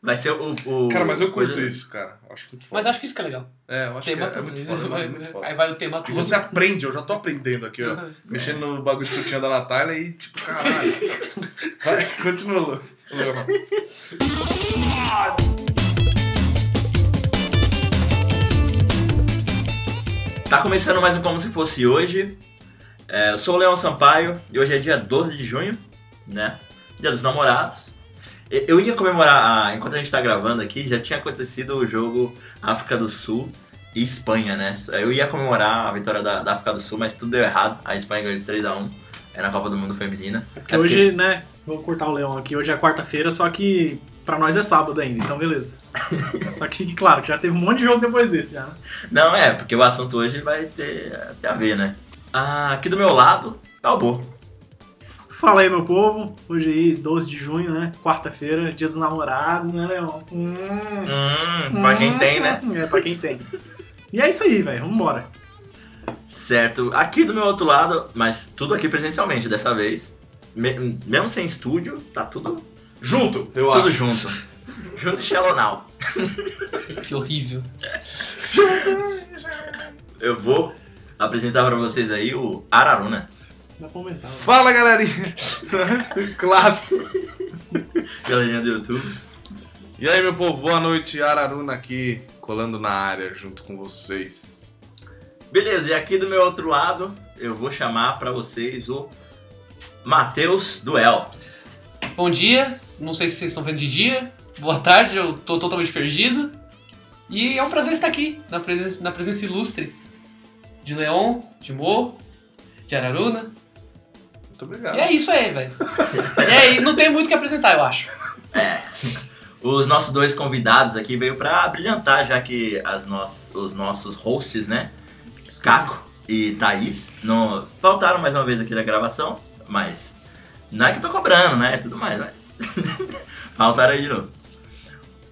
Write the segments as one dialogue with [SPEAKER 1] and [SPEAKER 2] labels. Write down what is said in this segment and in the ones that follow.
[SPEAKER 1] Vai ser o. o-
[SPEAKER 2] Cara, mas eu curto
[SPEAKER 1] coisa-
[SPEAKER 2] isso, cara. Eu acho muito foda.
[SPEAKER 3] Mas acho que isso que é legal.
[SPEAKER 2] É, eu acho que
[SPEAKER 3] tema
[SPEAKER 2] é, é
[SPEAKER 3] tudo.
[SPEAKER 2] muito foda.
[SPEAKER 3] Vai- né?
[SPEAKER 2] é muito foda.
[SPEAKER 3] Aí vai o tema
[SPEAKER 2] E
[SPEAKER 3] tudo.
[SPEAKER 2] você é aprende, eu já tô aprendendo aqui,
[SPEAKER 3] Uhum.
[SPEAKER 2] ó. Mexendo no bagulho de sutiã da Natália e tipo, caralho. Vai, continua, Lu. Lu.
[SPEAKER 1] Tá começando mais um Como Se Fosse Hoje. É, eu sou o Leão Sampaio e hoje é dia 12 de junho, né? Dia dos namorados. E- Eu ia comemorar, a- enquanto a gente tá gravando aqui, já tinha acontecido o jogo África do Sul e Espanha, né? Eu ia comemorar a vitória da, da África do Sul, mas tudo deu errado. A Espanha ganhou de 3x1, é na Copa do Mundo Feminina. É
[SPEAKER 4] Porque hoje, né, vou cortar o leão aqui, hoje é quarta-feira, só que pra nós é sábado ainda, então beleza. só que fique claro que já teve um monte de jogo depois desse já, né?
[SPEAKER 1] Não, é, porque o assunto hoje vai ter, ter a ver, né? Ah, aqui do meu lado tá o Bo.
[SPEAKER 4] Fala aí, meu povo. Hoje aí, 12 de junho, né? Quarta-feira, dia dos namorados, né, Leão? Hum,
[SPEAKER 1] Hum, pra quem tem, né?
[SPEAKER 4] É, pra quem tem. E é isso aí, velho. Vambora.
[SPEAKER 1] Certo. Aqui do meu outro lado, mas tudo aqui presencialmente dessa vez. Me- mesmo sem estúdio, tá tudo,
[SPEAKER 2] Junto, eu
[SPEAKER 1] tudo
[SPEAKER 2] acho.
[SPEAKER 1] junto. junto e Shalonal.
[SPEAKER 3] Que horrível.
[SPEAKER 1] Eu vou apresentar pra vocês aí o né? Araruna.
[SPEAKER 4] Dá pra aumentar. né?
[SPEAKER 2] Fala, galerinha. Clássico.
[SPEAKER 1] Pela linha do YouTube.
[SPEAKER 2] E aí, meu povo, boa noite. Araruna aqui, colando na área junto com vocês.
[SPEAKER 1] Beleza, e aqui do meu outro lado, eu vou chamar pra vocês o Matheus Duel.
[SPEAKER 3] Bom dia, não sei se vocês estão vendo de dia. Boa tarde, eu tô totalmente perdido. E é um prazer estar aqui, na presença, na presença ilustre de Leon, de Mo, de Araruna.
[SPEAKER 2] Muito obrigado.
[SPEAKER 3] E é isso aí, velho. E aí, não tem muito o que apresentar, eu acho.
[SPEAKER 1] Os nossos dois convidados aqui veio pra brilhantar, já que as nos- os nossos hosts, né? Caco e Thaís, não, faltaram mais uma vez aqui na gravação, mas não é que eu tô cobrando, né? Tudo mais, mas. faltaram aí de novo.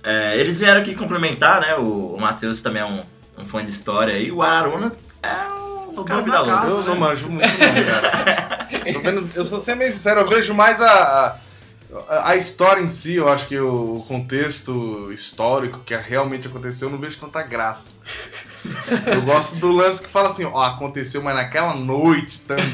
[SPEAKER 1] É, eles vieram aqui complementar, né? O, o Matheus também é um, um fã de história aí. O Araruna é um
[SPEAKER 4] O
[SPEAKER 1] cara
[SPEAKER 4] dono
[SPEAKER 1] vida
[SPEAKER 4] da
[SPEAKER 1] louca.
[SPEAKER 4] casa.
[SPEAKER 2] Eu não manjo muito, não, cara. Tô vendo- eu sou sendo meio sincero, eu vejo mais a, a, a história em si, eu acho que o contexto histórico que realmente aconteceu, eu não vejo tanta graça. Eu gosto do lance que fala assim, ó, aconteceu, mas naquela noite também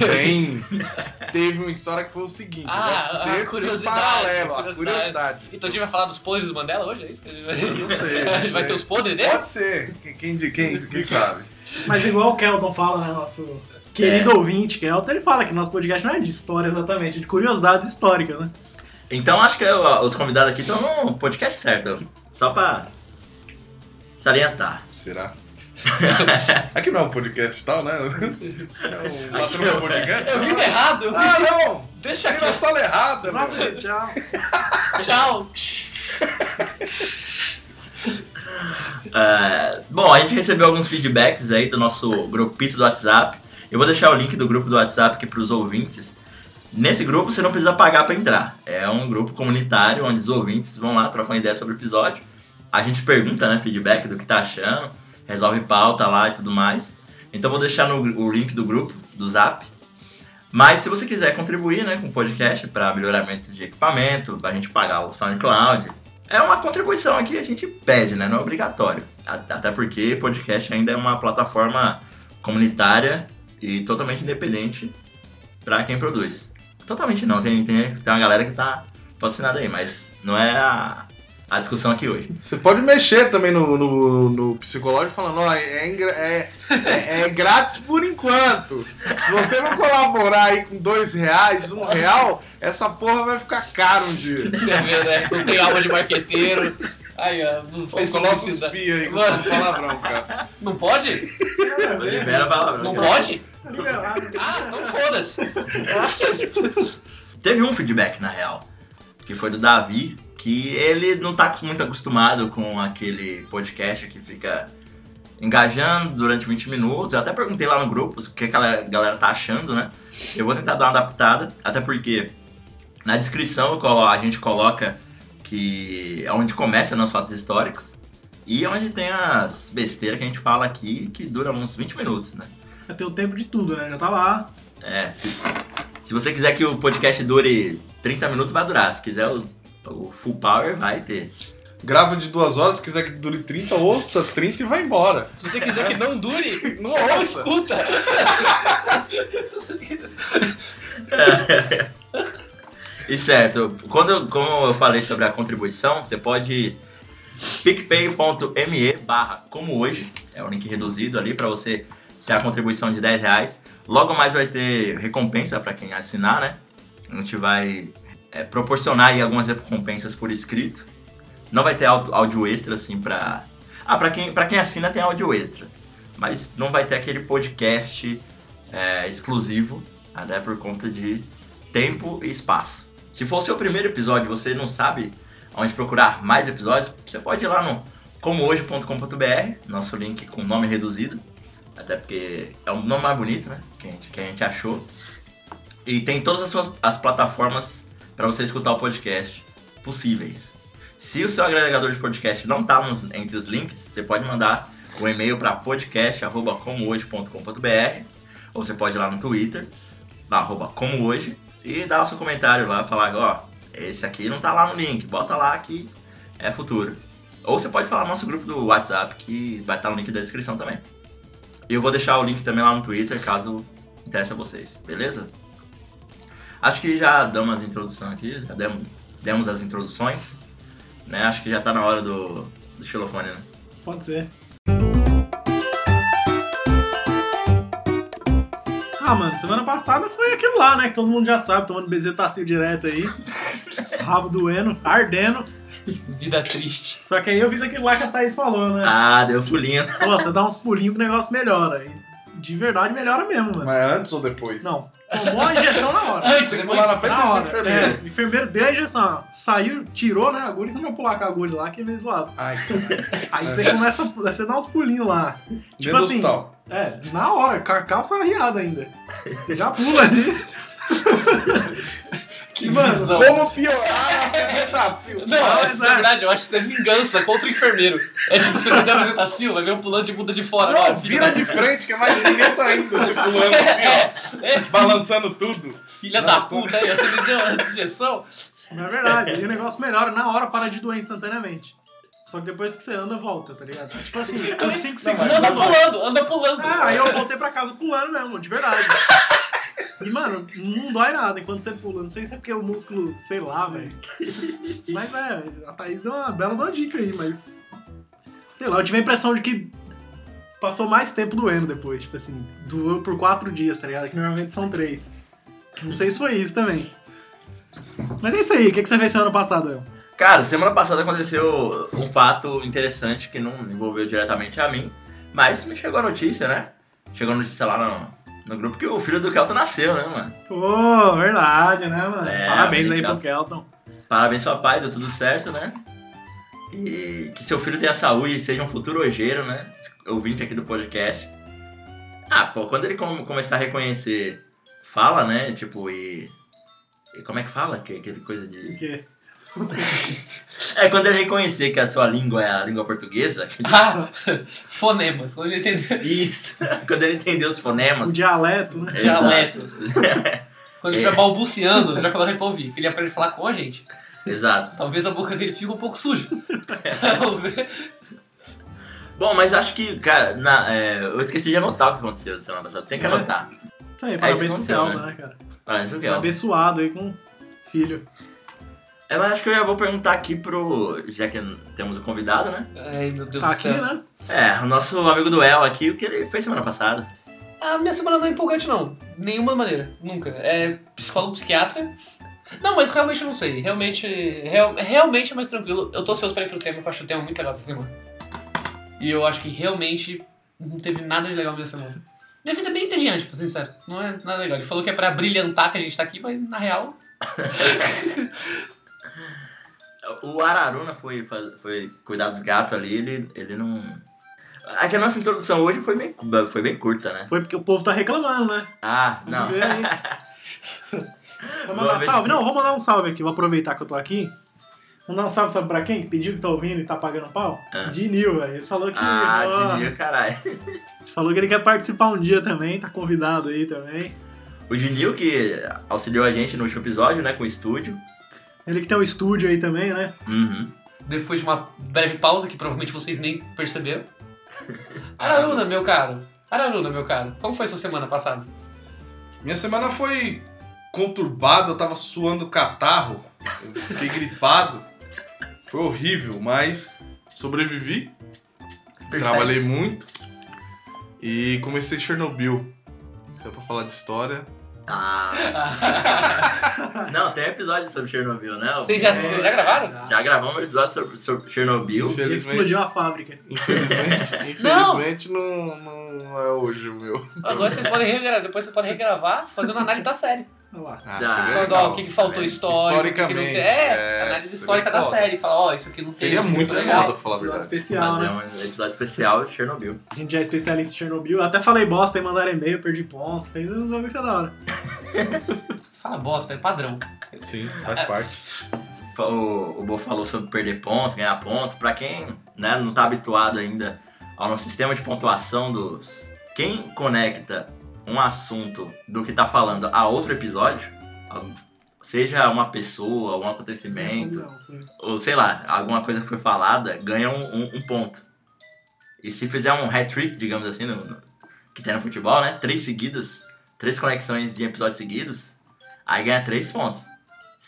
[SPEAKER 2] teve uma história que foi o seguinte.
[SPEAKER 3] Ah,
[SPEAKER 2] eu
[SPEAKER 3] a
[SPEAKER 2] gosto desse
[SPEAKER 3] curiosidade,
[SPEAKER 2] paralelo,
[SPEAKER 3] a
[SPEAKER 2] a curiosidade.
[SPEAKER 3] Então a gente vai falar dos podres do Mandela hoje? É isso que a gente vai.
[SPEAKER 2] Não sei.
[SPEAKER 3] A
[SPEAKER 2] não
[SPEAKER 3] gente vai ter
[SPEAKER 2] sei.
[SPEAKER 3] os podres dele?
[SPEAKER 2] Pode ser, quem, quem, de- quem, quem sabe.
[SPEAKER 4] Mas igual o Kelton fala, né, nosso
[SPEAKER 1] É.
[SPEAKER 4] querido ouvinte, Kelton, ele fala que nosso podcast não é de história exatamente, é de curiosidades históricas, né?
[SPEAKER 1] Então acho que eu- os convidados aqui estão no podcast certo. Só pra salientar.
[SPEAKER 2] Será? Aqui não é um podcast tal, né? É um
[SPEAKER 1] Aqui
[SPEAKER 2] patrão
[SPEAKER 1] é um-
[SPEAKER 2] é podcast?
[SPEAKER 3] Eu vim errado, eu
[SPEAKER 2] Ah,
[SPEAKER 3] vim-
[SPEAKER 2] não!
[SPEAKER 3] Deixa
[SPEAKER 2] Aqui
[SPEAKER 3] aqui.
[SPEAKER 2] na sala errada,
[SPEAKER 4] Nossa,
[SPEAKER 2] mano.
[SPEAKER 4] gente, tchau.
[SPEAKER 3] Tchau.
[SPEAKER 1] É, bom, a gente recebeu alguns feedbacks aí do nosso grupito do WhatsApp. Eu vou deixar o link do grupo do WhatsApp aqui para os ouvintes. Nesse grupo você não precisa pagar para entrar. É um grupo comunitário onde os ouvintes vão lá, trocam ideia sobre o episódio. A gente pergunta, né, feedback do que tá achando, resolve pauta lá e tudo mais. Então vou deixar no, o link do grupo, do Zap. Mas se você quiser contribuir, né, com o podcast para melhoramento de equipamento, pra gente pagar o SoundCloud, é uma contribuição aqui que a gente pede, né? Não é obrigatório. A- Até porque podcast ainda é uma plataforma comunitária e totalmente independente pra quem produz. Totalmente não, tem, tem, tem uma galera que tá patrocinada aí, mas não é a, a discussão aqui hoje.
[SPEAKER 2] Você pode mexer também no, no, no psicológico falando, ó, é, engra- é, é, é grátis por enquanto. Se você não colaborar aí com dois reais, um real, essa porra vai ficar caro um dia.
[SPEAKER 3] Você vê, né? Não tem alma de marqueteiro. Aí, ó, não
[SPEAKER 2] Pô,
[SPEAKER 3] fez
[SPEAKER 2] Coloca os
[SPEAKER 3] publicidade.
[SPEAKER 2] pi aí com esse palavrão, cara.
[SPEAKER 3] Não pode?
[SPEAKER 1] Libera a palavra.
[SPEAKER 3] É.
[SPEAKER 1] né?
[SPEAKER 3] Não
[SPEAKER 1] libera.
[SPEAKER 3] pode? Ah, não foda-se. Ah,
[SPEAKER 1] Teve um feedback, na real, que foi do Davi, que ele não tá muito acostumado com aquele podcast que fica engajando durante 20 minutos. Eu até perguntei lá no grupo o que a galera, galera tá achando, né? Eu vou tentar dar uma adaptada, até porque na descrição eu colo- a gente coloca que é onde começa né, os fatos históricos e é onde tem as besteiras que a gente fala aqui, que dura uns 20 minutos, né?
[SPEAKER 4] Já tem o tempo de tudo, né? Já tá lá.
[SPEAKER 1] É, se, se você quiser que o podcast dure 30 minutos, vai durar. Se quiser o, o full power, vai ter.
[SPEAKER 2] Grava de duas horas, se quiser que dure 30, ouça 30 e vai embora.
[SPEAKER 3] Se você quiser que não dure,
[SPEAKER 2] Não
[SPEAKER 3] você não
[SPEAKER 2] ouça.
[SPEAKER 3] escuta.
[SPEAKER 1] E certo, quando eu, como eu falei sobre a contribuição, você pode picpay.me barra como hoje, é o link reduzido ali para você ter a contribuição de 10 reais. Logo mais vai ter recompensa para quem assinar, né? A gente vai é, proporcionar aí algumas recompensas por escrito. Não vai ter áudio, áudio extra assim para Ah, para quem, pra quem assina tem áudio extra, mas não vai ter aquele podcast é, exclusivo, até por conta de tempo e espaço. Se for o seu primeiro episódio e você não sabe onde procurar mais episódios, você pode ir lá no comohoje.com.br, nosso link com nome reduzido, até porque é o nome mais bonito, né? Que a gente, que a gente achou. E tem todas as, suas, as plataformas para você escutar o podcast possíveis. Se o seu agregador de podcast não está entre os links, você pode mandar um e-mail para podcast.comohoje.com.br ou você pode ir lá no Twitter, na arroba como hoje, e dar o seu comentário lá, falar, ó, esse aqui não tá lá no link, bota lá que é futuro. Ou você pode falar no nosso grupo do WhatsApp, que vai estar no link da descrição também. E eu vou deixar o link também lá no Twitter, caso interesse a vocês, beleza? Acho que já damos as introduções aqui, já demos, demos as introduções, né? Acho que já tá na hora do, do xilofone, né?
[SPEAKER 4] Pode ser. Ah, mano, semana passada foi aquilo lá, né? Que todo mundo já sabe, tomando bezetacil direto aí. Rabo doendo, ardendo.
[SPEAKER 3] Vida triste.
[SPEAKER 4] Só que aí eu fiz aquilo lá que a Thaís falou, né?
[SPEAKER 1] Ah, deu fulinho.
[SPEAKER 4] Pô, você dá uns pulinhos que o negócio melhora. E de verdade melhora mesmo, mano.
[SPEAKER 2] Mas é antes ou depois?
[SPEAKER 4] Não. Tomou a injeção na hora.
[SPEAKER 3] Antes,
[SPEAKER 2] Tem que
[SPEAKER 3] depois...
[SPEAKER 2] pular na frente
[SPEAKER 4] Na
[SPEAKER 2] do
[SPEAKER 4] hora.
[SPEAKER 2] enfermeiro.
[SPEAKER 4] É, o enfermeiro deu a injeção. Saiu, tirou, né? A agulha, você não vai pular com a agulha lá, que é meio zoado.
[SPEAKER 2] Ai, cara.
[SPEAKER 4] Aí
[SPEAKER 2] É.
[SPEAKER 4] você começa, você dá uns pulinhos lá.
[SPEAKER 2] Dentro
[SPEAKER 4] Tipo
[SPEAKER 2] do
[SPEAKER 4] assim,
[SPEAKER 2] hospital.
[SPEAKER 4] é, na hora, com a calça arriada ainda. Você já pula ali.
[SPEAKER 3] Que
[SPEAKER 4] Mano,
[SPEAKER 3] visão.
[SPEAKER 2] Como piorar a apresentação?
[SPEAKER 3] Não,
[SPEAKER 4] Ah,
[SPEAKER 3] é,
[SPEAKER 4] mas
[SPEAKER 3] na
[SPEAKER 4] é.
[SPEAKER 3] verdade, eu acho que isso é vingança contra o enfermeiro. É tipo, você não der apresentação, vai ver um pulando de bunda de fora. lá,
[SPEAKER 2] Não,
[SPEAKER 3] filha
[SPEAKER 2] vira de frente, que é mais bonito ainda, você pulando assim,
[SPEAKER 3] É.
[SPEAKER 2] ó, balançando tudo.
[SPEAKER 3] da- Filha
[SPEAKER 2] Não,
[SPEAKER 3] da
[SPEAKER 2] como-
[SPEAKER 3] puta aí, você me deu a injeção?
[SPEAKER 4] Na É verdade, aí o negócio melhora na hora, para de doer instantaneamente. Só que depois que você anda, volta, tá ligado? Tipo assim, uns 5
[SPEAKER 2] Não, mas
[SPEAKER 4] segundos.
[SPEAKER 3] Anda
[SPEAKER 4] eu volto.
[SPEAKER 3] pulando, anda pulando.
[SPEAKER 4] Ah, aí eu voltei pra casa pulando mesmo, de verdade. E, mano, não dói nada enquanto você pula. Não sei se é porque o músculo, sei lá, velho. Mas é, a Thaís deu uma bela de uma dica aí, mas. Sei lá, eu tive a impressão de que passou mais tempo doendo depois. Tipo assim, doeu por quatro dias, tá ligado? Que normalmente são três. Não sei se foi isso também. Mas é isso aí, o que, que você fez semana passada, El?
[SPEAKER 1] Cara, semana passada aconteceu um fato interessante que não envolveu diretamente a mim, mas me chegou a notícia, né? Chegou a notícia lá no, no grupo que o filho do Kelton nasceu, né, mano?
[SPEAKER 4] Pô, verdade, né, mano?
[SPEAKER 1] É,
[SPEAKER 4] Parabéns aí
[SPEAKER 1] obrigado.
[SPEAKER 4] pro Kelton.
[SPEAKER 1] Parabéns, papai, deu tudo certo, né? E que seu filho tenha saúde e seja um futuro ojeiro, né? Ouvinte aqui do podcast. Ah, pô, quando ele come- começar a reconhecer fala, né? Tipo, e. e como é que fala? Que, aquele coisa de.
[SPEAKER 4] Porque
[SPEAKER 1] É, quando ele reconhecer que a sua língua é a língua portuguesa,
[SPEAKER 3] Ah, fonemas, não entendeu.
[SPEAKER 1] Isso. Quando ele entendeu os fonemas.
[SPEAKER 4] o dialeto, né?
[SPEAKER 1] É, Exato.
[SPEAKER 3] Dialeto. Quando
[SPEAKER 1] É.
[SPEAKER 3] ele estiver balbuciando, já coloca ele pra ouvir. Queria pra ele falar com a gente.
[SPEAKER 1] Exato.
[SPEAKER 3] Talvez a boca dele fique um pouco suja. Talvez.
[SPEAKER 1] Bom, mas acho que, cara, na- é, eu esqueci de anotar o que aconteceu semana passada. Tem que
[SPEAKER 4] É.
[SPEAKER 1] anotar.
[SPEAKER 4] Isso aí, parabéns pro
[SPEAKER 1] aconteceu,
[SPEAKER 4] Kelton,
[SPEAKER 1] né?
[SPEAKER 4] né, cara?
[SPEAKER 1] Parabéns pro
[SPEAKER 4] Foi
[SPEAKER 1] Guel.
[SPEAKER 4] abençoado aí com um filho.
[SPEAKER 1] É, mas acho que eu já vou perguntar aqui pro. Já que temos o convidado, né?
[SPEAKER 3] Ai, meu Deus
[SPEAKER 4] Tá
[SPEAKER 3] do
[SPEAKER 4] aqui,
[SPEAKER 3] céu.
[SPEAKER 4] né?
[SPEAKER 1] É, o nosso amigo do El aqui, o que ele fez semana passada.
[SPEAKER 3] A minha semana não é empolgante, não. Nenhuma maneira. Nunca. É psicólogo, psiquiatra. Não, mas realmente eu não sei. Realmente, real, realmente é mais tranquilo. Eu tô ansioso pra ir pro cinema, porque eu acho o tema muito legal essa semana. E eu acho que realmente não teve nada de legal na minha semana. Minha vida é bem entediante, pra ser sincero. Não é nada legal. Ele falou que é pra brilhantar que a gente tá aqui, mas na real...
[SPEAKER 1] O Araruna foi, faz- foi cuidar dos gatos ali, ele, ele não. É que a nossa introdução hoje foi bem, cu- foi bem curta, né?
[SPEAKER 4] Foi porque o povo tá reclamando, né?
[SPEAKER 1] Ah,
[SPEAKER 4] Vamos
[SPEAKER 1] não.
[SPEAKER 4] ver aí. Vou
[SPEAKER 1] Boa
[SPEAKER 4] mandar
[SPEAKER 1] vez-
[SPEAKER 4] salve. Não, vou mandar um salve aqui. Vou aproveitar que eu tô aqui. Mandar um salve, sabe pra quem? Que pediu que tá ouvindo e tá pagando pau?
[SPEAKER 1] Ah.
[SPEAKER 4] Dinil, velho. Ele falou que. ó,
[SPEAKER 1] Ah, Dinil, caralho.
[SPEAKER 4] Falou que ele quer participar um dia também, tá convidado aí também.
[SPEAKER 1] O Dinil que auxiliou a gente no último episódio, né? Com o estúdio.
[SPEAKER 4] Ele que tem um estúdio aí também, né?
[SPEAKER 1] Uhum.
[SPEAKER 3] depois de uma breve pausa que provavelmente vocês nem perceberam. Araruna, meu caro. Araruna, meu caro. Como foi sua semana passada?
[SPEAKER 2] Minha semana foi conturbada, eu tava suando catarro, eu fiquei gripado. Foi horrível, mas sobrevivi, trabalhei
[SPEAKER 3] Percebe-se.
[SPEAKER 2] muito e comecei Chernobyl. Se é pra falar de história.
[SPEAKER 1] Ah. Não, tem um episódio sobre Chernobyl, né?
[SPEAKER 3] Vocês já,
[SPEAKER 1] É,
[SPEAKER 3] vocês já gravaram?
[SPEAKER 1] já gravamos um episódio sobre, sobre Chernobyl.
[SPEAKER 2] Infelizmente.
[SPEAKER 4] Já explodiu a fábrica.
[SPEAKER 2] Infelizmente, infelizmente não, não é hoje o meu.
[SPEAKER 3] Agora vocês podem regravar, depois vocês podem regravar fazendo análise da série.
[SPEAKER 4] Olha lá.
[SPEAKER 2] Ah,
[SPEAKER 1] Tá.
[SPEAKER 2] seria
[SPEAKER 3] Falando,
[SPEAKER 2] legal.
[SPEAKER 3] ó, o que, que faltou histórico. o que que não tem-
[SPEAKER 2] É, Historicamente,
[SPEAKER 3] é,
[SPEAKER 2] é,
[SPEAKER 3] análise
[SPEAKER 2] seria
[SPEAKER 3] histórica da
[SPEAKER 2] foda.
[SPEAKER 3] série. Fala, ó, isso aqui não tem.
[SPEAKER 2] Seria
[SPEAKER 3] isso aqui
[SPEAKER 2] muito
[SPEAKER 3] não é legal.
[SPEAKER 2] foda, pra falar a
[SPEAKER 4] Episódio
[SPEAKER 2] verdade.
[SPEAKER 4] especial,
[SPEAKER 1] Fazer
[SPEAKER 4] né?
[SPEAKER 1] um episódio especial de Chernobyl.
[SPEAKER 4] A gente já é especialista em Chernobyl. Eu até falei bosta e mandaram e-mail, perdi ponto. Fez um jogo da hora.
[SPEAKER 3] Fala bosta, é padrão.
[SPEAKER 2] Sim, faz parte.
[SPEAKER 1] O, o Bo falou sobre perder ponto, ganhar ponto. Pra quem né, não tá habituado ainda ao nosso sistema de pontuação dos. Quem conecta um assunto do que tá falando a outro episódio, a- seja uma pessoa, um acontecimento, ou sei lá, alguma coisa que foi falada, ganha um, um- um ponto. E se fizer um hat-trick, digamos assim, no- no- que tem no futebol, né? Três seguidas, três conexões de episódios seguidos, aí ganha três pontos.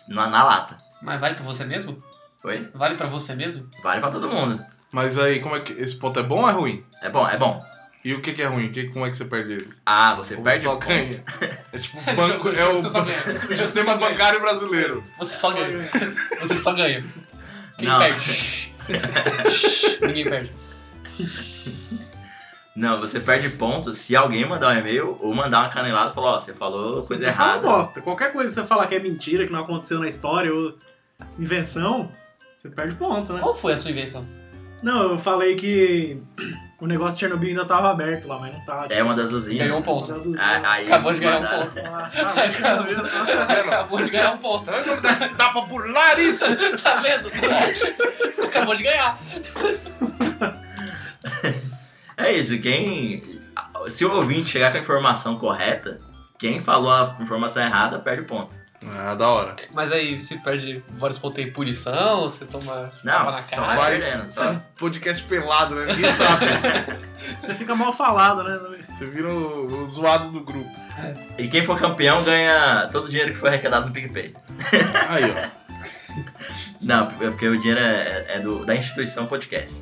[SPEAKER 1] Na, na lata.
[SPEAKER 3] Mas vale pra você mesmo?
[SPEAKER 1] Foi?
[SPEAKER 3] Vale pra você mesmo?
[SPEAKER 1] Vale pra todo mundo.
[SPEAKER 2] Mas aí, como é que. Esse ponto é bom ou é ruim?
[SPEAKER 1] É bom, é bom.
[SPEAKER 2] E o que, que é ruim? Que, como é que você perde ele?
[SPEAKER 1] Ah, você
[SPEAKER 2] Ou
[SPEAKER 1] perde
[SPEAKER 2] só
[SPEAKER 1] ponto.
[SPEAKER 2] ganha. É tipo o banco. É
[SPEAKER 3] Você só
[SPEAKER 2] o
[SPEAKER 3] ganha. Você
[SPEAKER 2] sistema
[SPEAKER 3] só ganha.
[SPEAKER 2] bancário brasileiro.
[SPEAKER 3] Você só ganha. Você só ganha. Quem
[SPEAKER 1] Não.
[SPEAKER 3] perde? Shhh. Shhh. Ninguém perde.
[SPEAKER 1] Não, você perde ponto se alguém mandar um e-mail ou mandar uma canelada e falar, ó, você falou coisa
[SPEAKER 4] você
[SPEAKER 1] errada.
[SPEAKER 4] fala bosta. Qualquer coisa que você falar que é mentira, que não aconteceu na história ou invenção, você perde ponto, né?
[SPEAKER 3] Qual foi a sua invenção?
[SPEAKER 4] Não, eu falei que o negócio de Chernobyl ainda tava aberto lá, mas não tá.
[SPEAKER 1] É uma das usinas.
[SPEAKER 3] Ganhou um ponto.
[SPEAKER 4] Jesus,
[SPEAKER 1] Ah, aí
[SPEAKER 3] Acabou de ganhar um
[SPEAKER 1] mandaram.
[SPEAKER 3] ponto.
[SPEAKER 4] Ah, tá, mas Chernobyl não tá-
[SPEAKER 3] Acabou de ganhar um ponto.
[SPEAKER 2] Dá, dá pra burlar isso?
[SPEAKER 3] Tá vendo? Você acabou de ganhar.
[SPEAKER 1] É isso, quem. Se o ouvinte chegar com a informação correta, quem falou a informação errada perde o ponto.
[SPEAKER 2] Ah, da hora.
[SPEAKER 3] Mas aí, se perde vários pontos aí, punição, você toma tapa
[SPEAKER 1] Não,
[SPEAKER 3] na
[SPEAKER 1] só
[SPEAKER 3] cara.
[SPEAKER 1] vai
[SPEAKER 2] Faz
[SPEAKER 1] perdendo. Só...
[SPEAKER 2] esse podcast pelado, né? Ninguém sabe.
[SPEAKER 4] Você fica mal falado, né?
[SPEAKER 2] Você vira o, o zoado do grupo.
[SPEAKER 1] E quem for campeão ganha todo o dinheiro que foi arrecadado no PicPay.
[SPEAKER 2] Aí, ó.
[SPEAKER 1] Não, é porque o dinheiro é, é do, da instituição podcast.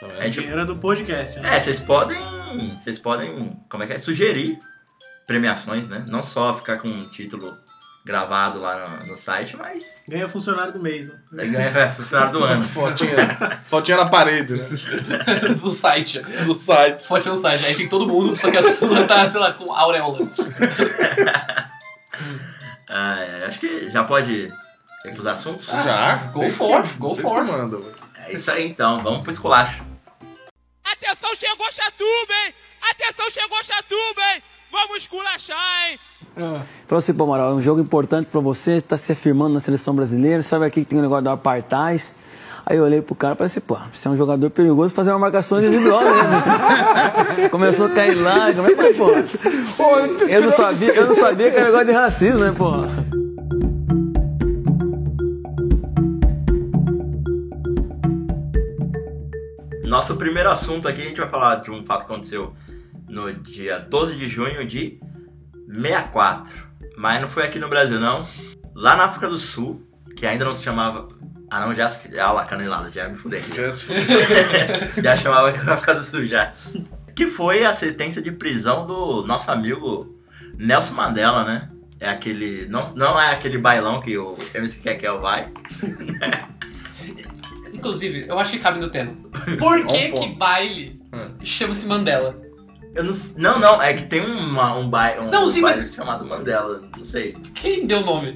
[SPEAKER 2] Tá
[SPEAKER 1] A
[SPEAKER 2] vendo?
[SPEAKER 4] O
[SPEAKER 1] gente-
[SPEAKER 4] dinheiro é do podcast, né?
[SPEAKER 1] é, vocês podem. Vocês podem. Como é que é? Sugerir premiações, né? Não só ficar com um título gravado lá no, no site, mas
[SPEAKER 4] Ganha funcionário do mês, né?
[SPEAKER 1] É, ganha funcionário do ano.
[SPEAKER 2] Fotinha, fotinha na parede, né?
[SPEAKER 3] do site.
[SPEAKER 2] Do site.
[SPEAKER 3] Foto no site. Aí tem todo mundo, só que a sua tá, sei lá, com auréola.
[SPEAKER 1] É, acho que já pode ir pros assuntos.
[SPEAKER 2] Já?
[SPEAKER 3] go
[SPEAKER 2] vocês
[SPEAKER 3] for,
[SPEAKER 2] que-
[SPEAKER 3] go
[SPEAKER 2] vocês
[SPEAKER 3] for.
[SPEAKER 2] que mandam, velho.
[SPEAKER 1] É isso aí então, vamos pro esculacho.
[SPEAKER 5] Atenção, chegou Chatuba, hein? Atenção, chegou Chatuba, hein? Vamos esculachar, hein?
[SPEAKER 6] Trouxe pro Amaral, é um jogo importante pra você, está se afirmando na seleção brasileira, sabe aqui que tem o negócio do apartheid. Aí eu olhei pro cara e falei assim, pô, você é um jogador perigoso fazer uma marcação individual, né? Começou a cair lá, como é que pô? Eu não sabia, eu não sabia que era negócio de racismo, né, pô?
[SPEAKER 1] Nosso primeiro assunto aqui, a gente vai falar de um fato que aconteceu no dia 12 de junho de 64. Mas não foi aqui no Brasil, não. Lá na África do Sul, que ainda não se chamava. Ah, não, já. se- Ah lá, canelada, já me fudei.
[SPEAKER 2] Já se
[SPEAKER 1] já chamava África do Sul, já. Que foi a sentença de prisão do nosso amigo Nelson Mandela, né? É aquele. Não, não é aquele bailão que o MC Kekel vai.
[SPEAKER 3] Inclusive, eu acho que cabe no tema. Por que
[SPEAKER 2] Bom ponto.
[SPEAKER 3] que baile chama-se Mandela?
[SPEAKER 1] Eu não, não, não, é que tem uma, um, bai, um
[SPEAKER 3] Não, sim, mas-
[SPEAKER 1] baile chamado Mandela, não sei.
[SPEAKER 3] Quem deu o nome?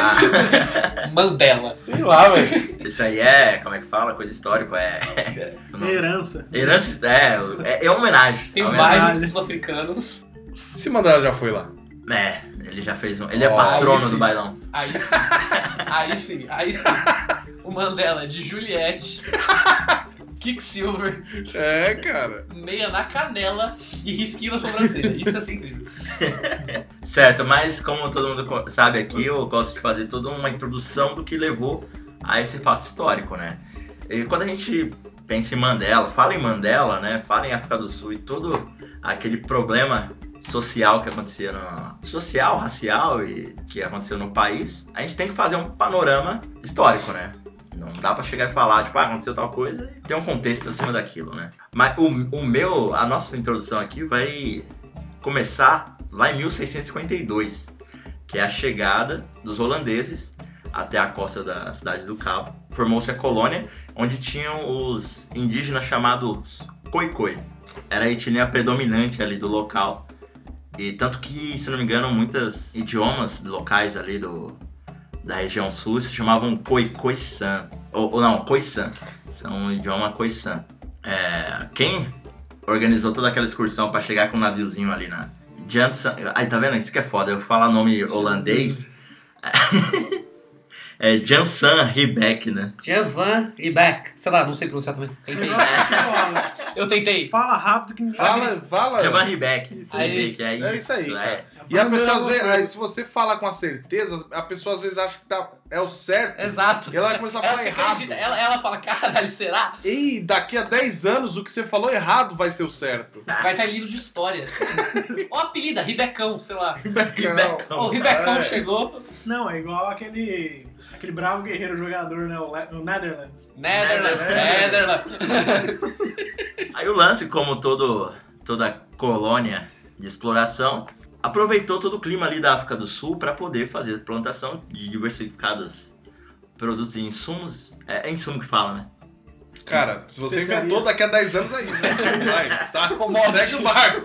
[SPEAKER 1] Ah,
[SPEAKER 3] Mandela.
[SPEAKER 2] Sei lá, velho.
[SPEAKER 1] isso aí é, como é que fala? Coisa histórica, é.
[SPEAKER 4] Herança.
[SPEAKER 1] Herança, é, é, é homenagem.
[SPEAKER 3] Tem
[SPEAKER 1] é
[SPEAKER 3] um
[SPEAKER 1] homenagem.
[SPEAKER 3] bairro de sul-africanos.
[SPEAKER 2] Se mandar, já foi lá.
[SPEAKER 1] É, ele já fez um. Ele é
[SPEAKER 2] Ó,
[SPEAKER 1] patrono
[SPEAKER 3] aí sim.
[SPEAKER 1] do bailão.
[SPEAKER 3] Aí sim. Aí sim, aí sim. O Mandela é de Juliette. Kicksilver,
[SPEAKER 2] É, cara.
[SPEAKER 3] meia na canela e risquinho na sobrancelha. Isso é incrível.
[SPEAKER 1] Certo, mas como todo mundo co- sabe aqui, eu gosto de fazer toda uma introdução do que levou a esse fato histórico, né? E quando a gente pensa em Mandela, fala em Mandela, né? Fala em África do Sul e todo aquele problema social que aconteceu no, social, racial e que aconteceu no país, a gente tem que fazer um panorama histórico, né? Não dá pra chegar e falar, tipo, ah, aconteceu tal coisa, e tem um contexto acima daquilo, né? Mas o, o meu, a nossa introdução aqui vai começar lá em 1652, que é a chegada dos holandeses até a costa da cidade do Cabo. Formou-se a colônia, onde tinham os indígenas chamados Khoikhoi. Era a etnia predominante ali do local. E tanto que, se não me engano, muitos idiomas locais ali do, da região sul se chamavam Khoikhoi-san. Ou, ou não, Khoisan. São o idioma Khoisan. É, quem organizou toda aquela excursão para chegar com um naviozinho ali na... Janssen... Ai, tá vendo? Isso que é foda. Eu falar nome holandês... É Jansan Ribeck, né?
[SPEAKER 3] Javan e Beck. Sei lá, não sei pronunciar também.
[SPEAKER 1] É.
[SPEAKER 3] Tentei. Eu tentei.
[SPEAKER 4] Fala rápido que ninguém
[SPEAKER 2] Fala, fala.
[SPEAKER 1] Javan Ribeck.
[SPEAKER 4] Isso aí.
[SPEAKER 1] Ribeck, é isso.
[SPEAKER 2] É isso aí,
[SPEAKER 1] é.
[SPEAKER 2] cara. E a pessoa às vezes, aí, se você fala com a certeza, a pessoa às vezes acha que tá, é o certo.
[SPEAKER 3] Exato.
[SPEAKER 2] E ela vai começar a falar
[SPEAKER 3] se
[SPEAKER 2] errado.
[SPEAKER 3] acredita. Ela, ela fala, caralho, será?
[SPEAKER 2] E daqui a 10 anos o que você falou errado vai ser o certo.
[SPEAKER 3] Vai estar em livro de história. Ó, apelida, Ribecão, sei lá.
[SPEAKER 2] Ribecão.
[SPEAKER 3] Ó, o Ribecão
[SPEAKER 2] É.
[SPEAKER 3] chegou.
[SPEAKER 4] Não, é igual aquele, aquele bravo guerreiro jogador, né? O, Le- o Netherlands.
[SPEAKER 3] Netherlands,
[SPEAKER 1] Netherlands.
[SPEAKER 3] Netherlands.
[SPEAKER 1] Aí o lance, como todo, toda colônia de exploração, aproveitou todo o clima ali da África do Sul para poder fazer plantação de diversificados produtos e insumos. É, é insumo que fala, né?
[SPEAKER 2] Cara, se você
[SPEAKER 4] Especialista.
[SPEAKER 2] inventou daqui a 10 anos aí, vai, tá?
[SPEAKER 3] Commodity.
[SPEAKER 2] Segue o barco.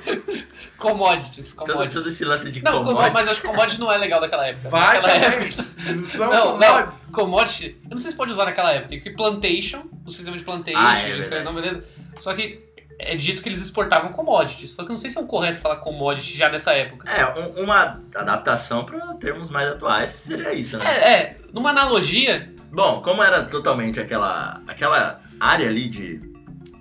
[SPEAKER 3] Commodities,
[SPEAKER 1] Todo, todo
[SPEAKER 3] commodities.
[SPEAKER 1] esse lance de
[SPEAKER 3] Não, commo-
[SPEAKER 1] commodities.
[SPEAKER 3] mas acho que commodities não é legal daquela época.
[SPEAKER 2] Vai
[SPEAKER 3] Naquela época-
[SPEAKER 2] também. São
[SPEAKER 3] Não,
[SPEAKER 2] commodities.
[SPEAKER 3] não, commodity, eu não sei se pode usar naquela época, porque plantation, o sistema de plantation,
[SPEAKER 1] Ah, é
[SPEAKER 3] eles
[SPEAKER 1] verdade.
[SPEAKER 3] não, beleza? Só que é dito que eles exportavam commodities, só que eu não sei se é o correto falar commodity já nessa época.
[SPEAKER 1] É, um- uma adaptação para termos mais atuais seria isso, né?
[SPEAKER 3] É, é, numa analogia,
[SPEAKER 1] Bom, como era totalmente aquela, aquela área ali de,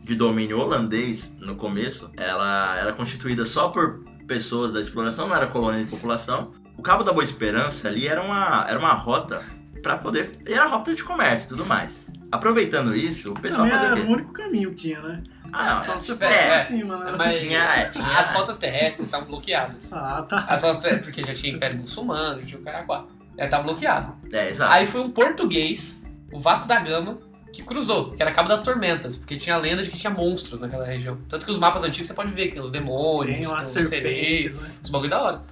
[SPEAKER 1] de domínio holandês no começo, ela era constituída só por pessoas da exploração, não era colônia de população. O Cabo da Boa Esperança ali era uma, era uma rota para poder. Era rota de comércio e tudo mais. Aproveitando isso, o pessoal
[SPEAKER 4] Também
[SPEAKER 1] fazia
[SPEAKER 4] era
[SPEAKER 1] o
[SPEAKER 4] o
[SPEAKER 1] quê?
[SPEAKER 4] único caminho que tinha, né?
[SPEAKER 1] Ah,
[SPEAKER 3] só
[SPEAKER 1] não,
[SPEAKER 3] se
[SPEAKER 1] é,
[SPEAKER 4] Pra
[SPEAKER 1] é,
[SPEAKER 4] cima, né?
[SPEAKER 3] mas
[SPEAKER 1] Tinha- tinha-
[SPEAKER 3] as rotas terrestres estavam bloqueadas.
[SPEAKER 4] Ah, tá.
[SPEAKER 3] As rotas terrestres, porque já tinha Império Muçulmano, tinha o Caraguá, já tava bloqueado.
[SPEAKER 1] é, exato.
[SPEAKER 3] Aí foi um português, o Vasco da Gama, que cruzou, que era Cabo das Tormentas, porque tinha a lenda de que tinha monstros naquela região. Tanto que os mapas antigos você pode ver que tem os demônios,
[SPEAKER 4] Tem
[SPEAKER 3] tem
[SPEAKER 4] umas
[SPEAKER 3] os sereios,
[SPEAKER 4] serpentes, né?
[SPEAKER 3] os bagulho é da hora.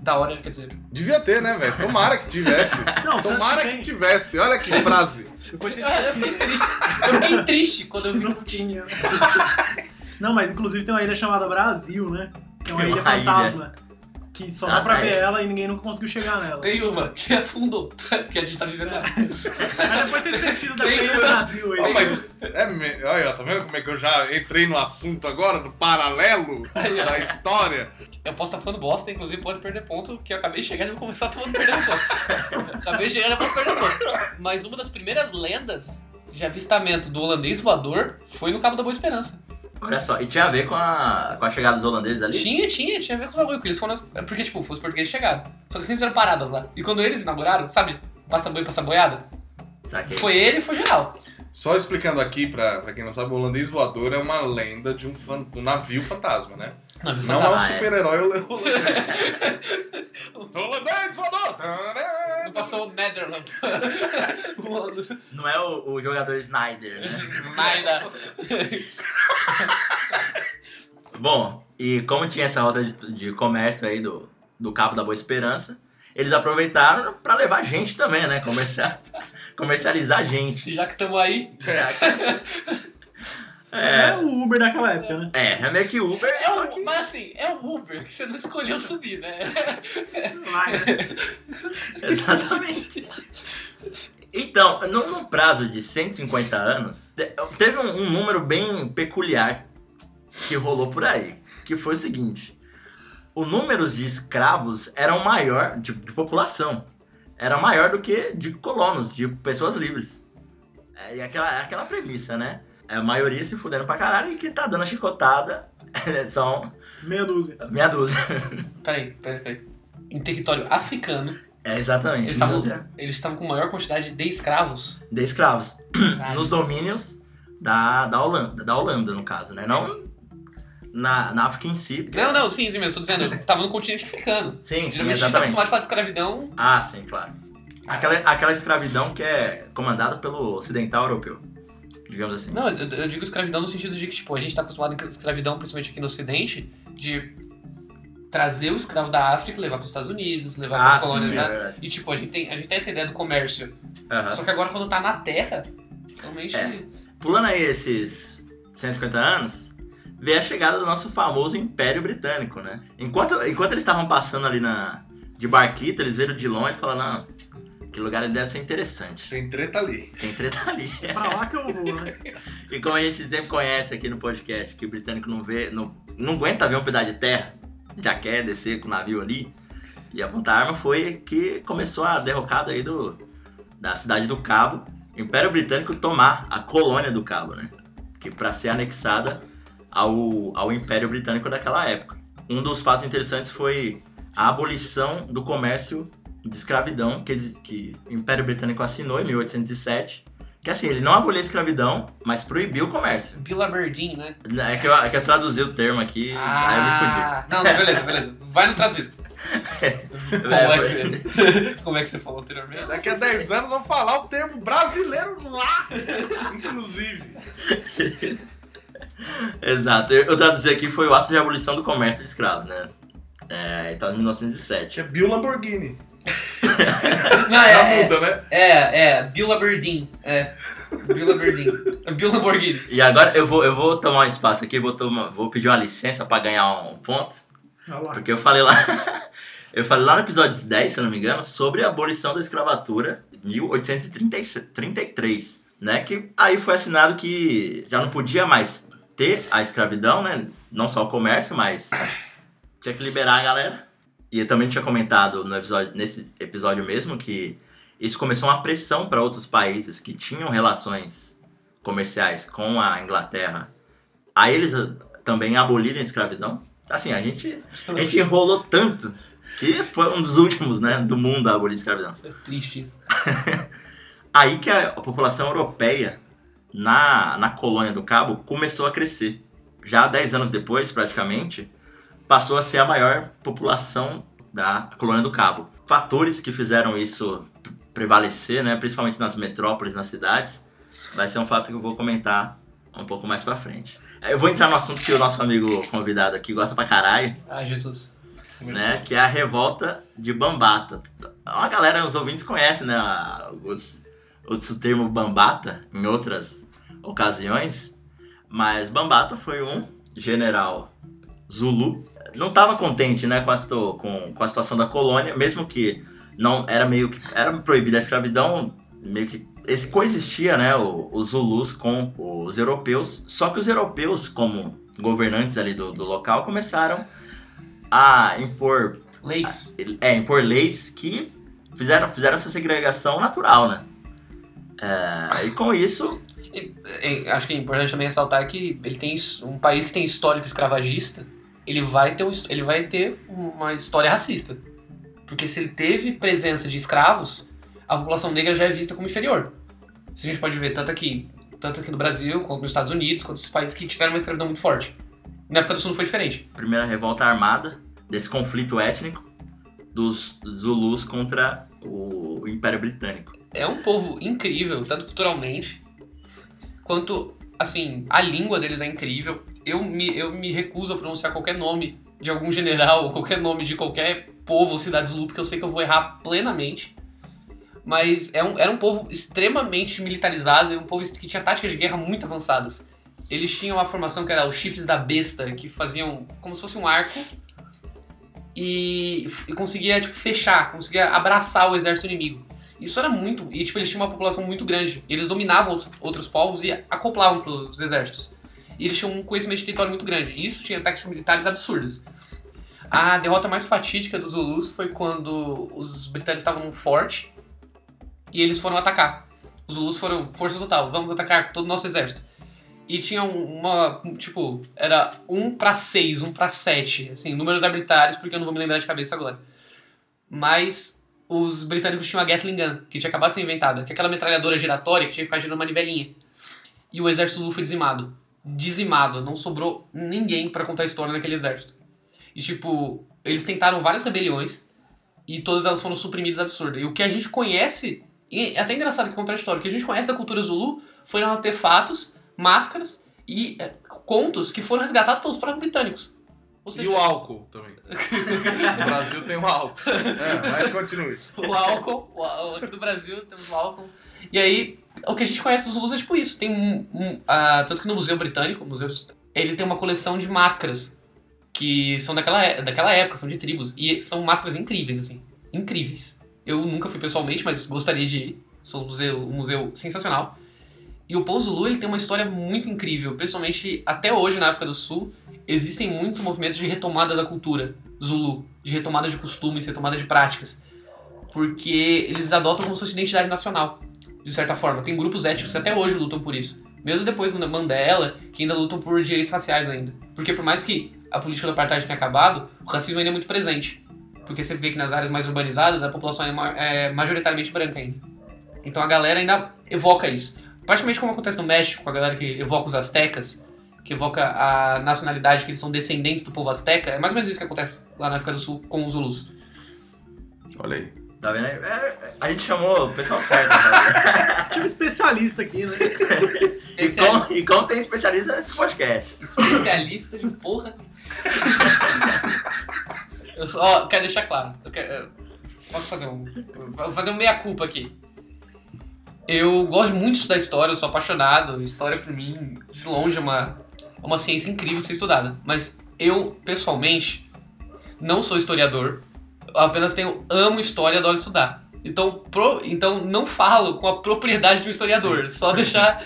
[SPEAKER 3] Da hora, quer dizer,
[SPEAKER 2] Devia ter, né, velho? Tomara que tivesse.
[SPEAKER 4] Não, tanto
[SPEAKER 2] Tomara que
[SPEAKER 4] tem.
[SPEAKER 2] tivesse. Olha que frase.
[SPEAKER 4] Depois vocês
[SPEAKER 3] Eu fiquei triste. Eu fiquei triste quando eu vi.
[SPEAKER 4] Não tinha. Não, mas inclusive tem uma ilha chamada Brasil, né? Que é uma
[SPEAKER 1] Tem
[SPEAKER 4] ilha
[SPEAKER 1] uma ilha.
[SPEAKER 4] fantasma. Que só dá
[SPEAKER 1] Ah,
[SPEAKER 4] pra
[SPEAKER 1] tá.
[SPEAKER 4] ver ela e ninguém nunca conseguiu chegar nela.
[SPEAKER 3] Tem uma que afundou, que a gente tá vivendo agora.
[SPEAKER 4] Mas depois vocês pesquisam da
[SPEAKER 3] Tem
[SPEAKER 4] ilha
[SPEAKER 3] uma-
[SPEAKER 4] Brasil aí.
[SPEAKER 2] Ó, mas é me- Olha, ó, tá vendo como é que eu já entrei no assunto agora, no paralelo da história?
[SPEAKER 3] Eu posso estar falando bosta, inclusive pode perder ponto, que eu acabei de chegar e já vou começar todo mundo perdendo ponto. acabei de chegar e já vou perder ponto. Mas uma das primeiras lendas de avistamento do holandês voador foi no Cabo da Boa Esperança.
[SPEAKER 1] Olha só, e tinha a ver com a, com a chegada dos holandeses ali?
[SPEAKER 3] Tinha, tinha, tinha a ver com o bagulho, porque eles foram... Nas... Porque, tipo, foi os portugueses que chegaram. Só que sempre fizeram paradas lá. E quando eles inauguraram, sabe? Passa boi, passa boiada.
[SPEAKER 1] Saquei.
[SPEAKER 3] Foi ele e foi geral.
[SPEAKER 2] Só explicando aqui, pra, pra quem não sabe, o holandês voador é uma lenda de um, fan- um navio fantasma, né?
[SPEAKER 3] Não, viu?
[SPEAKER 2] Não é um
[SPEAKER 1] fantasma, é.
[SPEAKER 2] super-herói holandês. holandês voador! Tarará!
[SPEAKER 3] Não passou o Netherland.
[SPEAKER 1] Não é o, o jogador Snyder, né?
[SPEAKER 3] Naida.
[SPEAKER 1] Tá Bom, e como tinha essa rota de, de comércio aí do, do Cabo da Boa Esperança, eles aproveitaram pra levar gente também, né? Comerciar, comercializar gente.
[SPEAKER 3] Já que estamos aí,
[SPEAKER 4] É
[SPEAKER 1] É,
[SPEAKER 4] o Uber daquela época, né?
[SPEAKER 1] é, é meio que Uber,
[SPEAKER 3] é
[SPEAKER 1] só
[SPEAKER 3] um,
[SPEAKER 1] que...
[SPEAKER 3] mas assim, é um Uber que você não escolheu subir, né?
[SPEAKER 4] Vai, né?
[SPEAKER 1] Exatamente. Então, num, num prazo de 150 anos, te- teve um, um número bem peculiar que rolou por aí, que foi o seguinte. O número de escravos era o maior, de, de população, era maior do que de colonos, de pessoas livres. É, e aquela, é aquela premissa, né? É, A maioria se fudendo pra caralho e quem tá dando a chicotada é, são
[SPEAKER 4] Meia dúzia.
[SPEAKER 1] meia dúzia.
[SPEAKER 3] Peraí, peraí, peraí. Em território africano,
[SPEAKER 1] É, exatamente.
[SPEAKER 3] Eles
[SPEAKER 1] Inglaterra.
[SPEAKER 3] estavam, eles estavam com maior quantidade de escravos.
[SPEAKER 1] de escravos
[SPEAKER 3] Caralho.
[SPEAKER 1] Hum, nos domínios da, da Holanda, da Holanda no caso, né? Não na, na África em si. porque-
[SPEAKER 3] Não, não, sim, sim, mas eu tô dizendo, tava no continente africano.
[SPEAKER 1] Sim, sim,
[SPEAKER 3] Geralmente a gente tá
[SPEAKER 1] exatamente.
[SPEAKER 3] acostumado a falar de escravidão.
[SPEAKER 1] Ah, sim, claro. Aquela, aquela escravidão que é comandada pelo ocidental europeu, digamos assim.
[SPEAKER 3] Não, eu, eu digo escravidão no sentido de que, tipo, a gente tá acostumado com escravidão, principalmente aqui no ocidente, de trazer o escravo da África, levar pros Estados Unidos, levar
[SPEAKER 1] ah,
[SPEAKER 3] pras
[SPEAKER 1] sim,
[SPEAKER 3] colônias,
[SPEAKER 1] sim, é
[SPEAKER 3] né?
[SPEAKER 1] verdade.
[SPEAKER 3] E tipo, a gente, tem, a gente tem essa ideia do comércio.
[SPEAKER 1] Aham.
[SPEAKER 3] Só que agora quando tá na terra, realmente.
[SPEAKER 1] Ah. É. Pulando aí esses 150 anos, veio a chegada do nosso famoso Império Britânico, né? Enquanto, enquanto eles estavam passando ali na, de barquita, eles viram de longe e falaram, não, que lugar ele deve ser interessante.
[SPEAKER 2] Tem treta ali.
[SPEAKER 1] Tem treta ali.
[SPEAKER 4] É pra lá que eu vou, né?
[SPEAKER 1] E como a gente sempre conhece aqui no podcast, que o britânico não vê, não, não aguenta ver um pedaço de terra, já quer descer com o navio ali e apontar a arma, foi que começou a derrocada aí do, da cidade do Cabo, o Império Britânico tomar a colônia do Cabo, né? Que para ser anexada ao, ao Império Britânico daquela época. Um dos fatos interessantes foi a abolição do comércio de escravidão que, exi- que o Império Britânico assinou em 1807 que assim, ele não aboliu a escravidão, mas proibiu o comércio.
[SPEAKER 3] Bilaberdin, né?
[SPEAKER 1] É que eu, é que eu traduzi o termo aqui, aí eu me fudi.
[SPEAKER 3] Ah, não, não, beleza, beleza. Vai no traduzido. Como é, que você, como é que você falou anteriormente?
[SPEAKER 2] Daqui a 10 anos vão falar o termo brasileiro lá, inclusive.
[SPEAKER 1] Exato, eu, eu traduzi aqui foi o ato de abolição do comércio de escravos, né? É, então, em 1907.
[SPEAKER 2] Tinha Bill Lamborghini.
[SPEAKER 3] Não,
[SPEAKER 2] Já
[SPEAKER 3] é, é,
[SPEAKER 2] muda, né?
[SPEAKER 3] é, é, Bilaberdin. É, Bilaberdin. Bilaborghini.
[SPEAKER 1] E agora eu vou, eu vou tomar um espaço aqui, vou, tomar, vou pedir uma licença pra ganhar um ponto,
[SPEAKER 4] Olha lá.
[SPEAKER 1] porque eu falei lá. Eu falei lá no episódio 10, se eu não me engano, sobre a abolição da escravatura em 1833, né? Que aí foi assinado que já não podia mais ter a escravidão, né? Não só o comércio, mas tinha que liberar a galera. E eu também tinha comentado no episódio, nesse episódio mesmo que isso começou uma pressão para outros países que tinham relações comerciais com a Inglaterra. A eles eh, também abolirem a escravidão. Assim, a gente, a gente enrolou tanto que foi um dos últimos, né, do mundo a abolir a escravidão.
[SPEAKER 3] É triste isso.
[SPEAKER 1] Aí que a população europeia na, na colônia do Cabo começou a crescer. Já 10 anos depois, praticamente, passou a ser a maior população da colônia do Cabo. Fatores que fizeram isso pre- prevalecer, né, principalmente nas metrópoles, nas cidades, vai ser um fato que eu vou comentar um pouco mais pra frente. Eu vou entrar no assunto que o nosso amigo convidado aqui gosta pra caralho,
[SPEAKER 3] Ah, Jesus.
[SPEAKER 1] né, que é a revolta de Bambata. A galera, os ouvintes conhecem, né, os, os- o termo Bambata em outras ocasiões, mas Bambata foi um general Zulu. Não estava contente, né, com a, situ- com- com a situação da colônia, mesmo que não era meio que era proibida a escravidão, meio que esse coexistia, né, o- os Zulus com os europeus. Só que os europeus, como governantes ali do- do local, começaram a impor,
[SPEAKER 3] Leis.
[SPEAKER 1] é, impor leis que fizeram, fizeram essa segregação natural, né? É, e com isso,
[SPEAKER 3] É, Acho que é importante também ressaltar que ele tem his- um país que tem histórico escravagista, ele vai ter, um his- ele vai ter uma história racista. Porque se ele teve presença de escravos, a população negra já é vista como inferior. Isso a gente pode ver tanto aqui, tanto aqui no Brasil, quanto nos Estados Unidos, quanto nos países que tiveram uma escravidão muito forte. Na África do Sul não foi diferente.
[SPEAKER 1] primeira revolta armada desse conflito étnico dos Zulus contra o Império Britânico.
[SPEAKER 3] É um povo incrível, tanto culturalmente, quanto, assim, a língua deles é incrível. Eu me, eu me recuso a pronunciar qualquer nome de algum general, ou qualquer nome de qualquer povo ou cidade Zulu, porque eu sei que eu vou errar plenamente. Mas é um, era um povo extremamente militarizado, e um povo que tinha táticas de guerra muito avançadas. Eles tinham uma formação que era os chifres da besta, que faziam como se fosse um arco, e, e conseguia tipo, fechar, conseguia abraçar o exército inimigo. Isso era muito. E, tipo, eles tinham uma população muito grande. E eles dominavam outros, outros povos e acoplavam pelos exércitos. E eles tinham um conhecimento de território muito grande. E isso tinha ataques militares absurdas. A derrota mais fatídica dos Zulus foi quando os britânicos estavam num forte e eles foram atacar. Os Zulus foram força total, vamos atacar com todo o nosso exército. E tinha um- uma, um, tipo, era um pra seis, um pra sete, assim, números arbitrários, porque eu não vou me lembrar de cabeça agora. Mas os britânicos tinham a Gatling Gun, que tinha acabado de ser inventada, que é aquela metralhadora giratória que tinha que ficar girando uma nivelinha. E o exército Zulu foi dizimado. Dizimado. Não sobrou ninguém pra contar a história daquele exército. E, tipo, eles tentaram várias rebeliões e todas elas foram suprimidas absurda. E o que a gente conhece, e é até engraçado que é contraditório, o que a gente conhece da cultura Zulu foram artefatos, máscaras e é, contos que foram resgatados pelos próprios britânicos. Ou
[SPEAKER 2] E
[SPEAKER 3] seja,
[SPEAKER 2] o álcool também. o Brasil tem o álcool. É, mas continue.
[SPEAKER 3] o álcool, o á- aqui do Brasil temos o álcool. E aí, o que a gente conhece dos Zulus é tipo isso. Tem um, um, ah, tanto que no Museu Britânico, museu, ele tem uma coleção de máscaras que são daquela, é- daquela época, são de tribos. E são máscaras incríveis, assim. Incríveis. Eu nunca fui pessoalmente, mas gostaria de ir. São um museu, um museu sensacional. E o Povo Zulu ele tem uma história muito incrível. Principalmente até hoje na África do Sul, existem muitos movimentos de retomada da cultura Zulu, de retomada de costumes, retomada de práticas porque eles adotam como se fosse identidade nacional, de certa forma. Tem grupos étnicos que até hoje lutam por isso. Mesmo depois do Mandela, que ainda lutam por direitos raciais ainda. Porque por mais que a política do apartheid tenha acabado, o racismo ainda é muito presente. Porque você vê que nas áreas mais urbanizadas a população é ma- é majoritariamente branca ainda. Então a galera ainda evoca isso. Praticamente como acontece no México, com a galera que evoca os aztecas, que evoca a nacionalidade que eles são descendentes do povo azteca, é mais ou menos isso que acontece lá na África do Sul com os Zulus.
[SPEAKER 2] Olha aí.
[SPEAKER 1] Tá vendo aí? É, a gente chamou o pessoal certo. Tá
[SPEAKER 4] Tinha um especialista aqui, né?
[SPEAKER 1] e, como, e como tem especialista nesse podcast?
[SPEAKER 3] Especialista de porra. Eu só- Ó, quero deixar claro. eu quero- eu posso fazer um. Vou fazer um meia-culpa aqui. Eu gosto muito de estudar história, eu sou apaixonado. História, pra mim, de longe, é uma, é uma ciência incrível de ser estudada. Mas eu, pessoalmente, não sou historiador. Eu apenas tenho. Amo história, adoro estudar. Então, pro- então não falo com a propriedade de um historiador. Só deixar.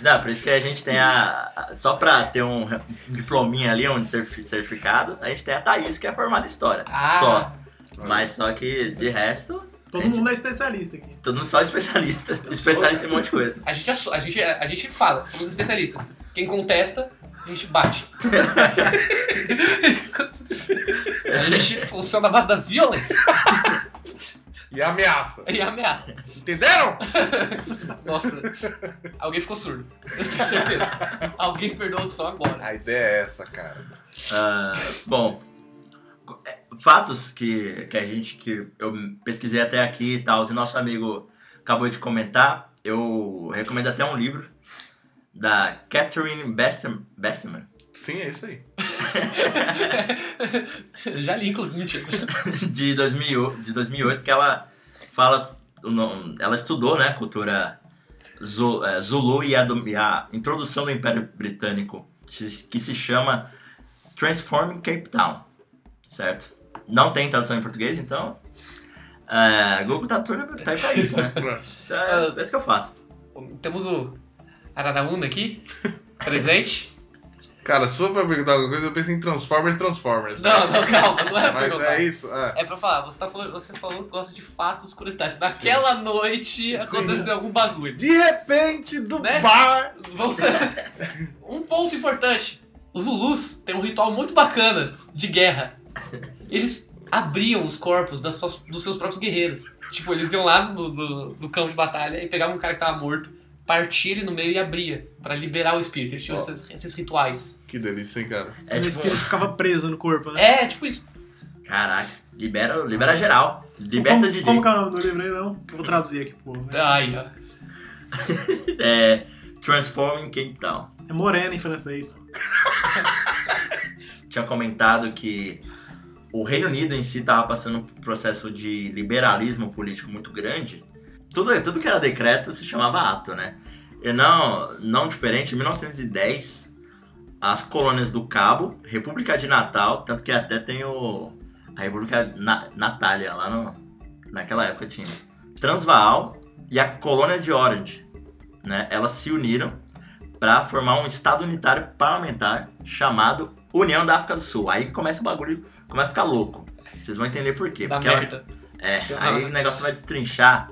[SPEAKER 1] Não, por isso que a gente tem a. a- Só pra ter um diplominha ali, um certifi- certificado, a gente tem a Thaís, que é formada em história.
[SPEAKER 3] Ah,
[SPEAKER 1] Só. Mas só que de resto,
[SPEAKER 4] Todo
[SPEAKER 1] Gente.
[SPEAKER 4] mundo é especialista aqui.
[SPEAKER 1] todo mundo só especialista. Especialista em um monte de coisa.
[SPEAKER 3] A gente, assu- a gente, a gente fala, somos especialistas. Quem contesta, a gente bate. a gente funciona na base da violência
[SPEAKER 2] E ameaça.
[SPEAKER 3] e ameaça.
[SPEAKER 2] Entenderam?
[SPEAKER 3] Nossa, alguém ficou surdo. Eu tenho certeza. Alguém perdeu a audição agora.
[SPEAKER 2] A ideia é essa, cara.
[SPEAKER 1] Ah, bom, é, fatos que, que a gente que eu pesquisei até aqui e tal, e nosso amigo acabou de comentar, eu recomendo até um livro da Catherine Bestem, Besteman.
[SPEAKER 2] Sim, é isso aí.
[SPEAKER 3] Já li, inclusive, mentira.
[SPEAKER 1] de, 2008, de 2008, que ela fala. o nome- Ela estudou, né? Cultura Zu- eh, Zulu e a, do- e a introdução do Império Britânico, que que se chama Transforming Cape Town, certo? Não tem tradução em português, então. eh, Google tá, tudo- tá aí pra isso, né? Então, é, é isso que eu faço.
[SPEAKER 3] Temos o Araraúna aqui, presente.
[SPEAKER 2] Cara, se for pra perguntar alguma coisa, eu pensei em Transformers Transformers.
[SPEAKER 3] Não, não, calma, não é pra
[SPEAKER 2] Mas
[SPEAKER 3] perguntar.
[SPEAKER 2] é isso. É.
[SPEAKER 3] É pra falar, você, tá falando, você falou que gosta de fatos, curiosidades. Naquela noite aconteceu algum bagulho.
[SPEAKER 2] De repente, do
[SPEAKER 3] Né?
[SPEAKER 2] bar.
[SPEAKER 3] Vamos- um ponto importante. Os Zulus têm um ritual muito bacana de guerra. Eles abriam os corpos das suas- dos seus próprios guerreiros. Tipo, eles iam lá no, no- no campo de batalha e pegavam um cara que tava morto, partia ele no meio e abria, pra liberar o espírito. Eles tinham
[SPEAKER 2] Ó.
[SPEAKER 3] esses, esses rituais.
[SPEAKER 2] Que delícia, hein, cara.
[SPEAKER 1] É
[SPEAKER 4] o
[SPEAKER 1] tipo-
[SPEAKER 4] espírito ficava preso no corpo, né?
[SPEAKER 3] É, tipo isso.
[SPEAKER 1] Caraca, libera, libera geral. Liberta
[SPEAKER 4] como,
[SPEAKER 1] de
[SPEAKER 4] Como que é o nome do livro aí, não? Eu Vou traduzir aqui, né? pô.
[SPEAKER 3] Ai, ó.
[SPEAKER 1] é, Transforming Cape Town.
[SPEAKER 4] É morena em francês.
[SPEAKER 1] tinha comentado que o Reino Unido em si estava passando por um processo de liberalismo político muito grande. Tudo, tudo que era decreto se chamava ato, né? E não, não diferente, em 1910, as colônias do Cabo, República de Natal, tanto que até tem o, a República Na, Natália lá no, naquela época tinha. Transvaal e a colônia de Orange, né? Elas se uniram para formar um Estado Unitário Parlamentar chamado União da África do Sul. Aí começa o bagulho, começa a ficar louco. Vocês vão entender por quê.
[SPEAKER 3] Da
[SPEAKER 1] Porque ela-
[SPEAKER 3] merda.
[SPEAKER 1] é,
[SPEAKER 3] Eu tava-
[SPEAKER 1] aí o negócio vai destrinchar.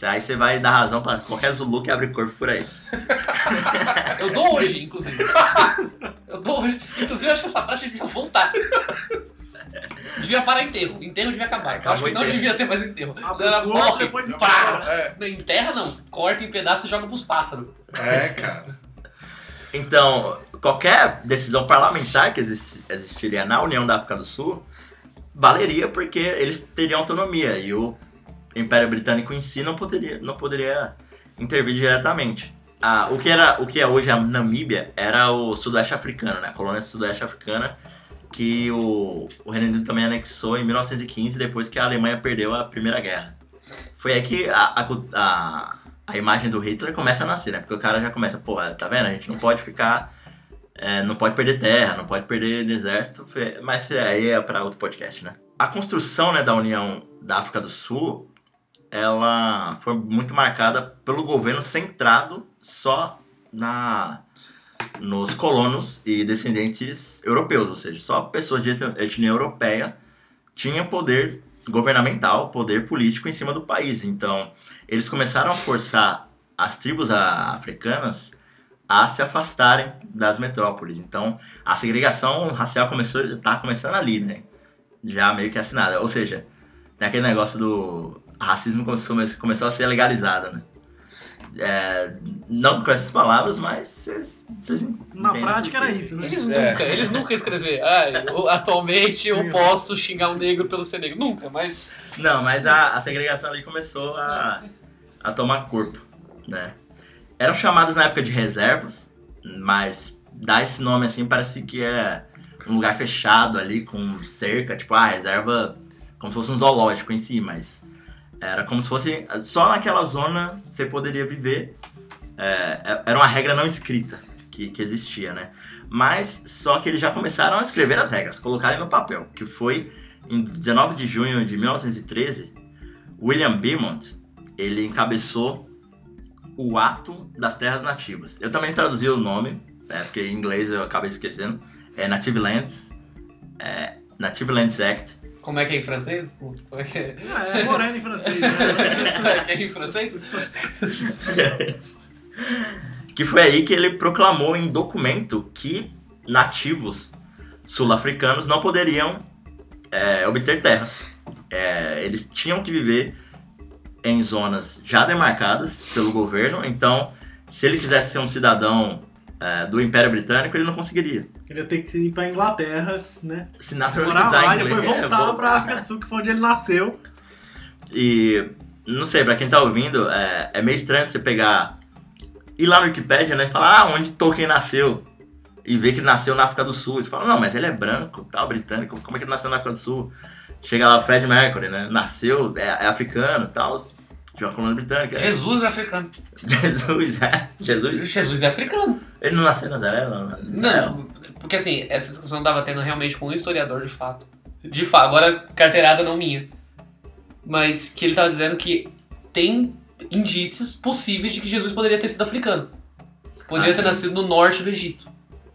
[SPEAKER 1] Aí você vai dar razão pra qualquer Zulu que abre corpo por aí.
[SPEAKER 3] Eu dou hoje, inclusive. Eu dou hoje. Inclusive, eu acho essa prática de vontade. Devia parar enterro. Enterro devia acabar. Eu acho
[SPEAKER 1] Acabou
[SPEAKER 3] que não
[SPEAKER 1] enterro.
[SPEAKER 3] devia ter mais enterro.
[SPEAKER 4] Abre
[SPEAKER 3] Ela
[SPEAKER 4] o corpo,
[SPEAKER 3] morre,
[SPEAKER 4] depois
[SPEAKER 3] pá!
[SPEAKER 2] enterra. É.
[SPEAKER 3] Não enterra não. Corta em pedaços e joga pros pássaros.
[SPEAKER 2] É, cara.
[SPEAKER 1] Então, qualquer decisão parlamentar que exis- existiria na União da África do Sul valeria porque eles teriam autonomia e o Império Britânico em si não poderia, não poderia intervir diretamente. Ah, o, que era, o que é hoje a Namíbia era o Sudeste Africano, né? a colônia Sudeste Africana que o, o Reino Unido também anexou em 1915, depois que a Alemanha perdeu a Primeira Guerra. Foi aí que a, a cu- a- a imagem do Hitler começa a nascer, né? Porque o cara já começa, pô, tá vendo? A gente não pode ficar. é, não pode perder terra, não pode perder exército, fe- mas aí é pra outro podcast, né? A construção né, da União da África do Sul, ela foi muito marcada pelo governo centrado só na nos colonos e descendentes europeus, ou seja, só pessoas de etnia- etnia europeia tinham poder governamental, poder político em cima do país. Então, eles começaram a forçar as tribos a- africanas a se afastarem das metrópoles. Então, a segregação racial começou, tá começando ali, né? Já meio que assinada. Ou seja, tem aquele negócio do racismo começou, começou a ser legalizado, né? É, não com essas palavras, mas vocês vocês
[SPEAKER 4] Na
[SPEAKER 1] entendem
[SPEAKER 4] prática
[SPEAKER 1] o
[SPEAKER 4] era
[SPEAKER 1] porquê.
[SPEAKER 4] isso, né?
[SPEAKER 3] Eles
[SPEAKER 2] É.
[SPEAKER 3] nunca, eles nunca escreveram. Ah, eu- atualmente eu
[SPEAKER 2] Sim.
[SPEAKER 3] posso xingar um negro pelo ser negro. Nunca, mas.
[SPEAKER 1] Não, mas a, a segregação ali começou a, a tomar corpo, né? Eram chamadas na época de reservas, mas dar esse nome assim parece que é um lugar fechado ali com cerca, tipo, a reserva como se fosse um zoológico em si, mas era como se fosse só naquela zona você poderia viver. É, era uma regra não escrita que, que existia, né? Mas só que eles já começaram a escrever as regras, colocarem no papel, que foi em 19 de junho de 1913, William Beaumont, ele encabeçou o Ato das Terras Nativas. Eu também traduzi o nome, né, porque em inglês eu acabei esquecendo. É Native Lands, é, Native Lands Act.
[SPEAKER 3] Como é que é em francês? Como é que é,
[SPEAKER 4] Ah, é moreno em francês, né?
[SPEAKER 3] Como é, que é em francês?
[SPEAKER 1] que foi aí que ele proclamou em documento que nativos sul-africanos não poderiam é, obter terras. É, eles tinham que viver em zonas já demarcadas pelo governo, então se ele quisesse ser um cidadão é, do Império Britânico, ele não conseguiria.
[SPEAKER 4] Ele ia ter que ir pra Inglaterra, né?
[SPEAKER 1] Se
[SPEAKER 4] Morar
[SPEAKER 1] naturalizar
[SPEAKER 4] lá
[SPEAKER 1] Então,
[SPEAKER 4] e
[SPEAKER 1] inglês.
[SPEAKER 4] depois
[SPEAKER 1] é,
[SPEAKER 4] voltar pra
[SPEAKER 1] voltar.
[SPEAKER 4] África do Sul, que foi onde ele nasceu.
[SPEAKER 1] E não sei, pra quem tá ouvindo, é, é meio estranho você pegar. ir lá no Wikipedia, né? E falar, ah, onde Tolkien nasceu. E ver que ele nasceu na África do Sul. E você fala, não, mas ele é branco, tal, britânico, como é que ele nasceu na África do Sul? Chega lá o Fred Mercury, né? Nasceu, é, é africano, tal, de uma colônia britânica.
[SPEAKER 3] Jesus é africano.
[SPEAKER 1] Jesus, é. Jesus.
[SPEAKER 3] Jesus é africano.
[SPEAKER 1] Ele não nasceu em Nazaré, não. não.
[SPEAKER 3] Não, porque assim, essa discussão tava tendo realmente com um historiador de fato. De fato, agora carteirada não minha. Mas que ele tava dizendo que tem indícios possíveis de que Jesus poderia ter sido africano. Poderia
[SPEAKER 1] Ah,
[SPEAKER 3] ter
[SPEAKER 1] sim.
[SPEAKER 3] nascido no norte do Egito.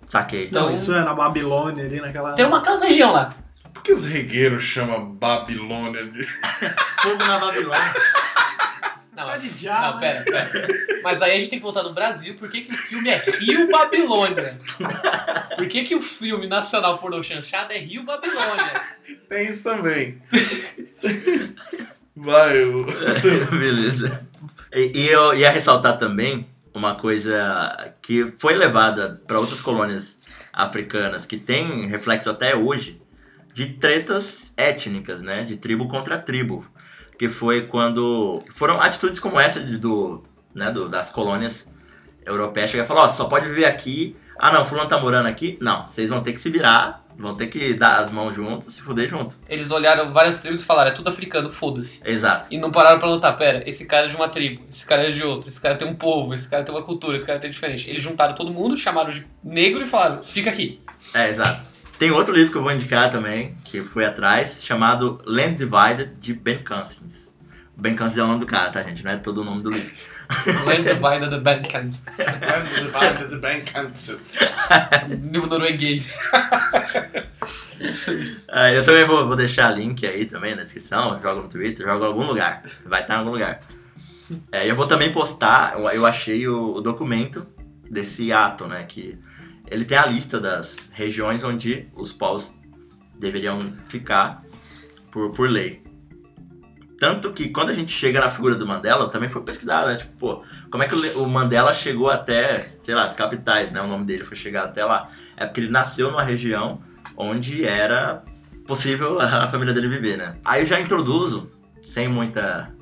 [SPEAKER 1] Saquei.
[SPEAKER 3] Então-
[SPEAKER 4] Então, isso é na Babilônia ali, naquela.
[SPEAKER 3] Tem uma casa região lá.
[SPEAKER 2] Por que os regueiros chamam Babilônia de.
[SPEAKER 1] Fogo na Babilônia.
[SPEAKER 3] Não,
[SPEAKER 4] Tá de diabo,
[SPEAKER 3] não,
[SPEAKER 4] né?
[SPEAKER 3] pera, pera. Mas aí a gente tem que voltar no Brasil. Por que, que o filme é Rio Babilônia? Por que, que o filme nacional pornô chanchada é Rio Babilônia?
[SPEAKER 2] Tem isso também. Vai, eu...
[SPEAKER 1] Beleza. E, e eu ia ressaltar também uma coisa que foi levada para outras colônias africanas que tem reflexo até hoje de tretas étnicas, né? De tribo contra tribo, que foi quando foram atitudes como essa de- do, né, do- das colônias europeias chegar e falar, ó, só pode viver aqui. Ah, não, fulano tá morando aqui? Não, vocês vão ter que se virar, vão ter que dar as mãos juntos, se fuder junto.
[SPEAKER 3] Eles olharam várias tribos e falaram: é tudo africano, foda-se.
[SPEAKER 1] Exato.
[SPEAKER 3] E não pararam pra notar, pera, esse cara é de uma tribo, esse cara é de outra, esse cara tem um povo, esse cara tem uma cultura, esse cara tem diferente. Eles juntaram todo mundo, chamaram de negro e falaram, fica aqui.
[SPEAKER 1] É, exato. Tem outro livro que eu vou indicar também, que foi atrás, chamado Land Divided, de Ben Cousins. Ben Cousins é o nome do cara, tá, gente? Não é todo o nome do livro.
[SPEAKER 3] Land Divide the Bad Kinds.
[SPEAKER 2] Land divided the bank Kansas.
[SPEAKER 3] Livro norueguês.
[SPEAKER 1] É, eu também vou, vou deixar link aí também na descrição, joga no Twitter, joga em algum lugar. Vai estar em algum lugar. É, eu vou também postar, eu, eu achei o, o documento desse ato, né? Que ele tem a lista das regiões onde os povos deveriam ficar por, por lei. Tanto que quando a gente chega na figura do Mandela, também foi pesquisado, né? Tipo, pô, como é que o Le- o Mandela chegou até, sei lá, as capitais, né? O nome dele foi chegar até lá. É porque ele nasceu numa região onde era possível a família dele viver, né? Aí eu já introduzo, sem muita.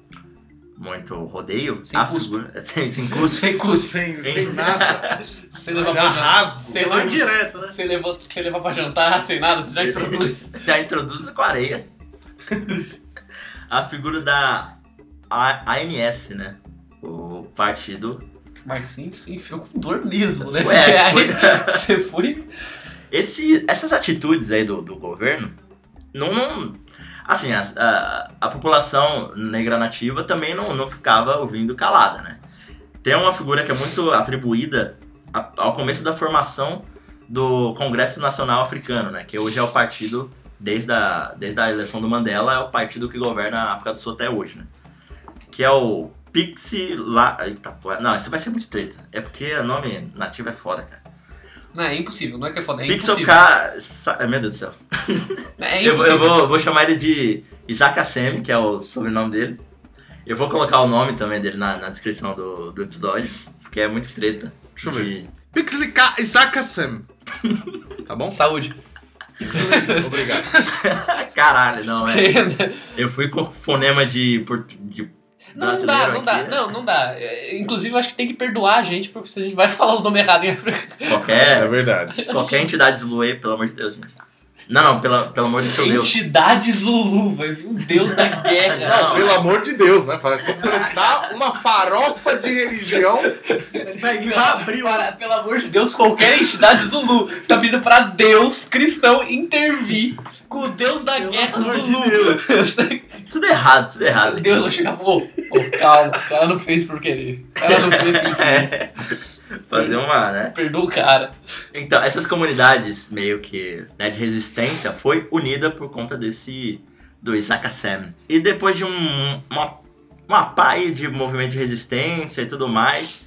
[SPEAKER 1] muito rodeio,
[SPEAKER 3] Sem
[SPEAKER 1] a
[SPEAKER 3] cuspe.
[SPEAKER 1] figura. Sem, sem cuspe.
[SPEAKER 3] Sem custo.
[SPEAKER 2] Sem,
[SPEAKER 1] Hein?
[SPEAKER 2] sem nada.
[SPEAKER 3] Sem
[SPEAKER 2] Já
[SPEAKER 3] levar pra jantar.
[SPEAKER 2] rasgo.
[SPEAKER 3] Sem
[SPEAKER 4] Lá
[SPEAKER 3] luz.
[SPEAKER 4] direto, né?
[SPEAKER 3] Sem levar, sem levar pra jantar, sem nada, você já introduz.
[SPEAKER 1] Já introduzo com areia. a figura da A- ANS, né? O partido
[SPEAKER 3] Marcinho se enfiou com dor mesmo, né?
[SPEAKER 1] Ué,
[SPEAKER 3] Porque aí
[SPEAKER 1] foi-
[SPEAKER 3] você foi.
[SPEAKER 1] Esse- essas atitudes aí do, do governo não. não- assim, as- a, a população negra nativa também não, não ficava ouvindo calada, né? Tem uma figura que é muito atribuída a- ao começo da formação do Congresso Nacional Africano, né? Que hoje é o partido, desde a, desde a eleição do Mandela, é o partido que governa a África do Sul até hoje, né? Que é o Pixi La... Eita, pô, não, isso vai ser muito treta. É porque o nome nativo é foda, cara.
[SPEAKER 3] Não, é impossível, não é que é foda, é
[SPEAKER 1] Pixel
[SPEAKER 3] impossível.
[SPEAKER 1] K... Sa- Meu Deus do céu.
[SPEAKER 3] É
[SPEAKER 1] Eu, eu
[SPEAKER 3] impossível.
[SPEAKER 1] vou, vou chamar ele de Isaac Assemi, que é o sobrenome dele. Eu vou colocar o nome também dele na, na descrição do, do episódio, porque é muito treta.
[SPEAKER 2] Deixa eu
[SPEAKER 1] de-
[SPEAKER 2] Pixlika Isaac Sam. Tá bom?
[SPEAKER 3] Saúde.
[SPEAKER 2] Obrigado.
[SPEAKER 1] Caralho, não, é.
[SPEAKER 3] né?
[SPEAKER 1] Eu fui com o fonema de, portu- de
[SPEAKER 3] Não, não dá,
[SPEAKER 1] brasileiro
[SPEAKER 3] não dá.
[SPEAKER 1] aqui, né?
[SPEAKER 3] Não, não dá. É, Inclusive, eu acho que tem que perdoar a gente, porque se a gente vai falar os nomes errados em africano.
[SPEAKER 2] É
[SPEAKER 1] Qualquer,
[SPEAKER 2] verdade.
[SPEAKER 1] qualquer entidade Zuluê, pelo amor de Deus, gente. Não, não, pela, pelo amor de seu Deus.
[SPEAKER 3] Entidade Zulu, vai vir um deus da guerra.
[SPEAKER 1] Não.
[SPEAKER 2] Pelo amor de Deus, né? Pra completar uma farofa de religião.
[SPEAKER 4] Ele
[SPEAKER 3] Abriu. um Para, pelo amor de Deus, qualquer entidade Zulu. Você tá pedindo pra Deus cristão intervir com o Deus da
[SPEAKER 4] Pelo
[SPEAKER 3] guerra
[SPEAKER 4] amor de
[SPEAKER 3] Zulu.
[SPEAKER 4] Deus.
[SPEAKER 1] Tudo errado, tudo errado.
[SPEAKER 3] Deus vai chegar pô, pô, calma, o cara não fez por querer. O cara não fez por querer.
[SPEAKER 1] É. Fazer uma, né?
[SPEAKER 3] Perdoa o cara.
[SPEAKER 1] Então, essas comunidades meio que né, de resistência foi unida por conta desse do Isaac Sam. E depois de um, uma, uma paia de movimento de resistência e tudo mais,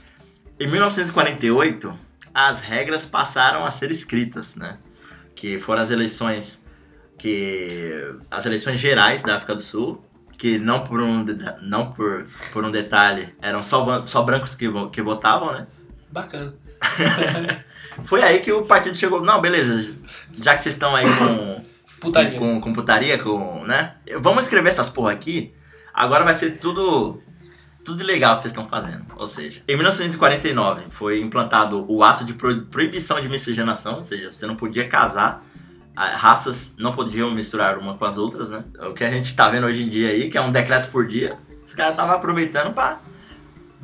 [SPEAKER 1] em 1948 as regras passaram a ser escritas, né? Que foram as eleições que as eleições gerais da África do Sul, que não por um deta- não por, por um detalhe eram só, ban- só brancos que, vo- que votavam, né?
[SPEAKER 3] Bacana.
[SPEAKER 1] Foi aí que o partido chegou. Não, beleza. Já que vocês estão aí com,
[SPEAKER 3] Putaria.
[SPEAKER 1] com, com putaria, com. né? Vamos escrever essas porra aqui. Agora vai ser tudo. Tudo ilegal que vocês estão fazendo. Ou seja, em 1949 foi implantado o ato de pro- proibição de miscigenação, ou seja, você não podia casar, a- raças não podiam misturar uma com as outras, né? O que a gente tá vendo hoje em dia aí, que é um decreto por dia, os caras estavam aproveitando pra,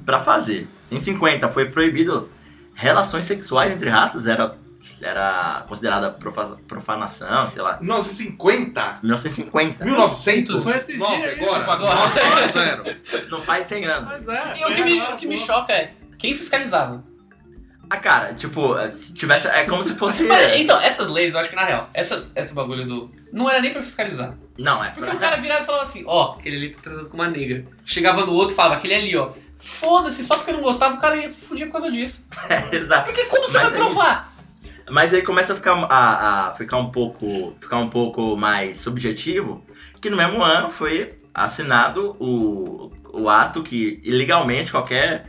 [SPEAKER 1] pra fazer. Em 50 foi proibido relações sexuais entre raças, era, era considerada profa- profanação, sei lá.
[SPEAKER 2] 1950.
[SPEAKER 1] 1950.
[SPEAKER 2] 1900.
[SPEAKER 4] Foi esses
[SPEAKER 2] Nove
[SPEAKER 4] dias aí,
[SPEAKER 2] agora. é
[SPEAKER 3] agora.
[SPEAKER 2] 9 a 0.
[SPEAKER 1] Não faz 100 anos.
[SPEAKER 4] Mas é.
[SPEAKER 3] E o que, me, o que me choca é quem fiscalizava.
[SPEAKER 1] Ah, cara, tipo, se tivesse. É como se fosse.
[SPEAKER 3] Mas, então, essas leis, eu acho que na real, essa, essa bagulho do. Não era nem pra fiscalizar.
[SPEAKER 1] Não, é.
[SPEAKER 3] Porque o cara virava e falava assim: ó, aquele ali tá transando com uma negra. Chegava no outro e falava: aquele ali, ó. Foda-se, só porque eu não gostava, o cara ia se fudir por causa disso.
[SPEAKER 1] Exato.
[SPEAKER 3] Porque como você
[SPEAKER 1] Mas
[SPEAKER 3] vai
[SPEAKER 1] aí-
[SPEAKER 3] provar?
[SPEAKER 1] Mas aí começa a ficar, a, a ficar, um pouco, ficar um pouco mais subjetivo, que no mesmo ano foi assinado o, o ato que, ilegalmente, qualquer.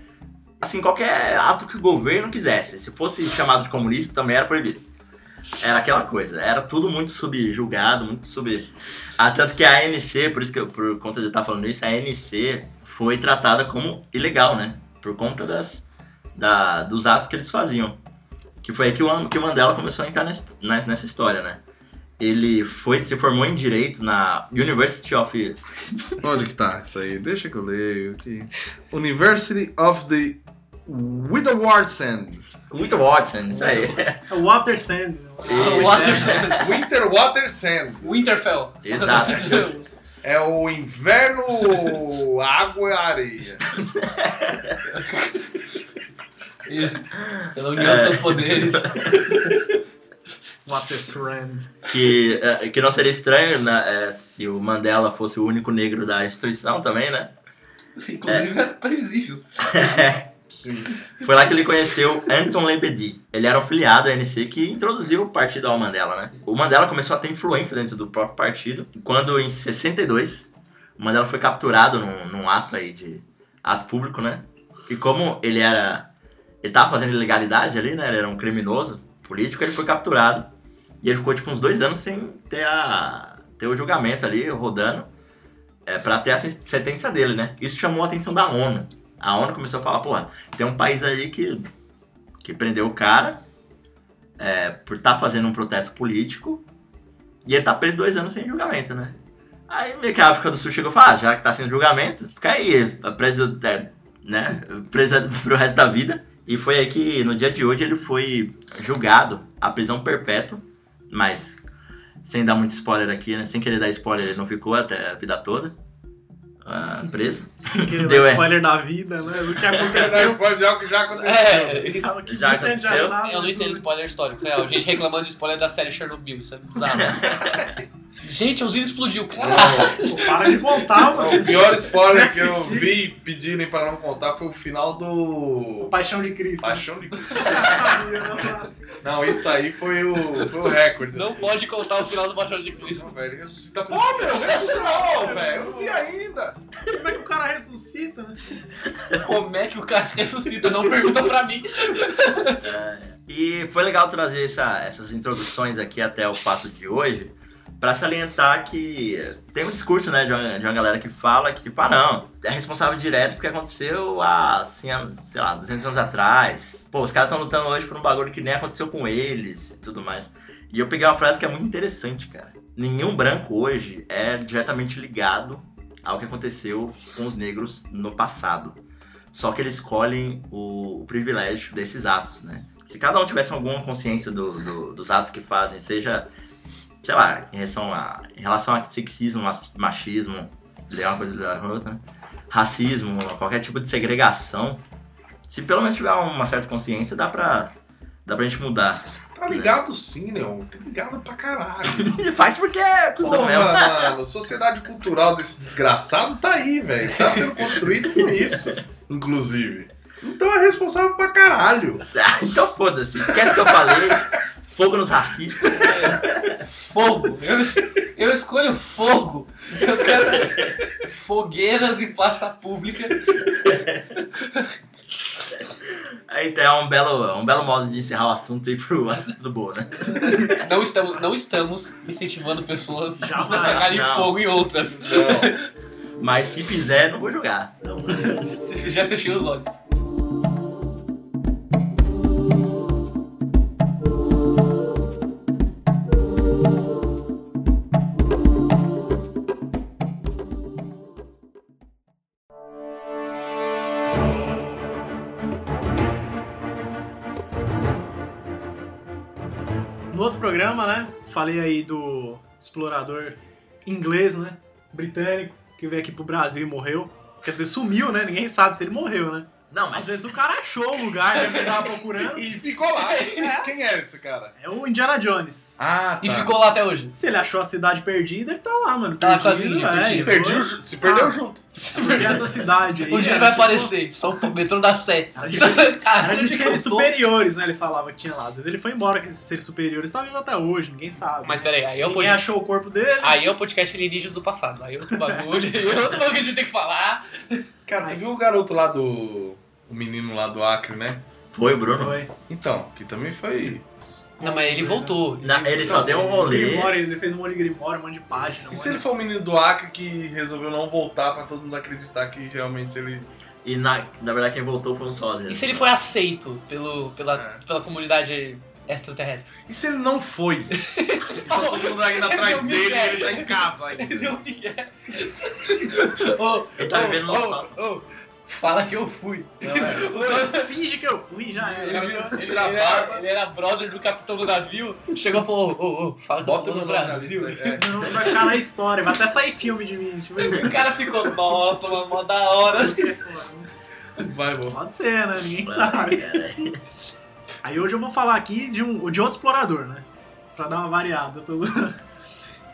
[SPEAKER 1] Assim, qualquer ato que o governo quisesse. Se fosse chamado de comunista, também era proibido. Era aquela coisa, era tudo muito subjugado, muito sub. Ah, tanto que a ANC, por isso que eu, por conta de eu estar falando isso, a ANC foi tratada como ilegal, né? Por conta das, da, dos atos que eles faziam. Que foi aí que o, que o Mandela começou a entrar nessa, né, nessa história, né? Ele foi, se formou em Direito na University of...
[SPEAKER 2] Onde que tá isso aí? Deixa que eu leio aqui. University of the Witwatersrand.
[SPEAKER 1] Muito Watson, isso aí.
[SPEAKER 4] É o Walter Sand. né?
[SPEAKER 3] O
[SPEAKER 1] é.
[SPEAKER 3] Water-
[SPEAKER 2] Winterwatersrand.
[SPEAKER 3] Winterfell.
[SPEAKER 1] Exato.
[SPEAKER 2] É o inverno, água e areia.
[SPEAKER 3] Pela união dos seus poderes.
[SPEAKER 4] Walter Sand.
[SPEAKER 1] que, eh, que não seria estranho né, eh, se o Mandela fosse o único negro da instituição também, né?
[SPEAKER 3] Inclusive, era previsível.
[SPEAKER 1] Foi lá que ele conheceu Anton Lebedi. Ele era um filiado da ANC que introduziu o partido ao Mandela, né? O Mandela começou a ter influência dentro do próprio partido, quando em 62 o Mandela foi capturado num, num ato aí de ato público, né? E como ele era ele tava fazendo ilegalidade ali, né? Ele era um criminoso político, ele foi capturado e ele ficou tipo uns dois anos sem ter a ter o julgamento ali rodando é, para ter a sen- sentença dele, né? Isso chamou a atenção da ONU. A ONU começou a falar, pô, tem um país aí que, que prendeu o cara é, por estar fazendo um protesto político e ele tá preso dois anos sem julgamento, né? Aí meio que a África do Sul chegou e falou, ah, já que tá sendo julgamento, fica aí, é preso, é, né, preso pro resto da vida. E foi aí que no dia de hoje ele foi julgado à prisão perpétua, mas sem dar muito spoiler aqui, né, sem querer dar spoiler, ele não ficou até a vida toda ah, preso.
[SPEAKER 4] Aquele
[SPEAKER 1] Deu, é.
[SPEAKER 4] spoiler da vida, né? Do que
[SPEAKER 2] Quer dar
[SPEAKER 4] aconteceu.
[SPEAKER 2] spoiler de algo que já aconteceu.
[SPEAKER 3] É, eles-
[SPEAKER 4] Sabe, que
[SPEAKER 1] Já
[SPEAKER 4] muita gente
[SPEAKER 1] aconteceu.
[SPEAKER 4] sabe,
[SPEAKER 3] eu não
[SPEAKER 4] né?
[SPEAKER 3] entendo spoiler histórico. Real, gente reclamando de spoiler da série Chernobyl, isso é bizarro. gente, a usina explodiu, caralho.
[SPEAKER 4] Pô, para de contar,
[SPEAKER 2] O
[SPEAKER 4] mano.
[SPEAKER 2] pior spoiler que eu
[SPEAKER 4] Assisti.
[SPEAKER 2] vi pedirem pra não contar foi o final do.
[SPEAKER 4] Paixão de Cristo.
[SPEAKER 2] Paixão de Cristo.
[SPEAKER 4] Sabia, né?
[SPEAKER 2] Não, isso aí foi o, foi o recorde.
[SPEAKER 3] Não
[SPEAKER 2] assim.
[SPEAKER 3] pode contar o final do Baixão de Cristo.
[SPEAKER 2] Não, velho, ressuscita. Pô, meu, ressuscitou, velho. Eu não vi ainda.
[SPEAKER 4] Como é que o cara ressuscita, né?
[SPEAKER 3] Como é que o cara ressuscita? Não pergunta pra mim.
[SPEAKER 1] E foi legal trazer essa- essas introduções aqui até o fato de hoje, pra salientar que tem um discurso, né, de uma, de uma galera que fala que, tipo, ah, não, é responsável direto porque aconteceu há, cem anos, sei lá, 200 anos atrás. Pô, os caras estão lutando hoje por um bagulho que nem aconteceu com eles e tudo mais. E eu peguei uma frase que é muito interessante, cara. Nenhum branco hoje é diretamente ligado ao que aconteceu com os negros no passado. Só que eles escolhem o, o privilégio desses atos, né? Se cada um tivesse alguma consciência do- do- dos atos que fazem, seja, sei lá, em relação a, em relação a sexismo, mas- machismo, ler uma coisa da outra, né? racismo, qualquer tipo de segregação, se pelo menos tiver uma certa consciência, dá pra, dá pra gente mudar.
[SPEAKER 2] Tá ligado sim, Leon. Tá ligado pra caralho.
[SPEAKER 1] E faz porque é cuzão
[SPEAKER 2] Porra,
[SPEAKER 1] mesmo.
[SPEAKER 2] mano, sociedade cultural desse desgraçado tá aí, velho. Tá sendo construído por isso, inclusive. Então é responsável pra caralho.
[SPEAKER 1] Ah, então foda-se, esquece que eu falei. Fogo nos racistas.
[SPEAKER 3] Fogo. Eu, eu escolho fogo. Eu quero fogueiras em praça pública.
[SPEAKER 1] Então é um belo, é um belo modo de encerrar o assunto e ir pro assunto do boa, né?
[SPEAKER 3] Não estamos, não estamos incentivando pessoas a
[SPEAKER 4] Jamais,
[SPEAKER 3] tacarem
[SPEAKER 1] não.
[SPEAKER 3] fogo em outras.
[SPEAKER 2] Não.
[SPEAKER 1] Mas se fizer, não vou julgar. Então,
[SPEAKER 3] Se- Já fechei os olhos.
[SPEAKER 4] No outro programa, né? Falei aí do explorador inglês, né? Britânico, que veio aqui pro Brasil e morreu. Quer dizer, sumiu, né? Ninguém sabe se ele morreu, né?
[SPEAKER 1] não,
[SPEAKER 4] Às
[SPEAKER 1] mas
[SPEAKER 4] vezes o cara achou o lugar né, que ele tava procurando.
[SPEAKER 2] E ficou lá. Quem é esse cara?
[SPEAKER 4] É o Indiana Jones.
[SPEAKER 2] Ah,
[SPEAKER 1] Tá.
[SPEAKER 3] E ficou lá até hoje.
[SPEAKER 4] Se ele achou a cidade perdida, ele tá lá, mano.
[SPEAKER 3] Tá
[SPEAKER 4] Perdido,
[SPEAKER 3] com a ilha, perdido.
[SPEAKER 4] é, e
[SPEAKER 2] Perdi,
[SPEAKER 4] foi-
[SPEAKER 2] o ju- se perdeu
[SPEAKER 4] Ah.
[SPEAKER 2] junto.
[SPEAKER 4] Porque essa cidade aí.
[SPEAKER 3] Um dia
[SPEAKER 4] era
[SPEAKER 3] ele vai
[SPEAKER 4] tipo-
[SPEAKER 3] aparecer. São Paulo, metrô da Sé.
[SPEAKER 4] Era de-
[SPEAKER 3] Cara,
[SPEAKER 4] Era de
[SPEAKER 3] onde que eu tô?
[SPEAKER 4] seres superiores, né? Ele falava que tinha lá. Às vezes ele foi embora com esses seres superiores. Tá vivo até hoje, ninguém sabe.
[SPEAKER 3] Mas peraí, aí é o
[SPEAKER 4] ninguém
[SPEAKER 3] podcast.
[SPEAKER 4] achou o corpo
[SPEAKER 2] Ah,
[SPEAKER 4] dele.
[SPEAKER 3] Aí é o podcast alienígena do passado. Aí é outro bagulho, aí é outro bagulho que a gente tem que falar.
[SPEAKER 2] Cara, tu viu o garoto lá do. O menino lá do Acre, né?
[SPEAKER 1] foi o Bruno.
[SPEAKER 4] Foi.
[SPEAKER 2] Então, que também foi.
[SPEAKER 3] Não, mas ele voltou.
[SPEAKER 1] Na- ele só deu um rolê.
[SPEAKER 4] Grimório, ele fez um monte de grimório, um monte de página. um
[SPEAKER 2] E
[SPEAKER 4] monte
[SPEAKER 2] se ele
[SPEAKER 4] de-
[SPEAKER 2] for o menino do Acre que resolveu não voltar pra todo mundo acreditar que realmente ele.
[SPEAKER 1] E na, na verdade quem voltou foi um sósia.
[SPEAKER 3] E se ele foi aceito pelo, pela,
[SPEAKER 2] É.
[SPEAKER 3] pela comunidade extraterrestre?
[SPEAKER 2] E se ele não foi? Então todo mundo ainda atrás dele e ele tá em casa ainda.
[SPEAKER 3] Entendeu o que é?
[SPEAKER 1] Ele tá
[SPEAKER 3] Ô, ô,
[SPEAKER 2] Oh,
[SPEAKER 1] vivendo no
[SPEAKER 3] ô,
[SPEAKER 1] sótão.
[SPEAKER 3] ô, Fala que eu fui.
[SPEAKER 4] Finge que eu fui, já era.
[SPEAKER 3] Ele,
[SPEAKER 4] Cara,
[SPEAKER 3] virou-
[SPEAKER 2] é. ele é
[SPEAKER 3] ele era,
[SPEAKER 2] era-
[SPEAKER 3] bar- ele era brother do capitão do navio, chegou e falou: ô, ô, ô, fala que eu
[SPEAKER 2] Bota
[SPEAKER 3] tô
[SPEAKER 2] o meu
[SPEAKER 3] no
[SPEAKER 2] nome na
[SPEAKER 3] Brasil.
[SPEAKER 2] lista. É.
[SPEAKER 4] não, vai ficar na história, vai até sair filme de mim. Tipo, assim,
[SPEAKER 3] O cara ficou, nossa, mano, mó da hora.
[SPEAKER 4] pô,
[SPEAKER 2] é. Vai, bom.
[SPEAKER 4] pode ser, né? Ninguém sabe. Aí hoje eu vou falar aqui de, um, de outro explorador, né? Pra dar uma variada. eu tô-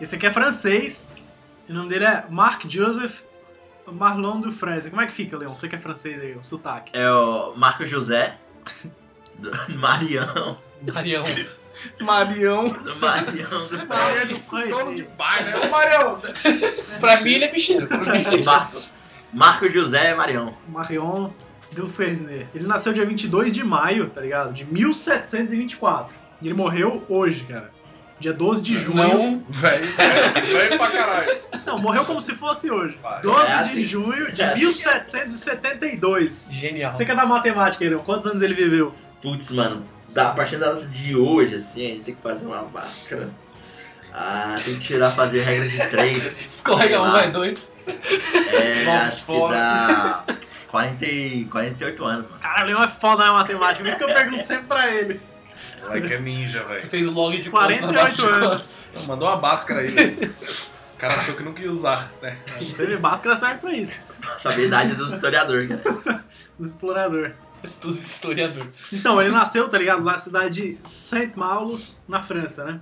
[SPEAKER 4] Esse aqui é francês. e O nome dele é Marc Joseph Marlon do Fraser. Como é que fica, Leon? Você que é francês aí, o sotaque.
[SPEAKER 1] É o Marco José, do Marião,
[SPEAKER 3] Marião.
[SPEAKER 2] Marião.
[SPEAKER 1] do Marião do Pé.
[SPEAKER 4] É,
[SPEAKER 2] Marião é do dono de bar, né? Ô, Marião!
[SPEAKER 3] pra mim ele é bicheiro. Pra mim.
[SPEAKER 1] Marco, Marco José Marião.
[SPEAKER 4] Marion do Fresner. Ele nasceu dia 22 de maio, tá ligado? De 1724. E ele morreu hoje, cara. Dia 12 de junho.
[SPEAKER 3] Não,
[SPEAKER 2] Velho, velho, velho pra caralho.
[SPEAKER 4] Não, morreu como se fosse hoje.
[SPEAKER 2] Vai.
[SPEAKER 4] 12
[SPEAKER 1] É
[SPEAKER 4] de
[SPEAKER 1] assim.
[SPEAKER 4] junho de
[SPEAKER 1] É assim.
[SPEAKER 4] 1772.
[SPEAKER 3] genial.
[SPEAKER 4] Você que é da matemática, Leon, quantos anos ele viveu?
[SPEAKER 1] Putz, mano, da, a partir da data de hoje, assim, a gente tem que fazer uma máscara. Ah, tem que tirar, fazer regra de três.
[SPEAKER 3] Escorrega um,
[SPEAKER 1] Ah.
[SPEAKER 3] vai dois.
[SPEAKER 1] É,
[SPEAKER 3] Vamos
[SPEAKER 1] acho que
[SPEAKER 3] fora.
[SPEAKER 1] dá 40, e- 48 anos, mano.
[SPEAKER 4] Cara, o Leon é foda na matemática, por isso que eu pergunto sempre pra ele.
[SPEAKER 2] Moleque é ninja,
[SPEAKER 3] Você
[SPEAKER 2] velho.
[SPEAKER 3] fez o log
[SPEAKER 1] Tipo,
[SPEAKER 3] de
[SPEAKER 4] 48
[SPEAKER 3] conta,
[SPEAKER 4] anos.
[SPEAKER 2] Não, Mandou uma máscara aí, velho. O cara achou que nunca ia usar, né?
[SPEAKER 4] Você vê, Bhaskara serve pra isso.
[SPEAKER 1] Saber a idade né? do historiador, cara.
[SPEAKER 4] Do explorador.
[SPEAKER 3] Dos historiadores.
[SPEAKER 4] Então, ele nasceu, tá ligado? Lá na cidade de Saint-Malo, na França, né?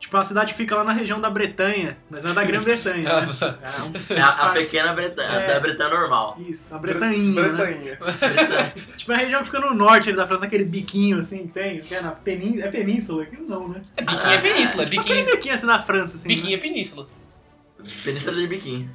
[SPEAKER 4] Tipo, é uma cidade que fica lá na região da Bretanha, mas não é da Grã-Bretanha, né? É
[SPEAKER 1] É a, a pequena Bretanha,
[SPEAKER 4] É.
[SPEAKER 1] a Bretanha normal.
[SPEAKER 4] um- isso, a Bretanha, né?
[SPEAKER 2] Bretanha.
[SPEAKER 4] Tipo, é a região que fica no norte ali da França, aquele biquinho assim que tem, que é na península, é península, aquilo não, né?
[SPEAKER 3] É biquinho é península,
[SPEAKER 4] Aquele
[SPEAKER 3] biquinho,
[SPEAKER 4] biquinho assim na França, assim, né?
[SPEAKER 3] biquinho é península.
[SPEAKER 1] Península de Biquinho.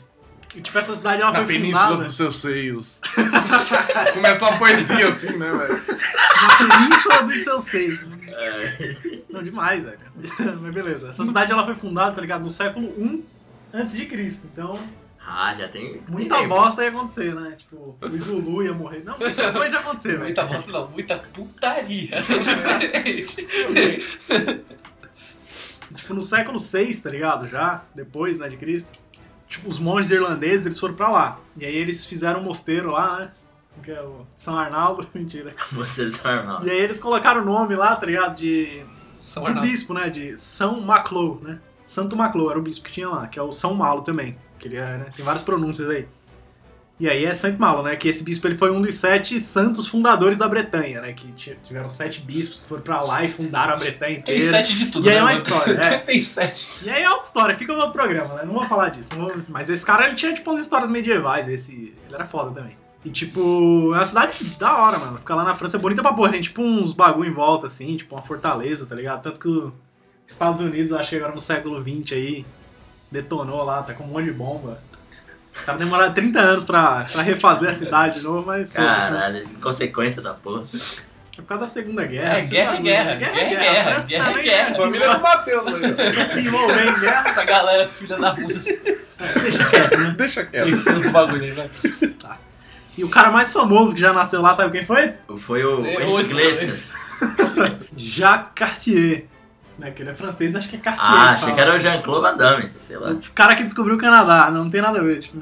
[SPEAKER 4] E, Tipo, essa cidade, ela
[SPEAKER 2] Na
[SPEAKER 4] foi
[SPEAKER 2] península
[SPEAKER 4] fundada...
[SPEAKER 2] dos seus seios. Começa uma poesia assim, né, velho?
[SPEAKER 4] Na península dos seus seis, né?
[SPEAKER 1] É,
[SPEAKER 4] Não, demais, velho. Mas beleza. Essa cidade ela foi fundada, tá ligado? No século I antes de Cristo. Então,
[SPEAKER 1] ah, já tem. tem
[SPEAKER 4] muita
[SPEAKER 1] tempo.
[SPEAKER 4] bosta ia acontecer, né? Tipo, o Zulu ia morrer. Não, muita coisa ia acontecer, velho.
[SPEAKER 3] Muita bosta não, muita putaria. É diferente.
[SPEAKER 4] Tipo, no século VI, tá ligado? Já, depois, né, de Cristo. Tipo, os monges irlandeses, eles foram pra lá. E aí eles fizeram um mosteiro lá, né? Que é o São Arnaldo. Mentira.
[SPEAKER 1] Você é normal.
[SPEAKER 4] E aí eles colocaram o nome lá, tá ligado? De...
[SPEAKER 3] São
[SPEAKER 4] Do
[SPEAKER 3] Arnaldo.
[SPEAKER 4] bispo, né? De São Maclou, né? Santo Maclou era o bispo que tinha lá, que é o São Malo também. Que ele é, né? Tem várias pronúncias aí. E aí é Santo Malo, né? Que esse bispo ele foi um dos sete santos fundadores da Bretanha, né? Que ti- tiveram sete bispos que foram pra lá e fundaram a Bretanha
[SPEAKER 3] Tem
[SPEAKER 4] inteira.
[SPEAKER 3] sete de tudo,
[SPEAKER 4] E aí
[SPEAKER 3] né,
[SPEAKER 4] é uma
[SPEAKER 3] mano?
[SPEAKER 4] história, é.
[SPEAKER 3] Tem sete.
[SPEAKER 4] E aí é outra história, fica o meu programa, né? Não vou falar disso. não vou- Mas esse cara ele tinha tipo umas histórias medievais, esse. Ele era foda também. E tipo, é uma cidade da hora, mano. Ficar lá na França é bonita pra porra. Tem tipo uns bagulho em volta, assim, tipo uma fortaleza, tá ligado? Tanto que os Estados Unidos, acho que agora no século XX aí, detonou lá, tá com um monte de bomba. Os caras demoraram 30 anos pra, pra refazer a cidade de novo, mas foda-se, né?
[SPEAKER 1] Caralho, inconsequência da porra.
[SPEAKER 4] É por causa da Segunda Guerra.
[SPEAKER 3] É,
[SPEAKER 4] esses
[SPEAKER 3] guerra,
[SPEAKER 4] bagulho,
[SPEAKER 3] guerra,
[SPEAKER 4] né?
[SPEAKER 3] guerra, guerra,
[SPEAKER 4] A França
[SPEAKER 3] guerra,
[SPEAKER 4] também né?
[SPEAKER 3] guerra.
[SPEAKER 4] quer se
[SPEAKER 2] Família do Matheus aí.
[SPEAKER 4] envolver- quer se envolver em guerra,
[SPEAKER 3] né? Essa galera, filha da puta,
[SPEAKER 4] deixa quieto, né?
[SPEAKER 2] ó. Deixa quieto.
[SPEAKER 3] pensando nos bagulho aí, vai.
[SPEAKER 4] E o cara mais famoso que já nasceu lá, sabe quem foi?
[SPEAKER 1] Foi o
[SPEAKER 3] Tem
[SPEAKER 1] Henrique
[SPEAKER 3] hoje,
[SPEAKER 1] Iglesias.
[SPEAKER 4] Jacques Cartier. Né, que ele é francês, acho que é Cartier.
[SPEAKER 1] Ah,
[SPEAKER 4] fala.
[SPEAKER 1] achei que era o Jean-Claude Van Damme, sei lá.
[SPEAKER 4] O cara que descobriu o Canadá, não tem nada a ver, tipo.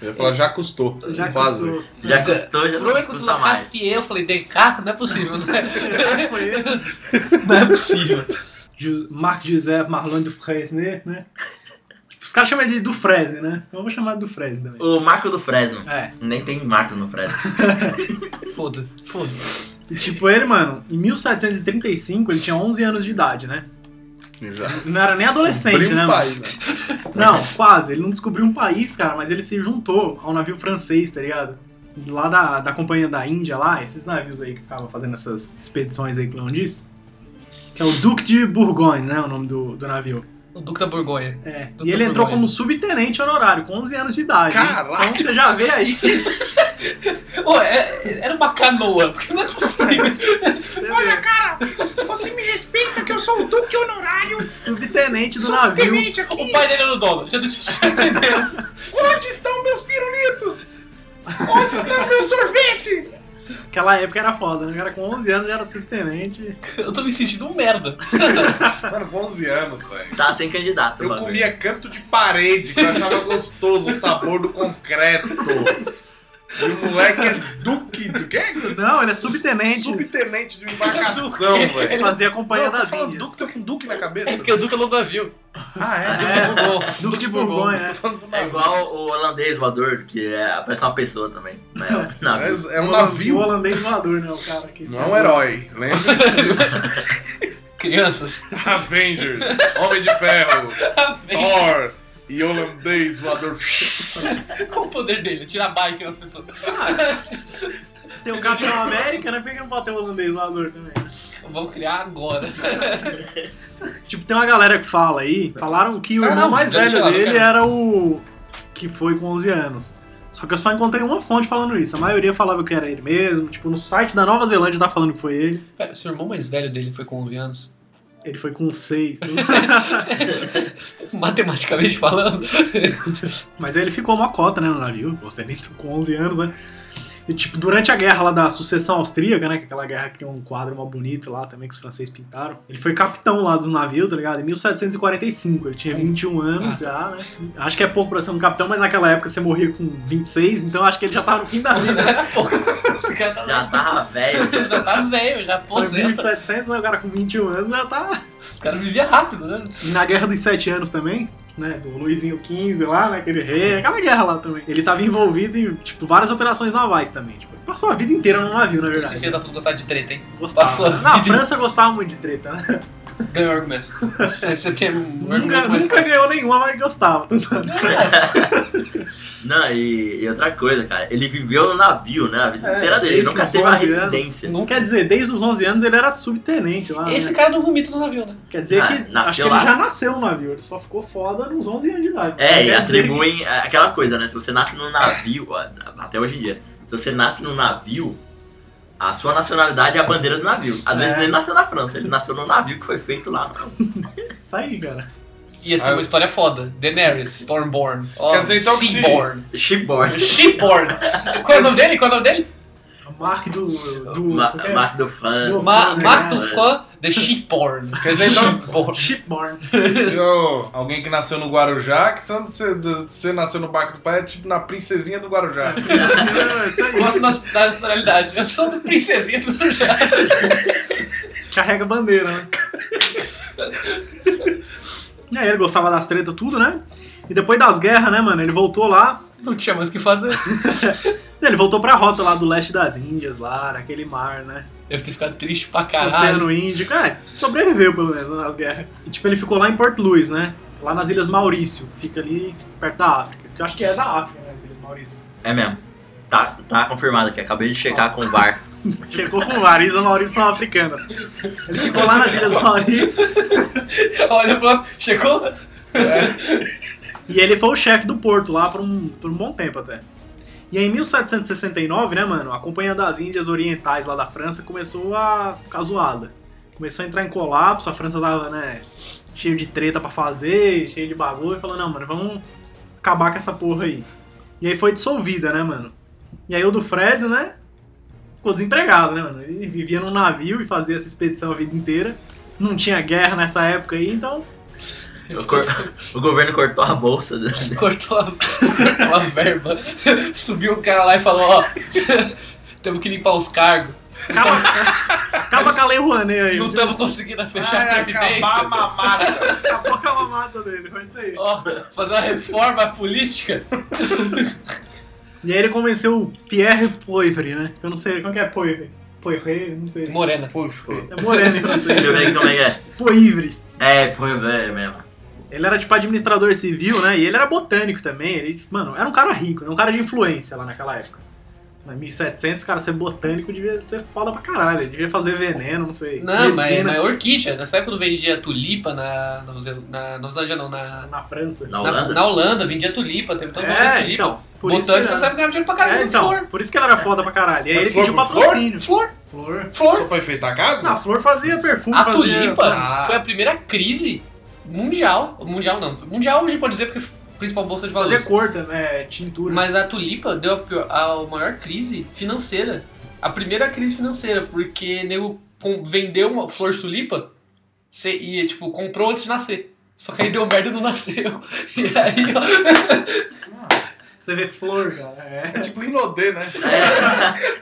[SPEAKER 2] Eu ia falar, já custou.
[SPEAKER 4] Já
[SPEAKER 2] Quase.
[SPEAKER 4] custou.
[SPEAKER 1] Já custou, já não
[SPEAKER 3] Primeiro é que eu
[SPEAKER 1] custa
[SPEAKER 3] sou
[SPEAKER 1] mais.
[SPEAKER 3] Cartier, eu falei, tem carro? Não é possível, né?
[SPEAKER 4] É, Foi ele.
[SPEAKER 3] Não é possível.
[SPEAKER 4] Ju- Marc-José Marlon du Fresne, né? Tipo, os caras chamam ele de do Fresne, né? Eu vou chamar de do Fresne também.
[SPEAKER 1] O Marco do Fresno.
[SPEAKER 4] É.
[SPEAKER 1] Nem tem Marco no Fresno.
[SPEAKER 3] Foda-se, foda-se.
[SPEAKER 4] E tipo, ele, mano, em 1735 ele tinha 11 anos de idade, né?
[SPEAKER 2] Já.
[SPEAKER 4] Não era nem adolescente,
[SPEAKER 2] Brinco
[SPEAKER 4] né? mano?
[SPEAKER 2] aí, né?
[SPEAKER 4] Não, quase. Ele não descobriu um país, cara, mas ele se juntou ao navio francês, tá ligado? Lá da, da companhia da Índia, lá, esses navios aí que ficavam fazendo essas expedições aí que o Leon disse. Que é o Duque de Bourgogne, né? O nome do, do navio.
[SPEAKER 3] O Duque da Borgonha.
[SPEAKER 4] É.
[SPEAKER 3] Duque
[SPEAKER 4] e ele
[SPEAKER 3] de
[SPEAKER 4] entrou
[SPEAKER 3] Bourgogne.
[SPEAKER 4] como subtenente honorário, com 11 anos de idade. hein?
[SPEAKER 2] Caraca!
[SPEAKER 4] Então você já vê aí. Você
[SPEAKER 3] Ô, é- é- era uma canoa, porque não é possível.
[SPEAKER 4] vê.
[SPEAKER 7] Você me respeita que eu sou o Duque Honorário,
[SPEAKER 4] Subtenente do navio.
[SPEAKER 7] subtenente aqui.
[SPEAKER 3] O pai dele era o dono, já disse entendeu?
[SPEAKER 7] Onde estão meus pirulitos? Onde está o meu sorvete?
[SPEAKER 4] Aquela época era foda, né? O cara com 11 anos já era subtenente.
[SPEAKER 3] Eu tô me sentindo um merda.
[SPEAKER 2] Mano, com 11 anos, velho.
[SPEAKER 1] Tá sem candidato,
[SPEAKER 2] Eu
[SPEAKER 1] mano.
[SPEAKER 2] comia canto de parede, que eu achava gostoso o sabor do concreto. E o moleque é duque do quê?
[SPEAKER 4] Não, ele é subtenente.
[SPEAKER 2] Subtenente de embarcação,
[SPEAKER 4] Ele
[SPEAKER 2] velho.
[SPEAKER 4] fazia a companhia
[SPEAKER 2] Não, eu tô
[SPEAKER 4] das
[SPEAKER 2] falando
[SPEAKER 4] Índias.
[SPEAKER 2] duque, tô com duque na cabeça.
[SPEAKER 3] É porque o Duque é o navio.
[SPEAKER 2] Ah, é?
[SPEAKER 4] É,
[SPEAKER 3] Borgonha.
[SPEAKER 4] Duque de Bourgogne,
[SPEAKER 2] Tô
[SPEAKER 4] né?
[SPEAKER 2] falando do
[SPEAKER 1] É
[SPEAKER 2] navio.
[SPEAKER 1] igual o holandês voador, que é, parece uma pessoa também. Né? Navio.
[SPEAKER 2] Mas É um
[SPEAKER 4] O
[SPEAKER 2] navio,
[SPEAKER 4] holandês voador, né? O cara que
[SPEAKER 2] não é um herói. Lembre-se disso.
[SPEAKER 3] Crianças. Tá
[SPEAKER 2] Avengers, Homem de Ferro,
[SPEAKER 3] Amém.
[SPEAKER 2] Thor, E holandês, voador.
[SPEAKER 3] Qual o poder dele? Tirar bike nas pessoas.
[SPEAKER 4] Tem o Capitão América, né? Por que não pode ter o holandês voador também? né?
[SPEAKER 3] Vamos criar agora.
[SPEAKER 4] Tipo, tem uma galera que fala aí, falaram que o
[SPEAKER 3] Cara,
[SPEAKER 4] irmão
[SPEAKER 3] não,
[SPEAKER 4] mais
[SPEAKER 3] já
[SPEAKER 4] velho
[SPEAKER 3] deixaram,
[SPEAKER 4] dele
[SPEAKER 3] cara.
[SPEAKER 4] era o. que foi com 11 anos. Só que eu só encontrei uma fonte falando isso. A maioria falava que era ele mesmo. Tipo, no site da Nova Zelândia tá falando que foi ele.
[SPEAKER 3] Pera, seu irmão mais velho dele foi com 11 anos?
[SPEAKER 4] Ele foi com né? 6.
[SPEAKER 3] Matematicamente falando. né?
[SPEAKER 4] Mas aí ele ficou uma cota, né, no navio. Você nem com 11 anos, né? E, tipo, durante a guerra lá da sucessão austríaca, né? Que é aquela guerra que tem um quadro mó bonito lá também que os franceses pintaram. Ele foi capitão lá dos navios, tá ligado? Em 1745. Ele tinha 21 anos já, né? Acho que é pouco pra ser um capitão, mas naquela época você morria com 26, então acho que ele já tava no fim da vida.
[SPEAKER 3] Não era pouco. Esse cara tá,
[SPEAKER 1] Já tava velho.
[SPEAKER 3] já tá velho, já
[SPEAKER 4] Foi
[SPEAKER 3] aposenta.
[SPEAKER 4] 1700, né? O cara com 21 anos já tá
[SPEAKER 3] Esse cara vivia rápido, né?
[SPEAKER 4] E na Guerra dos Sete Anos também, né? Do Luizinho XV lá, né? Aquele rei, aquela guerra lá também. Ele tava envolvido em, tipo, várias operações navais também. Tipo, ele passou a vida inteira no navio, na
[SPEAKER 3] Esse filho
[SPEAKER 4] verdade.
[SPEAKER 3] da puta gostava de treta, hein?
[SPEAKER 4] Gostava.
[SPEAKER 3] passou a
[SPEAKER 4] na
[SPEAKER 3] vida-
[SPEAKER 4] França gostava muito de treta, né?
[SPEAKER 3] Ganhou um argumento. Você você tem um
[SPEAKER 4] Nunca,
[SPEAKER 3] argumento mais
[SPEAKER 4] nunca ganhou nenhuma, mas gostava. Tô zoando.
[SPEAKER 1] Não, e, e outra coisa, cara. Ele viveu no navio, né? A vida
[SPEAKER 4] É,
[SPEAKER 1] inteira dele. Ele
[SPEAKER 4] desde
[SPEAKER 1] nunca
[SPEAKER 4] os
[SPEAKER 1] teve uma
[SPEAKER 4] 11 anos.
[SPEAKER 1] residência.
[SPEAKER 4] Não quer dizer, desde os 11 anos ele era subtenente lá. né?
[SPEAKER 3] Esse cara não vomita no navio, né?
[SPEAKER 4] Quer dizer
[SPEAKER 1] Ah,
[SPEAKER 4] que
[SPEAKER 1] nasceu
[SPEAKER 4] acho que
[SPEAKER 1] lá.
[SPEAKER 4] ele já nasceu no navio, ele só ficou foda nos 11 anos de idade.
[SPEAKER 1] É, e
[SPEAKER 4] Quer dizer que-
[SPEAKER 1] atribuem é, aquela coisa, né? Se você nasce num navio, ó, até hoje em dia, se você nasce num navio, a sua nacionalidade é a bandeira do navio. Às vezes
[SPEAKER 4] É.
[SPEAKER 1] ele nasceu na França, ele nasceu num navio que foi feito lá.
[SPEAKER 4] Isso aí, cara.
[SPEAKER 3] E assim,
[SPEAKER 2] Ah.
[SPEAKER 3] uma história foda. Daenerys, Stormborn. Ó,
[SPEAKER 2] Quer dizer, então, que se-
[SPEAKER 3] Seaborn.
[SPEAKER 1] Shipborn.
[SPEAKER 3] Shipborn. Qual é o nome dele? Qual é o nome dele?
[SPEAKER 4] A marca do. do
[SPEAKER 1] Ma-
[SPEAKER 4] qualquer-
[SPEAKER 1] Mark do Fran.
[SPEAKER 4] Do-
[SPEAKER 3] Ma
[SPEAKER 4] Não,
[SPEAKER 3] Mark
[SPEAKER 4] não.
[SPEAKER 3] do fã de Shipborn.
[SPEAKER 2] Quer dizer, então-
[SPEAKER 3] Shipborn.
[SPEAKER 4] Shipborn.
[SPEAKER 2] Ô, alguém que nasceu no Guarujá, que se você, você nasceu no barco do pai, é tipo na princesinha do Guarujá.
[SPEAKER 4] É, isso aí.
[SPEAKER 3] Eu gosto da da nacionalidade. Eu sou do princesinha do Turjá.
[SPEAKER 4] carrega bandeira, né? e aí ele gostava das tretas, tudo, né? E depois das guerras, né, mano? Ele voltou lá.
[SPEAKER 3] Não tinha mais o que fazer.
[SPEAKER 4] Ele voltou pra rota lá do leste das Índias, lá, naquele mar, né?
[SPEAKER 3] Deve ter ficado triste pra caralho.
[SPEAKER 4] Oceano Índico. É, sobreviveu, pelo menos, nas guerras. E, tipo, ele ficou lá em Port Louis, né? Lá nas Ilhas Maurício. Fica ali perto da África. Que eu acho que é da África, né? As Ilhas Maurício.
[SPEAKER 1] É mesmo. Tá, tá confirmado aqui, acabei de checar com o VAR.
[SPEAKER 4] Chegou com o Ilhas Maurício são africanas. Ele ficou lá nas Ilhas Maurício.
[SPEAKER 3] Olha pra... Chegou?
[SPEAKER 4] E ele foi o chefe do porto lá por um, por um bom tempo até. E aí, em 1769, né, mano, a Companhia das Índias Orientais lá da França começou a ficar zoada. Começou a entrar em colapso, a França tava, né, cheio de treta pra fazer, cheio de bagulho, e falou, não, mano, vamos acabar com essa porra aí. E aí foi dissolvida, né, mano. E aí o do Freze, né, ficou desempregado, né, mano. Ele vivia num navio e fazia essa expedição a vida inteira. Não tinha guerra nessa época aí, então
[SPEAKER 1] O cor- O governo cortou a bolsa dele.
[SPEAKER 3] Cortou a, cortou a verba. Subiu o cara lá e falou, ó... Temos que limpar os cargos.
[SPEAKER 4] acaba, acaba com a Lei Rouanet aí.
[SPEAKER 3] Não
[SPEAKER 4] viu?
[SPEAKER 3] estamos conseguindo fechar
[SPEAKER 2] Vai Ah,
[SPEAKER 3] a
[SPEAKER 2] é, acabar a
[SPEAKER 3] previdência.
[SPEAKER 2] mamada.
[SPEAKER 4] Acabou com a mamada dele, foi isso aí.
[SPEAKER 3] Ó, fazer uma reforma política.
[SPEAKER 4] E aí ele convenceu o Pierre Poivre, né? Eu não sei, como que é Poivre? Poivre, não sei.
[SPEAKER 3] Morena.
[SPEAKER 4] É moreno em francês.
[SPEAKER 1] Deixa eu ver aqui
[SPEAKER 4] né?
[SPEAKER 1] como é que
[SPEAKER 4] Poivre.
[SPEAKER 1] é. É, pô, é mesmo.
[SPEAKER 4] Ele era tipo administrador civil, né? E ele era botânico também. Ele, mano, era um cara rico, era um cara de influência lá naquela época. Na 1700, cara, ser botânico devia ser foda pra caralho. Ele devia fazer veneno, não sei.
[SPEAKER 3] Não, mas,
[SPEAKER 4] medicina
[SPEAKER 3] mas orquídea. Nessa época não vendia tulipa na... Na na- na Zelândia não, na...
[SPEAKER 4] na França.
[SPEAKER 1] Na
[SPEAKER 3] Na,
[SPEAKER 1] Holanda?
[SPEAKER 3] na Holanda, vendia tulipa, teve tanto é, tulipa.
[SPEAKER 4] então. Por isso que ele
[SPEAKER 3] Botânico nessa
[SPEAKER 4] era...
[SPEAKER 3] época ganhava dinheiro pra caralho
[SPEAKER 4] É,
[SPEAKER 3] com
[SPEAKER 4] então,
[SPEAKER 3] flor.
[SPEAKER 4] por isso que ele era foda pra caralho. E aí
[SPEAKER 2] Mas
[SPEAKER 4] ele
[SPEAKER 2] flor
[SPEAKER 4] pediu
[SPEAKER 2] com flor?
[SPEAKER 4] patrocínio.
[SPEAKER 3] Flor,
[SPEAKER 4] Flor.
[SPEAKER 3] flor.
[SPEAKER 2] Só pra enfeitar a
[SPEAKER 4] Ah, A
[SPEAKER 2] casa?
[SPEAKER 4] flor fazia perfume.
[SPEAKER 3] A
[SPEAKER 4] fazia-
[SPEAKER 3] tulipa
[SPEAKER 2] Ah.
[SPEAKER 3] foi a primeira crise mundial. Mundial não. Mundial a gente pode dizer porque foi a principal bolsa de
[SPEAKER 4] Fazia
[SPEAKER 3] valores.
[SPEAKER 4] cor também, é, tintura.
[SPEAKER 3] Mas a tulipa deu a, pior- a maior crise financeira. A primeira crise financeira, porque nego com- vendeu uma flor de tulipa cê- e, tipo, comprou antes de nascer. Só que aí deu merda e não nasceu. E aí, ó,
[SPEAKER 4] Você vê flor, cara. É.
[SPEAKER 2] É tipo Inodê, né?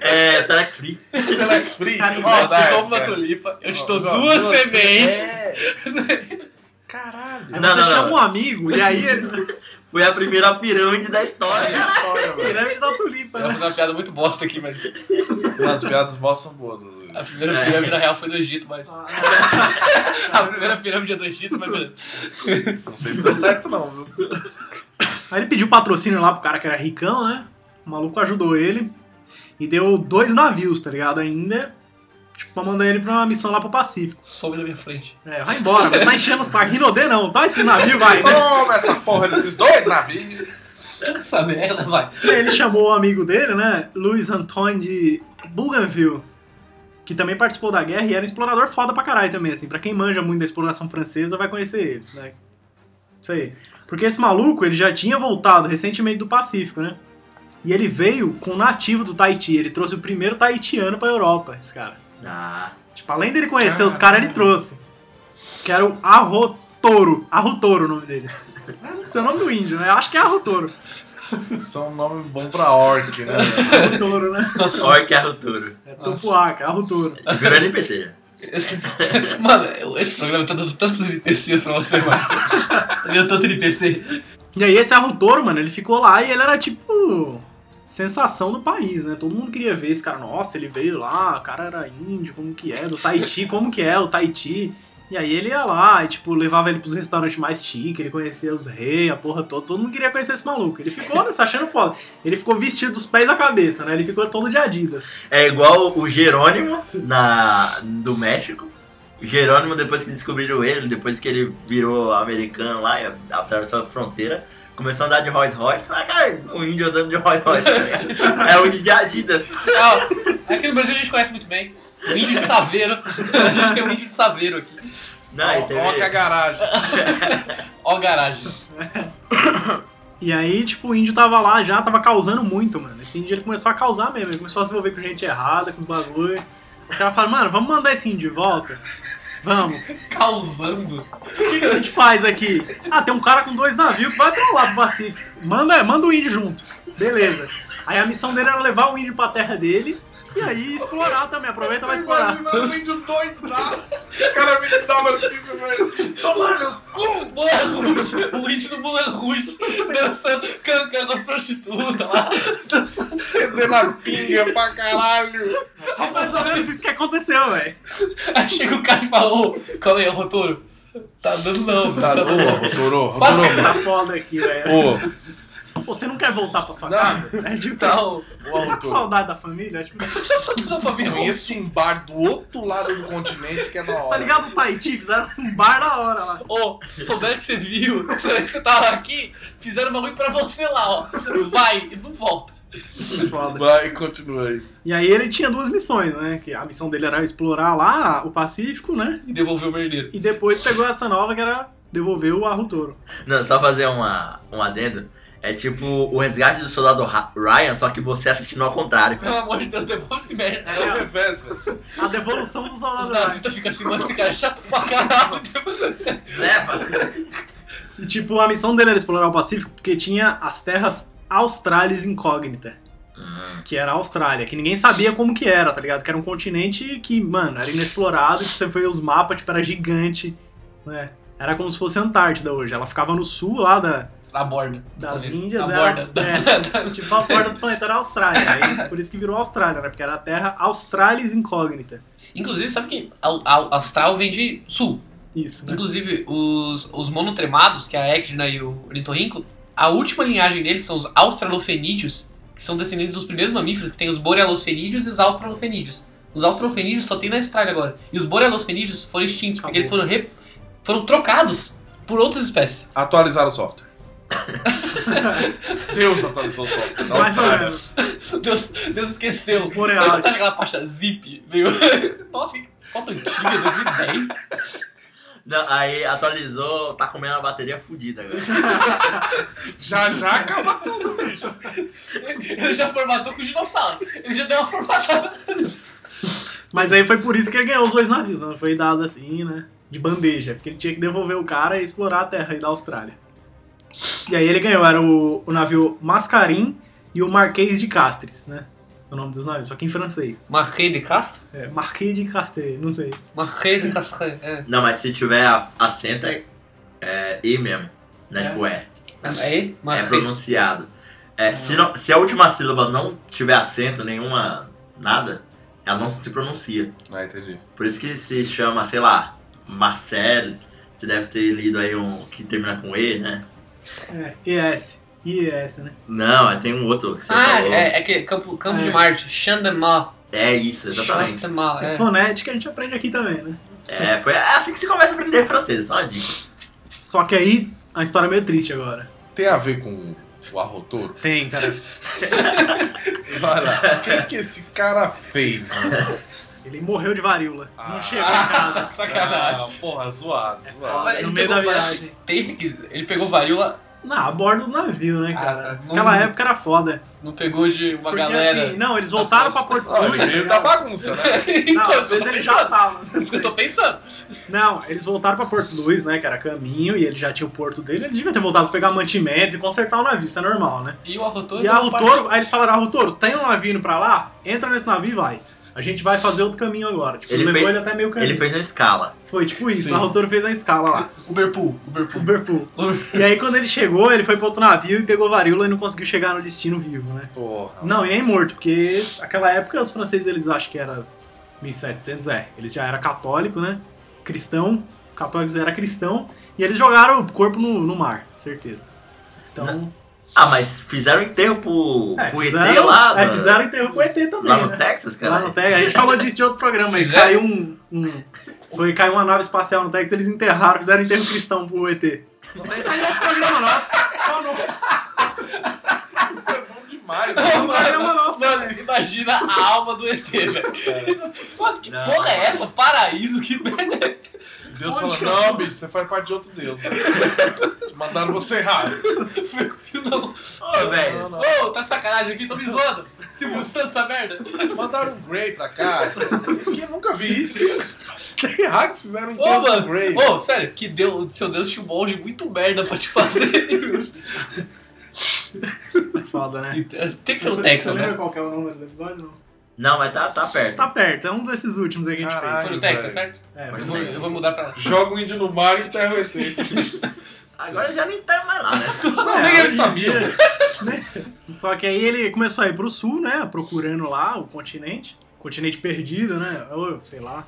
[SPEAKER 1] É, é Telex Free.
[SPEAKER 2] Telex Free. tá, é,
[SPEAKER 4] Cara,
[SPEAKER 3] ó,
[SPEAKER 2] Maldade,
[SPEAKER 3] você compra uma
[SPEAKER 2] cara.
[SPEAKER 3] tulipa, eu te dou
[SPEAKER 2] Ó, ó,
[SPEAKER 3] duas sementes.
[SPEAKER 2] É. Caralho.
[SPEAKER 4] Aí
[SPEAKER 1] Não,
[SPEAKER 4] você
[SPEAKER 1] não,
[SPEAKER 4] chama
[SPEAKER 1] não.
[SPEAKER 4] um amigo e aí ele-
[SPEAKER 1] Foi a primeira pirâmide da história.
[SPEAKER 2] Olha, velho.
[SPEAKER 4] Pirâmide da tulipa,
[SPEAKER 3] Eu vou
[SPEAKER 4] né?
[SPEAKER 3] fazer uma piada muito bosta aqui, mas
[SPEAKER 2] As piadas boas são boas, às vezes.
[SPEAKER 3] a primeira pirâmide na real foi do Egito, mas. A primeira pirâmide é do Egito, mas beleza.
[SPEAKER 2] Não sei se deu certo, não, viu?
[SPEAKER 4] Aí ele pediu patrocínio lá pro cara que era ricão, né? O maluco ajudou ele e deu dois navios, tá ligado? Ainda, tipo, pra mandar ele pra uma missão lá pro Pacífico.
[SPEAKER 3] Some da minha frente.
[SPEAKER 4] É, vai embora, mas tá enchendo o saco. Rinodê não, tá esse navio, vai.
[SPEAKER 2] Toma essa porra desses dois navios.
[SPEAKER 3] Essa merda, vai.
[SPEAKER 4] E aí ele chamou o amigo dele, né? Luiz Antoine de Bougainville. Que também participou da guerra e era um explorador foda pra caralho também, assim. Pra quem manja muito da exploração francesa, vai conhecer ele, né? Isso aí. Porque esse maluco, ele já tinha voltado recentemente do Pacífico, né? E ele veio com um nativo do Tahiti. Ele trouxe o primeiro tahitiano pra Europa, esse cara.
[SPEAKER 1] Ah,
[SPEAKER 4] Tipo, além dele conhecer os caras, ele trouxe. Que era o Arrotoro. Arrotoro o nome dele. Seu nome do índio, né? Eu acho que é Arrotoro.
[SPEAKER 2] São um nome bom pra orc, né?
[SPEAKER 4] Arrotoro, né?
[SPEAKER 1] Orc Arroturo.
[SPEAKER 4] É Topuaca, Arrotoro.
[SPEAKER 1] Virou NPC.
[SPEAKER 3] Mano, eu- esse programa tá dando tantos NPCs pra você, mano. Você tá vendo tanto NPC?
[SPEAKER 4] E aí esse Arrutor, mano, ele ficou lá e ele era tipo sensação do país, né? Todo mundo queria ver esse cara. Nossa, ele veio lá, o cara era índio, como que é? Do Tahiti, como que é o Tahiti? E aí ele ia lá e, tipo, levava ele pros restaurantes mais chiques, ele conhecia os reis, a porra toda. Todo mundo queria conhecer esse maluco. Ele ficou, né, se achando foda. Ele ficou vestido dos pés à cabeça, né? Ele ficou todo de Adidas.
[SPEAKER 1] É igual o Jerônimo na, do México. O Jerônimo, depois que descobriram ele, depois que ele virou americano lá e atravessou a fronteira, começou a andar de Rolls Royce. Ah, cara, um índio andando de Rolls Royce. tá ligado? é um de Adidas.
[SPEAKER 3] Não, aqui no Brasil a gente conhece muito bem. O índio de Saveiro. A gente tem um índio de Saveiro aqui.
[SPEAKER 1] Não, e teve-
[SPEAKER 2] Orc a garagem.
[SPEAKER 3] Ó o garagem.
[SPEAKER 4] E aí, tipo, o índio tava lá já, tava causando muito, mano. Esse índio ele começou a causar mesmo, ele começou a se envolver com gente errada, com os bagulho. Os caras falaram, mano, vamos mandar esse índio de volta? Vamos.
[SPEAKER 3] Causando.
[SPEAKER 4] O que, que a gente faz aqui? Ah, tem um cara com dois navios que vai pra lá pro Pacífico. Manda, manda o índio junto. Beleza. Aí a missão dele era levar o índio pra terra dele e aí explorar também. Aproveita e Então vai explorar.
[SPEAKER 7] Imagina um índio doidaço. Os caras me dão uma notícia, velho. Tomando.
[SPEAKER 3] Com um o Moulin Rouge. O índio do Moulin Rouge. Dançando, cancando as prostitutas lá.
[SPEAKER 2] Fedendo a pinga pra caralho.
[SPEAKER 4] É mais ou menos isso que aconteceu, velho.
[SPEAKER 3] Aí chega o cara e fala, ô, calma aí, ô, Rotoro. Tá dando não.
[SPEAKER 2] Tá, boa, Rotorô,
[SPEAKER 3] Faz-
[SPEAKER 2] Rotorô.
[SPEAKER 4] Tá foda aqui, velho.
[SPEAKER 2] Ô,
[SPEAKER 4] Você não quer voltar pra sua
[SPEAKER 2] Não.
[SPEAKER 4] casa? É de tá
[SPEAKER 3] Então,
[SPEAKER 2] boa,
[SPEAKER 4] com
[SPEAKER 2] Rotorô.
[SPEAKER 4] saudade da família? Acho que
[SPEAKER 3] só toda a família.
[SPEAKER 2] Conheço um bar do outro lado do continente que é da hora.
[SPEAKER 4] Tá ligado o Tahiti? Fizeram um bar na hora lá.
[SPEAKER 3] Ô, souberam que você viu, souberam que você tava aqui, fizeram um bagulho pra você lá, ó. Você não vai e não volta.
[SPEAKER 4] Foda.
[SPEAKER 2] Vai, continua aí.
[SPEAKER 4] E aí ele tinha duas missões, né? Que a missão dele era explorar lá o Pacífico, né?
[SPEAKER 3] E devolveu o merdeiro.
[SPEAKER 4] E depois pegou essa nova que era devolver o Arrutoro.
[SPEAKER 1] Não, só fazer uma, um adendo. É tipo o resgate do soldado Ra- Ryan, só que você assistindo ao contrário.
[SPEAKER 3] Pelo amor de Deus, devolve esse merda.
[SPEAKER 2] É o revés, velho.
[SPEAKER 4] A devolução dos soldados
[SPEAKER 3] Os
[SPEAKER 4] Ryan.
[SPEAKER 3] nazistas ficam assim, mano, esse cara é chato pra caralho.
[SPEAKER 1] Leva!
[SPEAKER 4] E tipo, a missão dele era explorar o Pacífico porque tinha as terras australis incógnita,
[SPEAKER 1] Hum,
[SPEAKER 4] que era a Austrália, que ninguém sabia como que era, tá ligado? Que era um continente que, mano, era inexplorado, que você vê os mapas, tipo, era gigante, né? Era como se fosse a Antártida hoje. Ela ficava no sul lá da,
[SPEAKER 3] Na borda.
[SPEAKER 4] das
[SPEAKER 3] Na
[SPEAKER 4] Índias.
[SPEAKER 3] Na
[SPEAKER 4] era,
[SPEAKER 3] borda. Da-
[SPEAKER 4] é, tipo, a borda do planeta era a Austrália. Aí, por isso que virou Austrália, né? Porque era a terra australis incógnita.
[SPEAKER 3] Inclusive, sabe que au- au- austral vem de sul.
[SPEAKER 4] Isso, né?
[SPEAKER 3] Inclusive, os, os monotremados, que é a Echidna e o Ornitorrinco, a última linhagem deles são os australofenídeos, que são descendentes dos primeiros mamíferos, que tem os borealofenídeos e os australofenídeos. Os australofenídeos só tem na Austrália agora. E os borealofenídeos foram extintos, porque eles
[SPEAKER 4] Acabou.
[SPEAKER 3] foram, re- foram trocados por outras espécies.
[SPEAKER 2] Atualizaram o software. Deus atualizou o software. Não,
[SPEAKER 4] Mais ou
[SPEAKER 2] sabe?
[SPEAKER 4] menos.
[SPEAKER 3] Deus, Deus esqueceu.
[SPEAKER 4] Os
[SPEAKER 3] Sabe,
[SPEAKER 4] boreais.
[SPEAKER 3] sabe aquela pasta zip? Meio... Nossa, que foto antiga, 2010.
[SPEAKER 1] Não, aí atualizou, tá comendo a bateria fudida agora.
[SPEAKER 2] Já já acaba.
[SPEAKER 3] Ele já formatou com o dinossauro. Ele já deu uma formatada.
[SPEAKER 4] Mas aí foi por isso que ele ganhou os dois navios, né? Não Foi dado assim, né? De bandeja. Porque ele tinha que devolver o cara e explorar a terra aí da Austrália. E aí ele ganhou, era o, o navio Mascarim e o Marquês de Castres, né? O nome dos navios, só que em francês.
[SPEAKER 3] Marquei de Castro?
[SPEAKER 4] É, Marquês de Castres, não sei.
[SPEAKER 3] Marquei de Castro, é.
[SPEAKER 1] Não, mas se tiver a, acento, é, é I mesmo. Né? Tipo, é.
[SPEAKER 3] Sabe? Aí,
[SPEAKER 1] é
[SPEAKER 3] Mafê.
[SPEAKER 1] pronunciado. É, se, não- se a última sílaba não tiver acento, nenhuma, nada, ela não se pronuncia.
[SPEAKER 2] Ah, entendi.
[SPEAKER 1] Por isso que se chama, sei lá, Marcel. Você deve ter lido aí um que termina com E, né?
[SPEAKER 4] É, IS. IS, né?
[SPEAKER 1] Não, é- tem um outro que você
[SPEAKER 3] ah,
[SPEAKER 1] falou.
[SPEAKER 3] é, é que Campo, campo de
[SPEAKER 4] É.
[SPEAKER 3] Marte, Chandemar.
[SPEAKER 1] É isso, exatamente.
[SPEAKER 3] Chandemar, é.
[SPEAKER 4] Fonética a gente aprende aqui também, né?
[SPEAKER 1] É, foi é assim que você começa a aprender francês, só uma dica.
[SPEAKER 4] Só que aí a história é meio triste agora.
[SPEAKER 2] Tem a ver com o arrotouro?
[SPEAKER 4] Tem, cara.
[SPEAKER 2] Vai lá. O que, que esse cara fez, mano?
[SPEAKER 4] Ele morreu de varíola.
[SPEAKER 2] Ah.
[SPEAKER 4] Não chegou em casa.
[SPEAKER 3] Sacanagem.
[SPEAKER 2] Ah, porra, zoado, zoado.
[SPEAKER 3] Mas
[SPEAKER 4] no
[SPEAKER 3] ele
[SPEAKER 4] meio da
[SPEAKER 3] pegou-
[SPEAKER 4] viagem.
[SPEAKER 3] Tem requisito. Ele pegou varíola,
[SPEAKER 4] Não, a bordo do navio, né,
[SPEAKER 3] Ah,
[SPEAKER 4] cara?
[SPEAKER 3] tá.
[SPEAKER 4] Naquela
[SPEAKER 3] Não-
[SPEAKER 4] época era foda.
[SPEAKER 3] não pegou de uma
[SPEAKER 4] Porque
[SPEAKER 3] galera.
[SPEAKER 4] assim, não, eles voltaram pra
[SPEAKER 3] Nossa.
[SPEAKER 4] Porto
[SPEAKER 2] Ah, ele
[SPEAKER 4] Cruz.
[SPEAKER 2] veio da bagunça, né?
[SPEAKER 3] então,
[SPEAKER 4] Não, às
[SPEAKER 3] isso que eu
[SPEAKER 4] vezes
[SPEAKER 3] tô
[SPEAKER 4] ele já tá-
[SPEAKER 3] pensando.
[SPEAKER 4] tava.
[SPEAKER 3] Isso que eu tô pensando.
[SPEAKER 4] Não, eles voltaram pra Porto Luiz, né, cara? Caminho, e ele já tinha o porto dele. Ele devia ter voltado pra pegar mantimentos e consertar o navio, isso é normal, né?
[SPEAKER 3] E o Arrotor... é
[SPEAKER 4] E a Rutoro, aí eles falaram, a Rutoro, tem um navio indo pra lá? Entra nesse navio e vai. A gente vai fazer outro caminho agora. Tipo,
[SPEAKER 1] Ele
[SPEAKER 4] levou
[SPEAKER 1] fez-
[SPEAKER 4] ele até meio caminho.
[SPEAKER 1] Ele fez uma escala.
[SPEAKER 4] Foi tipo isso,
[SPEAKER 3] Sim.
[SPEAKER 4] a Rutoro fez a escala lá.
[SPEAKER 3] Uberpool. Uberpool.
[SPEAKER 4] Uberpool. E aí quando ele chegou, ele foi pro outro navio e pegou varíola e não conseguiu chegar no destino vivo, né?
[SPEAKER 2] Porra.
[SPEAKER 4] Não, e nem morto, porque naquela época os franceses eles acham que era 1700, é. Eles já eram católicos, né? Cristão, católicos era cristão, e eles jogaram o corpo no, no mar, certeza. Então,
[SPEAKER 1] Ah, mas fizeram enterro pro,
[SPEAKER 4] é,
[SPEAKER 1] pro ET
[SPEAKER 4] fizeram,
[SPEAKER 1] lá.
[SPEAKER 4] é,
[SPEAKER 1] na-
[SPEAKER 4] fizeram enterro com o ET também,
[SPEAKER 1] Lá no
[SPEAKER 4] né?
[SPEAKER 1] Texas,
[SPEAKER 4] Lá
[SPEAKER 1] cara.
[SPEAKER 4] no Texas. A gente falou disso de outro programa, mas
[SPEAKER 3] Fizeram?
[SPEAKER 4] caiu um. um- foi cair uma nave espacial no Texas, eles enterraram, fizeram enterro cristão pro ET. Não sei, tá em outro programa nosso. Tá no outro
[SPEAKER 2] Isso é bom demais.
[SPEAKER 4] programa nosso,
[SPEAKER 3] Mano,
[SPEAKER 4] né? É.
[SPEAKER 3] imagina a alma do ET, velho. Mano, que
[SPEAKER 1] Não.
[SPEAKER 3] porra é essa? Paraíso? Que merda é
[SPEAKER 2] Deus falou,
[SPEAKER 4] Onde que eu
[SPEAKER 2] não, bicho, você faz parte de outro Deus. mano. Mandaram você errado.
[SPEAKER 3] isso? Não.
[SPEAKER 1] Ô,
[SPEAKER 2] Não,
[SPEAKER 1] velho.
[SPEAKER 2] não.
[SPEAKER 3] Ô, tá de sacanagem aqui, tô me zoando. Silvio Santos, essa merda.
[SPEAKER 2] Mandaram um Grey pra cá. Eu nunca vi isso. Os Terráqueos fizeram um
[SPEAKER 3] Ô,
[SPEAKER 2] tempo
[SPEAKER 3] mano.
[SPEAKER 2] Grey.
[SPEAKER 3] Ô, sério, que Deus, seu Deus tinha um molde muito merda pra te fazer.
[SPEAKER 4] Foda, né?
[SPEAKER 3] Tem que ser
[SPEAKER 4] Você-
[SPEAKER 3] um
[SPEAKER 4] Você
[SPEAKER 3] Texas,
[SPEAKER 4] lembra
[SPEAKER 3] né?
[SPEAKER 4] qual que é o número do episódio? Não.
[SPEAKER 1] Não, mas tá, tá perto.
[SPEAKER 4] Tá perto, é um desses últimos aí que a gente
[SPEAKER 2] Caralho.
[SPEAKER 3] Foi
[SPEAKER 4] fez.
[SPEAKER 3] no Texas, certo?
[SPEAKER 4] É,
[SPEAKER 3] Eu
[SPEAKER 1] Foi no
[SPEAKER 3] vou,
[SPEAKER 1] Texas.
[SPEAKER 3] eu vou mudar pra lá.
[SPEAKER 2] Joga o índio no mar e enterra o ET.
[SPEAKER 1] Agora já nem tá mais lá, né?
[SPEAKER 4] Não,
[SPEAKER 2] Nem
[SPEAKER 4] aí-
[SPEAKER 2] eles sabiam.
[SPEAKER 4] Só que aí ele começou a ir pro sul, né? Procurando lá o continente. Continente perdido, né? Ou sei lá.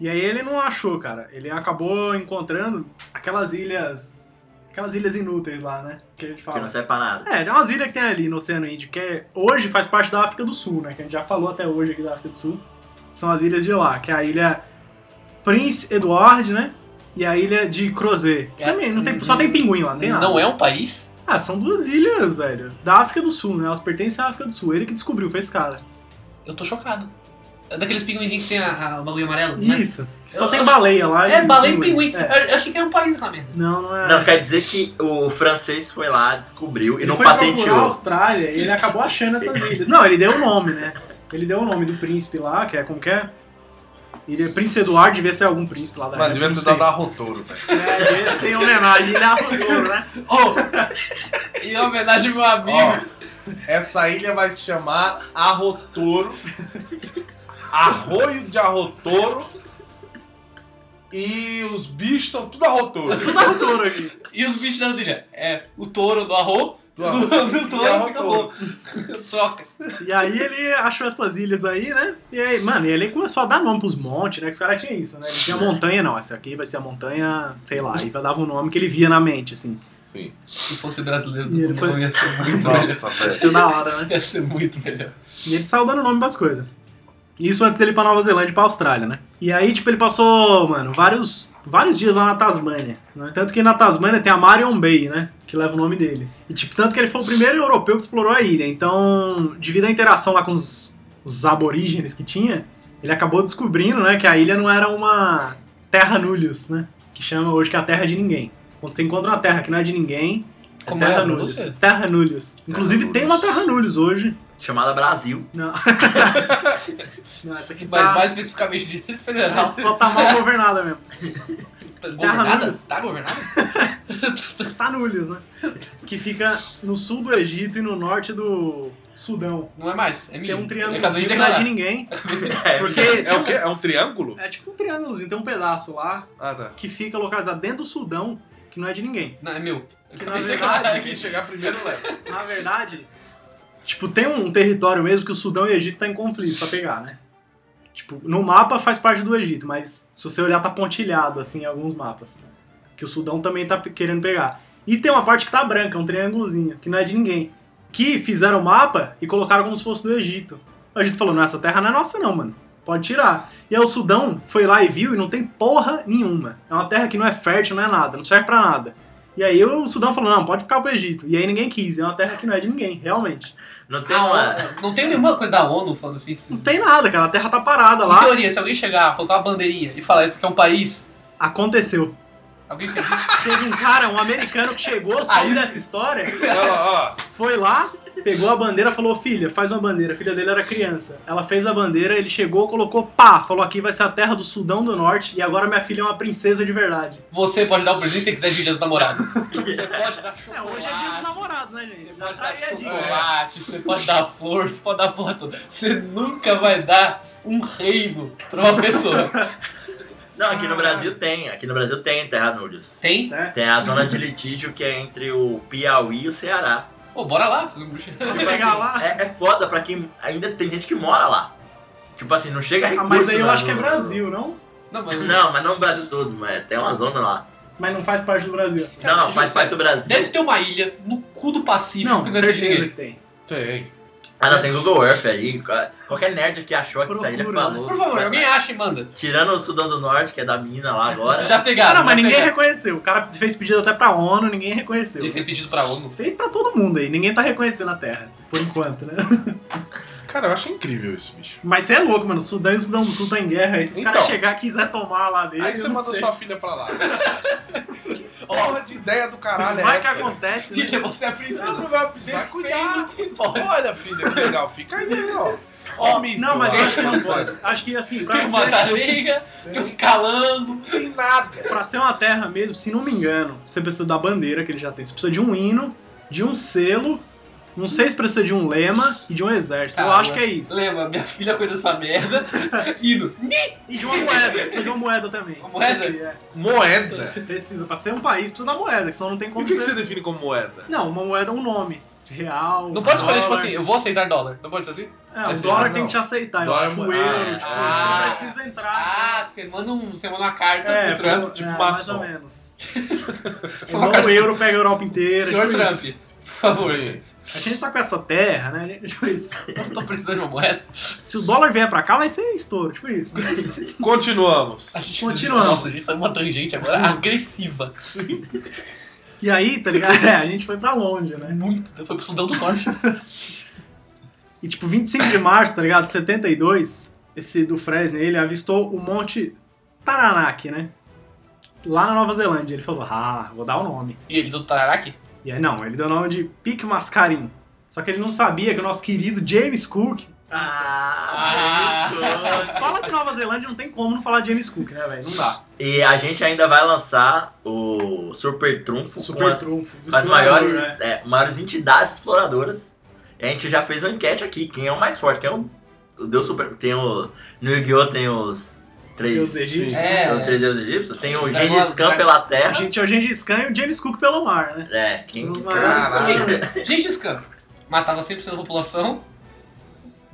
[SPEAKER 4] E aí ele não achou, cara. Ele acabou encontrando aquelas ilhas. Aquelas ilhas inúteis lá, né? Que a gente
[SPEAKER 1] Que não
[SPEAKER 4] fala.
[SPEAKER 1] serve pra nada.
[SPEAKER 4] É, tem umas ilhas que tem ali no Oceano Índico, que é- hoje faz parte da África do Sul, né? Que a gente já falou até hoje aqui da África do Sul. São as ilhas de lá, que é a ilha Prince Edward, né? E a ilha de Crozet. Que
[SPEAKER 3] É,
[SPEAKER 4] também não tem,
[SPEAKER 3] hum,
[SPEAKER 4] só tem pinguim lá, não tem nada.
[SPEAKER 3] Não é um país?
[SPEAKER 4] Ah, são duas ilhas, velho. Da África do Sul, né? Elas pertencem à África do Sul. Ele que descobriu, fez cara.
[SPEAKER 3] Eu tô chocado. É daqueles pinguinzinhos que tem a, a, o bagulho amarelo, né?
[SPEAKER 4] Isso. Que só
[SPEAKER 3] Eu-
[SPEAKER 4] tem
[SPEAKER 3] eu-
[SPEAKER 4] baleia lá.
[SPEAKER 3] É, baleia e pinguim.
[SPEAKER 4] É.
[SPEAKER 3] Eu, eu achei que era um país aquela merda.
[SPEAKER 4] Não, não é.
[SPEAKER 1] Não, quer dizer que o francês foi lá, descobriu e
[SPEAKER 4] ele
[SPEAKER 1] não
[SPEAKER 4] foi procurar a
[SPEAKER 1] patenteou.
[SPEAKER 4] Austrália e ele acabou achando essas ilhas. Não, ele deu o nome, né? Ele deu o nome do príncipe lá, que é como que é? Ilha Príncipe Eduardo, devia ser algum príncipe lá da
[SPEAKER 2] Mano,
[SPEAKER 4] época,
[SPEAKER 2] devia
[SPEAKER 4] não
[SPEAKER 2] ter
[SPEAKER 4] sei.
[SPEAKER 2] dado a rotouro, velho.
[SPEAKER 4] É, devia ser um Leonardo, Ilha Arrotouro, né?
[SPEAKER 3] Oh, em homenagem ao meu amigo.
[SPEAKER 2] Ó, essa ilha vai se chamar Arrotouro. Arroio de Arrotouro. E os bichos são tudo arrotouro.
[SPEAKER 4] Tudo Arrotouro aqui.
[SPEAKER 3] E os bichos das ilhas? É o touro do arroz,
[SPEAKER 2] Do
[SPEAKER 3] do,
[SPEAKER 2] arroz.
[SPEAKER 3] do,
[SPEAKER 2] E
[SPEAKER 3] touro
[SPEAKER 2] arroz
[SPEAKER 3] e acabou. Troca.
[SPEAKER 4] E aí ele achou essas ilhas aí, né? E aí, mano, e ele começou a dar nome pros montes, né? Que os caras tinham isso, né? Ele tinha montanha, não, essa aqui vai ser a montanha, sei lá, e dava um nome que ele via na mente, assim.
[SPEAKER 2] Sim.
[SPEAKER 3] Se fosse brasileiro,
[SPEAKER 4] E ele
[SPEAKER 3] do
[SPEAKER 4] foi-
[SPEAKER 3] mundo ia ser muito melhor.
[SPEAKER 2] Nossa, velho.
[SPEAKER 4] Isso é da hora, né?
[SPEAKER 3] Ia ser muito melhor.
[SPEAKER 4] E ele saiu dando nome pras coisas. Isso antes dele ir pra Nova Zelândia e pra Austrália, né? E aí, tipo, ele passou, mano, vários, vários dias lá na Tasmânia. né? Tanto que na Tasmânia tem a Marion Bay, né? Que leva o nome dele. E, tipo, tanto que ele foi o primeiro europeu que explorou a ilha. Então, devido à interação lá com os, os aborígenes que tinha, ele acabou descobrindo, né, que a ilha não era uma terra nullius, né? Que chama hoje que é a terra de ninguém. Quando você encontra uma terra que não é de ninguém, é
[SPEAKER 3] Como
[SPEAKER 4] terra
[SPEAKER 3] é? Não
[SPEAKER 4] nullius.
[SPEAKER 3] sei.
[SPEAKER 4] Terra nullius. Inclusive tem uma
[SPEAKER 1] nullius.
[SPEAKER 4] terra nullius hoje.
[SPEAKER 1] Chamada Brasil.
[SPEAKER 4] Não. Não, essa aqui
[SPEAKER 3] Mas
[SPEAKER 4] tá,
[SPEAKER 3] mais especificamente Distrito Federal.
[SPEAKER 4] só tá mal governada mesmo.
[SPEAKER 3] Tá governada?
[SPEAKER 4] Nunes.
[SPEAKER 3] Tá governada?
[SPEAKER 4] Tá nulhos, né? Que fica no sul do Egito e no norte do Sudão.
[SPEAKER 3] Não é mais. É
[SPEAKER 4] Tem
[SPEAKER 3] minha.
[SPEAKER 4] um
[SPEAKER 3] Eu acabei
[SPEAKER 4] triângulozinho
[SPEAKER 3] de
[SPEAKER 4] que não é de
[SPEAKER 3] declarar.
[SPEAKER 4] ninguém.
[SPEAKER 1] É,
[SPEAKER 4] Porque
[SPEAKER 2] É o quê? É um triângulo?
[SPEAKER 4] é tipo um triângulozinho, tem um pedaço lá
[SPEAKER 2] Ah, tá.
[SPEAKER 4] que fica localizado dentro do Sudão, que não é de ninguém.
[SPEAKER 3] Não, é meu.
[SPEAKER 4] Que na verdade,
[SPEAKER 2] Quem chegar primeiro leva.
[SPEAKER 4] na verdade, tipo, tem um território mesmo que o Sudão e o Egito tá em conflito pra pegar, né? Tipo, no mapa faz parte do Egito, mas se você olhar tá pontilhado, assim, em alguns mapas. Que o Sudão também tá pe- querendo pegar. E tem uma parte que tá branca, um triângulozinho, que não é de ninguém. Que fizeram o mapa e colocaram como se fosse do Egito. O Egito falou, não, essa terra não é nossa não, mano. Pode tirar. E aí o Sudão foi lá e viu e não tem porra nenhuma. É uma terra que não é fértil, não é nada, não serve pra nada. E aí o Sudão falou, não, pode ficar pro Egito. E aí ninguém quis, é uma terra que não é de ninguém, realmente.
[SPEAKER 1] Não tem
[SPEAKER 3] A
[SPEAKER 1] uma.
[SPEAKER 3] ONU- Ah, não tem nenhuma coisa da ONU falando assim.
[SPEAKER 4] Não
[SPEAKER 3] Se,
[SPEAKER 4] tem nada, cara, a terra tá parada
[SPEAKER 3] em
[SPEAKER 4] lá,
[SPEAKER 3] teoria, se alguém chegar, colocar uma bandeirinha e falar isso aqui é um país,
[SPEAKER 4] aconteceu.
[SPEAKER 3] alguém fez isso.
[SPEAKER 4] Teve um cara, um americano que chegou,
[SPEAKER 3] Aí
[SPEAKER 4] soube
[SPEAKER 3] sim.
[SPEAKER 4] dessa história,
[SPEAKER 2] Ó, ó.
[SPEAKER 4] foi lá, pegou a bandeira, falou, filha, faz uma bandeira. A filha dele era criança. Ela fez a bandeira, ele chegou, colocou pá, falou, aqui vai ser a terra do Sudão do Norte e agora minha filha é uma princesa de verdade.
[SPEAKER 3] Você pode dar o presente se você quiser de Dia dos namorados. Você pode dar
[SPEAKER 4] É,
[SPEAKER 3] chocolate.
[SPEAKER 4] hoje é dia dos namorados, né,
[SPEAKER 3] Você
[SPEAKER 4] gente? Já
[SPEAKER 3] pode
[SPEAKER 4] tá
[SPEAKER 3] dar
[SPEAKER 4] aí a dica.
[SPEAKER 3] chocolate, você pode dar flor, você pode dar a porra toda. Você nunca vai dar um reino pra uma pessoa.
[SPEAKER 1] Não, aqui
[SPEAKER 4] Ah.
[SPEAKER 1] no Brasil tem. Aqui no Brasil tem Terranúrios.
[SPEAKER 3] Tem?
[SPEAKER 4] É.
[SPEAKER 1] Tem a zona de litígio que é entre o Piauí e o Ceará.
[SPEAKER 3] Pô, bora lá fazer um bruxo.
[SPEAKER 1] Tipo
[SPEAKER 4] Pegar
[SPEAKER 1] assim,
[SPEAKER 4] lá.
[SPEAKER 1] É, é foda pra quem. Ainda tem gente que mora lá. Tipo assim, não chega
[SPEAKER 4] Ah,
[SPEAKER 1] recurso.
[SPEAKER 4] mas aí eu
[SPEAKER 1] lá
[SPEAKER 4] acho que é
[SPEAKER 1] no-
[SPEAKER 4] Brasil, não?
[SPEAKER 3] Não, mas
[SPEAKER 1] Não, mas não o Brasil todo, mas tem uma zona lá.
[SPEAKER 4] Mas não faz parte do Brasil.
[SPEAKER 1] Não, não, faz parte do Brasil.
[SPEAKER 3] Deve ter uma ilha no cu do Pacífico
[SPEAKER 4] Não,
[SPEAKER 3] que não é
[SPEAKER 4] certeza
[SPEAKER 3] certeza.
[SPEAKER 4] que tem.
[SPEAKER 2] Tem.
[SPEAKER 1] Ah,
[SPEAKER 4] É.
[SPEAKER 1] não, tem Google Earth aí. Qual- Qualquer nerd que achou que essa ilha
[SPEAKER 4] Procura,
[SPEAKER 1] falou.
[SPEAKER 3] Por favor,
[SPEAKER 1] Vai-
[SPEAKER 3] alguém acha e manda.
[SPEAKER 1] Tirando o Sudão do Norte, que é da mina lá agora.
[SPEAKER 3] Já
[SPEAKER 4] Cara,
[SPEAKER 3] pegaram.
[SPEAKER 4] mas
[SPEAKER 3] já
[SPEAKER 4] ninguém
[SPEAKER 3] pegaram.
[SPEAKER 4] reconheceu. O cara fez pedido até pra ONU, ninguém reconheceu.
[SPEAKER 3] é Ele fez pedido pra ONU.
[SPEAKER 4] Fez pra todo mundo aí, ninguém tá reconhecendo a Terra, por enquanto, né?
[SPEAKER 2] Cara, eu acho incrível isso, bicho.
[SPEAKER 4] Mas você é louco, mano. Sudão e Sudão do Sul tá em guerra. Aí se os caras
[SPEAKER 2] Então.
[SPEAKER 4] chegar e quiser tomar lá dele.
[SPEAKER 2] Aí você
[SPEAKER 4] eu não
[SPEAKER 2] manda
[SPEAKER 4] sei.
[SPEAKER 2] sua filha pra lá. Que Porra de ideia do caralho é
[SPEAKER 4] Vai que
[SPEAKER 2] essa?
[SPEAKER 4] acontece, né?
[SPEAKER 3] Filha, você é a princesa.
[SPEAKER 2] Não, vai, vai cuidar.
[SPEAKER 3] Pode.
[SPEAKER 2] Olha, filha, que legal. Fica aí, ó. Ó, míssil,
[SPEAKER 4] Não, mas eu
[SPEAKER 2] ó.
[SPEAKER 4] acho que não pode. Acho que assim, pra
[SPEAKER 3] Tem umas
[SPEAKER 4] ser,
[SPEAKER 3] areias, tem uns calango.
[SPEAKER 2] Não tem nada.
[SPEAKER 4] pra ser uma terra mesmo, se não me engano, você precisa da bandeira que ele já tem. Você precisa de um hino, de um selo, não sei se precisa de um lema e de um exército. eu
[SPEAKER 3] Cara,
[SPEAKER 4] acho que é isso.
[SPEAKER 3] Lembra, minha filha cuida dessa merda. Indo.
[SPEAKER 4] E de uma moeda, precisa de uma moeda também.
[SPEAKER 3] Uma moeda?
[SPEAKER 4] Sim, é.
[SPEAKER 2] Moeda.
[SPEAKER 4] Precisa, pra ser um país, precisa da moeda, que senão não tem
[SPEAKER 2] E
[SPEAKER 4] como
[SPEAKER 2] o que, que
[SPEAKER 4] ser-
[SPEAKER 2] você define como moeda?
[SPEAKER 4] Não, uma moeda é um nome. Real. um
[SPEAKER 3] Não pode escolher, tipo
[SPEAKER 4] dólar.
[SPEAKER 3] assim, eu vou aceitar dólar. Não pode ser assim?
[SPEAKER 4] É, o
[SPEAKER 2] assim,
[SPEAKER 4] dólar
[SPEAKER 2] ah,
[SPEAKER 4] tem
[SPEAKER 2] não.
[SPEAKER 4] que te aceitar. Eu
[SPEAKER 2] Dólar
[SPEAKER 4] acho
[SPEAKER 2] é
[SPEAKER 4] o
[SPEAKER 2] uma-
[SPEAKER 4] euro,
[SPEAKER 2] ah,
[SPEAKER 4] tipo,
[SPEAKER 3] ah.
[SPEAKER 4] você não precisa entrar.
[SPEAKER 3] Ah, você manda, um, você manda uma carta
[SPEAKER 4] é,
[SPEAKER 3] pro Trump.
[SPEAKER 4] tipo,
[SPEAKER 2] tipo
[SPEAKER 4] é, mais
[SPEAKER 2] maçom.
[SPEAKER 4] ou menos.
[SPEAKER 3] Tipo, uma
[SPEAKER 4] Senão o
[SPEAKER 3] carta
[SPEAKER 4] euro pega a Europa inteira.
[SPEAKER 3] Senhor
[SPEAKER 4] tipo isso.
[SPEAKER 3] Trump, por favor.
[SPEAKER 2] Sim.
[SPEAKER 4] A gente tá com essa terra, né? Tipo isso.
[SPEAKER 3] Eu tô precisando de uma moeda.
[SPEAKER 4] Se o dólar vier pra cá, vai ser estouro. Tipo isso.
[SPEAKER 2] Continuamos.
[SPEAKER 3] A gente
[SPEAKER 4] Continuamos.
[SPEAKER 3] Nossa, a gente saiu uma tangente agora agressiva.
[SPEAKER 4] E aí, tá ligado? É, a gente foi pra longe, né?
[SPEAKER 3] Muito. Foi pro Sudão do Norte.
[SPEAKER 4] E tipo, 25 de março, tá ligado? 72, esse do Fresne, ele avistou o Monte Taranak, né? Lá na Nova Zelândia. Ele falou, ah, vou dar o nome.
[SPEAKER 3] E ele do Tararaki?
[SPEAKER 4] E aí, não, ele deu o nome de Pique Mascarim. Só que ele não sabia que o nosso querido James Cook.
[SPEAKER 1] Ah, isso.
[SPEAKER 4] Fala de Nova Zelândia, não tem como não falar de James Cook, né, velho? Não dá.
[SPEAKER 1] E a gente ainda vai lançar o Super Trunfo com
[SPEAKER 4] Super
[SPEAKER 1] as,
[SPEAKER 4] trunfo. do
[SPEAKER 1] com as
[SPEAKER 4] explorador,
[SPEAKER 1] maiores,
[SPEAKER 4] né?
[SPEAKER 1] é, maiores entidades exploradoras. E a gente já fez uma enquete aqui, quem é o mais forte, quem é o, o Deus Super. Tem o. No Yu-Gi-Oh! tem os três.
[SPEAKER 4] Deus egípcio.
[SPEAKER 3] É.
[SPEAKER 1] Os três deuses egípcios. Tem o
[SPEAKER 3] Dragão-
[SPEAKER 1] Gengis Khan
[SPEAKER 3] Dragão-
[SPEAKER 1] pela
[SPEAKER 4] A
[SPEAKER 1] terra.
[SPEAKER 4] gente é o Gengis Khan e o James Cook pelo mar, né?
[SPEAKER 1] É, quem.
[SPEAKER 4] São os
[SPEAKER 2] Caralho.
[SPEAKER 4] maiores-
[SPEAKER 3] Gengis Khan. Matava 100% da população.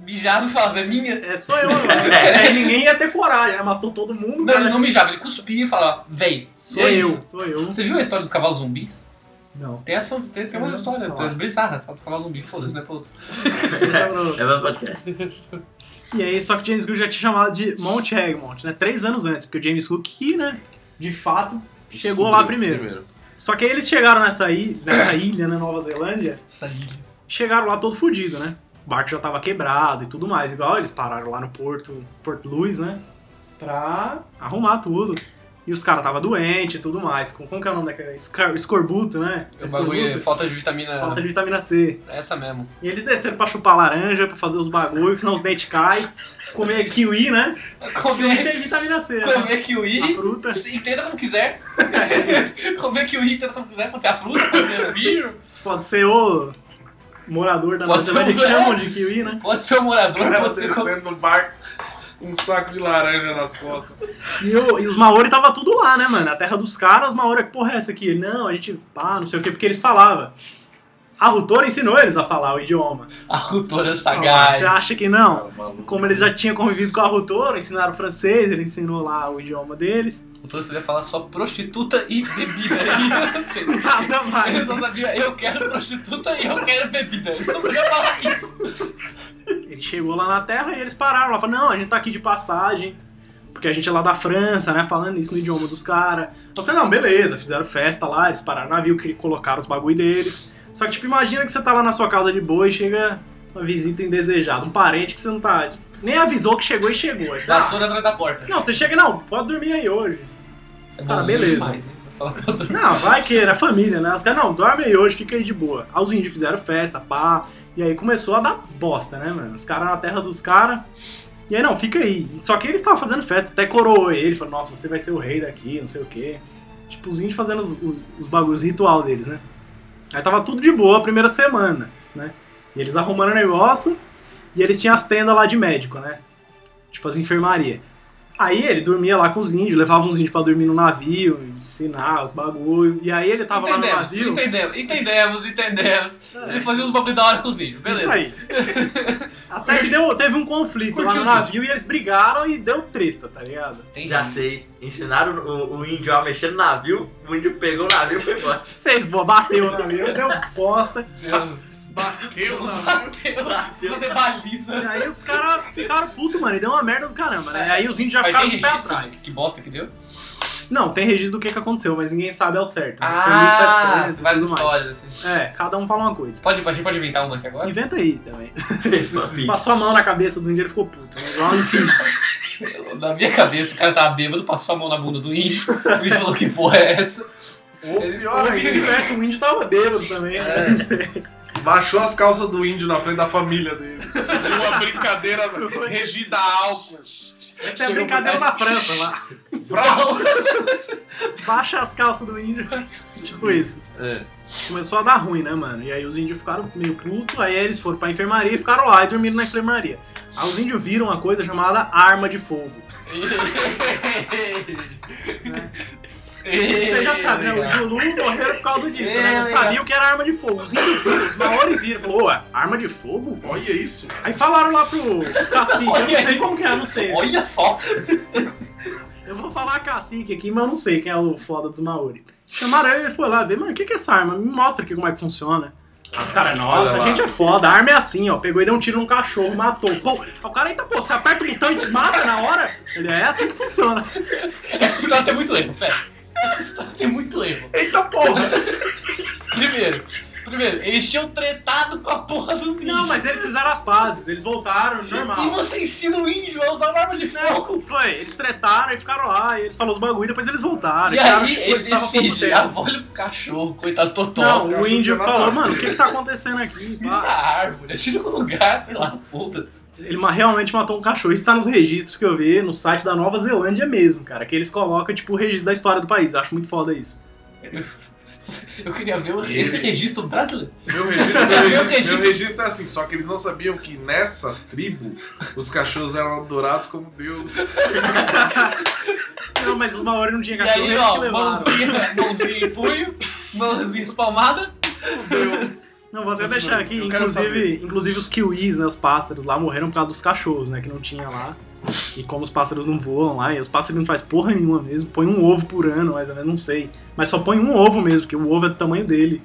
[SPEAKER 3] Mijava e falava, é minha.
[SPEAKER 4] É só eu agora.
[SPEAKER 1] É.
[SPEAKER 4] É, ninguém ia ter coragem, né? Matou todo mundo.
[SPEAKER 3] Não,
[SPEAKER 4] cara.
[SPEAKER 3] ele não mijava, ele cuspia e falava, vem.
[SPEAKER 4] Sou
[SPEAKER 3] É
[SPEAKER 4] eu,
[SPEAKER 3] isso.
[SPEAKER 4] sou eu.
[SPEAKER 3] Você viu a história dos cavalos zumbis?
[SPEAKER 4] Não.
[SPEAKER 3] Tem, essa, tem, tem uma
[SPEAKER 4] Não.
[SPEAKER 3] história tá bizarra, fala dos cavalos zumbis, foda-se, não é pra outro.
[SPEAKER 1] É meu podcast.
[SPEAKER 4] e aí, só que James Cook já tinha chamado de Mount Egmont, né? Três anos antes, porque o James Cook, que, né, de fato, chegou lá primeiro. Só que aí eles chegaram nessa, ilha, nessa ilha, na Nova Zelândia,
[SPEAKER 3] Essa ilha.
[SPEAKER 4] chegaram lá todo fudido, né? O barco já tava quebrado e tudo mais. Igual eles pararam lá no Porto, Porto Luz, né? Pra arrumar tudo. E os caras tava doente e tudo mais. Com, como que é o nome daquele? Escar- Escorbuto, né?
[SPEAKER 3] O bagulho é falta de vitamina.
[SPEAKER 4] Falta de vitamina C.
[SPEAKER 3] É essa mesmo.
[SPEAKER 4] E eles desceram pra chupar laranja, pra fazer os bagulhos, senão os dentes caem. Comer kiwi, né? Kiwi
[SPEAKER 3] Comer,
[SPEAKER 4] tem vitamina C, né?
[SPEAKER 3] comer kiwi.
[SPEAKER 4] A fruta.
[SPEAKER 3] Você Entenda como quiser. Comer kiwi, entenda como quiser. Pode ser a fruta, pode ser o bicho,
[SPEAKER 4] Pode ser o morador da
[SPEAKER 3] Pode
[SPEAKER 4] Nova Zelândia
[SPEAKER 3] ser
[SPEAKER 4] que
[SPEAKER 3] o-
[SPEAKER 4] chamam de kiwi, né?
[SPEAKER 3] pode ser o morador,
[SPEAKER 2] Cara
[SPEAKER 4] é
[SPEAKER 3] pode ser.
[SPEAKER 2] descendo no barco. um saco de laranja nas costas.
[SPEAKER 4] E, o- e os Maori tava tudo lá, né, mano? A terra dos caras, os Maori, que porra é essa aqui? Ele, não, a gente, pá, não sei o quê, porque eles falavam. A Rutora ensinou eles a falar o idioma.
[SPEAKER 3] A Rutora
[SPEAKER 4] Ah,
[SPEAKER 3] Sagaz.
[SPEAKER 4] Você acha que não?
[SPEAKER 2] Cara, maluco.
[SPEAKER 4] Como eles já tinham convivido com a Rutora, ensinaram francês, ele ensinou lá o idioma deles.
[SPEAKER 3] A Rutora sabia falar só prostituta e bebida. E eu sei.
[SPEAKER 4] Nada
[SPEAKER 3] Ele
[SPEAKER 4] mais.
[SPEAKER 3] só sabia, eu quero prostituta e eu quero bebida. Ele só sabia falar isso.
[SPEAKER 4] Ele chegou lá na terra e eles pararam lá. Falaram, não, a gente tá aqui de passagem. Porque a gente é lá da França, né? Falando isso no idioma dos caras. Falei, não, beleza, fizeram festa lá, eles pararam o navio, cri- colocaram os bagulho deles. Só que, tipo, imagina que você tá lá na sua casa de boa e chega uma visita indesejada, um parente que você não tá. Nem avisou que chegou e chegou. Aí você, ah,
[SPEAKER 3] Vassoura atrás da porta.
[SPEAKER 4] não, você chega, não, pode dormir aí hoje. Os caras,
[SPEAKER 3] É
[SPEAKER 4] beleza.
[SPEAKER 3] Demais, hein? Vou falar pra outra-
[SPEAKER 4] Não, vai que era família, né? Os caras, não, dorme aí hoje, fica aí de boa. Aí os índios fizeram festa, pá. E aí começou a dar bosta, né, mano? Os caras na terra dos caras. E aí, não, fica aí. Só que eles estavam fazendo festa, até coroou ele, falou, nossa, você vai ser o rei daqui, não sei o quê. Tipo, os índios fazendo os, os, os bagulhos ritual deles, né? Aí tava tudo de boa a primeira semana, né? E eles arrumaram o negócio e eles tinham as tendas lá de médico, né? Tipo as enfermarias. Aí ele dormia lá com os índios, levava os índios pra dormir no navio, ensinar os bagulho. E aí ele tava lá no
[SPEAKER 3] entendemos,
[SPEAKER 4] navio.
[SPEAKER 3] entendemos, entendemos, entendemos.
[SPEAKER 4] É.
[SPEAKER 3] Ele fazia uns bagulho da hora com os índios, beleza.
[SPEAKER 4] Isso aí. Até que deu, teve um conflito lá no
[SPEAKER 3] Curtiu, sim.
[SPEAKER 4] navio e eles brigaram e deu treta, tá ligado?
[SPEAKER 3] Entendi.
[SPEAKER 1] Já sei. Ensinaram o, o índio a mexer no navio, o índio pegou o navio e foi embora.
[SPEAKER 4] Fez boa, bateu o navio, deu bosta.
[SPEAKER 2] Bateu na
[SPEAKER 3] Bateu, fazer baliza.
[SPEAKER 4] E aí os caras ficaram putos, mano, e deu uma merda do caramba, né? E aí os índios já
[SPEAKER 3] Mas
[SPEAKER 4] ficaram
[SPEAKER 3] tem
[SPEAKER 4] de pé
[SPEAKER 3] registro
[SPEAKER 4] atrás.
[SPEAKER 3] que bosta que deu?
[SPEAKER 4] Não, tem registro do que, que aconteceu, mas ninguém sabe ao certo. né?
[SPEAKER 3] Ah,
[SPEAKER 4] e
[SPEAKER 3] várias
[SPEAKER 4] tudo mais.
[SPEAKER 3] histórias, assim.
[SPEAKER 4] É, cada um fala uma coisa.
[SPEAKER 3] Pode, a gente pode inventar uma aqui agora?
[SPEAKER 4] Inventa aí também.
[SPEAKER 1] Fez fanfic.
[SPEAKER 4] Passou a mão na cabeça do índio, ele ficou puto. Né? Igual no filme.
[SPEAKER 3] Na minha cabeça, o cara tava bêbado, passou a mão na bunda do índio, o índio falou que porra é essa?
[SPEAKER 2] Ou
[SPEAKER 4] Ou
[SPEAKER 2] pior ainda,
[SPEAKER 4] vice-versa, o índio tava bêbado também. né? Não
[SPEAKER 3] É.
[SPEAKER 4] sei.
[SPEAKER 2] baixou as calças do índio na frente da família dele. Uma brincadeira regida a álcool.
[SPEAKER 4] Essa é a brincadeira
[SPEAKER 3] Chegou
[SPEAKER 4] na
[SPEAKER 3] mais-
[SPEAKER 4] França lá.
[SPEAKER 2] Frau.
[SPEAKER 4] Baixa as calças do índio. Tipo isso.
[SPEAKER 2] É.
[SPEAKER 4] Começou a dar ruim, né, mano? E aí os índios ficaram meio putos, aí eles foram pra enfermaria e ficaram lá e dormiram na enfermaria. Aí os índios viram uma coisa chamada arma de fogo. Você já sabe, né? Os Zulu morreram por causa disso, né? Não sabiam o que era arma de fogo. Os índios viram, os maori viram. Falou, ué, arma de fogo?
[SPEAKER 2] Olha isso.
[SPEAKER 4] Aí falaram lá pro cacique, eu assim, não
[SPEAKER 3] Olha
[SPEAKER 4] sei
[SPEAKER 3] isso.
[SPEAKER 4] como que é, eu não sei.
[SPEAKER 3] Olha só!
[SPEAKER 4] Eu vou falar cacique aqui, mas eu não sei quem é o foda dos Maori. Chamaram ele e ele foi lá ver, mano, o que, que é essa arma? Me mostra aqui como é que funciona. Os caras, nossa, a
[SPEAKER 2] lá.
[SPEAKER 4] gente é foda, a arma é assim, ó. Pegou e deu um tiro num cachorro, matou. Pô, aí o cara, eita, pô, você aperta o botão e te mata na hora? Ele é assim que funciona.
[SPEAKER 3] Essa história tem muito erro, pera. Essa história tem muito erro.
[SPEAKER 2] Eita porra.
[SPEAKER 3] Primeiro, primeiro, eles tinham tretado com a porra dos índios.
[SPEAKER 4] Não, mas eles fizeram as pazes, eles voltaram,
[SPEAKER 3] E
[SPEAKER 4] normal.
[SPEAKER 3] você ensina o índio a usar uma arma de fogo?
[SPEAKER 4] Não, foi, eles tretaram e ficaram lá, e eles falaram os bagulho, depois eles voltaram.
[SPEAKER 3] E
[SPEAKER 4] ficaram,
[SPEAKER 3] aí
[SPEAKER 4] tipo,
[SPEAKER 3] ele
[SPEAKER 4] estavam pouco
[SPEAKER 3] decide,
[SPEAKER 4] tempo.
[SPEAKER 3] ah, olha pro cachorro, coitado totó.
[SPEAKER 4] Não,
[SPEAKER 2] cachorro
[SPEAKER 4] o índio
[SPEAKER 2] que
[SPEAKER 4] falou,
[SPEAKER 2] matar.
[SPEAKER 4] mano, o que que tá acontecendo aqui?
[SPEAKER 3] Tira
[SPEAKER 4] pá?"
[SPEAKER 3] da árvore, tira do lugar, sei lá, foda-se.
[SPEAKER 4] Ele ma- realmente matou um cachorro. Isso tá nos registros que eu vi no site da Nova Zelândia mesmo, cara. Que eles colocam, tipo, o registro da história do país. Eu acho muito foda isso.
[SPEAKER 3] Eu queria ver o-
[SPEAKER 2] Ele-
[SPEAKER 3] esse registro brasileiro.
[SPEAKER 2] Meu registro, meu
[SPEAKER 3] Meu
[SPEAKER 2] registro- meu
[SPEAKER 3] registro.
[SPEAKER 2] registro é assim, só que eles não sabiam que nessa tribo os cachorros eram adorados como Deus.
[SPEAKER 4] Não, mas os Maori não tinham
[SPEAKER 3] E
[SPEAKER 4] cachorro,
[SPEAKER 3] aí,
[SPEAKER 4] eles que
[SPEAKER 3] ó,
[SPEAKER 4] levaram.
[SPEAKER 3] mãozinha, mãozinha em punho, mãozinha espalmada.
[SPEAKER 4] Não, vou até deixar aqui.
[SPEAKER 2] Eu quero
[SPEAKER 4] Inclusive, inclusive os kiwis, né? Os pássaros lá morreram por causa dos cachorros, né? Que não tinha lá. E como os pássaros não voam lá, e os pássaros não faz porra nenhuma mesmo. Põe um ovo por ano, mas eu não sei. Mas só põe um ovo mesmo, porque o ovo é do tamanho dele.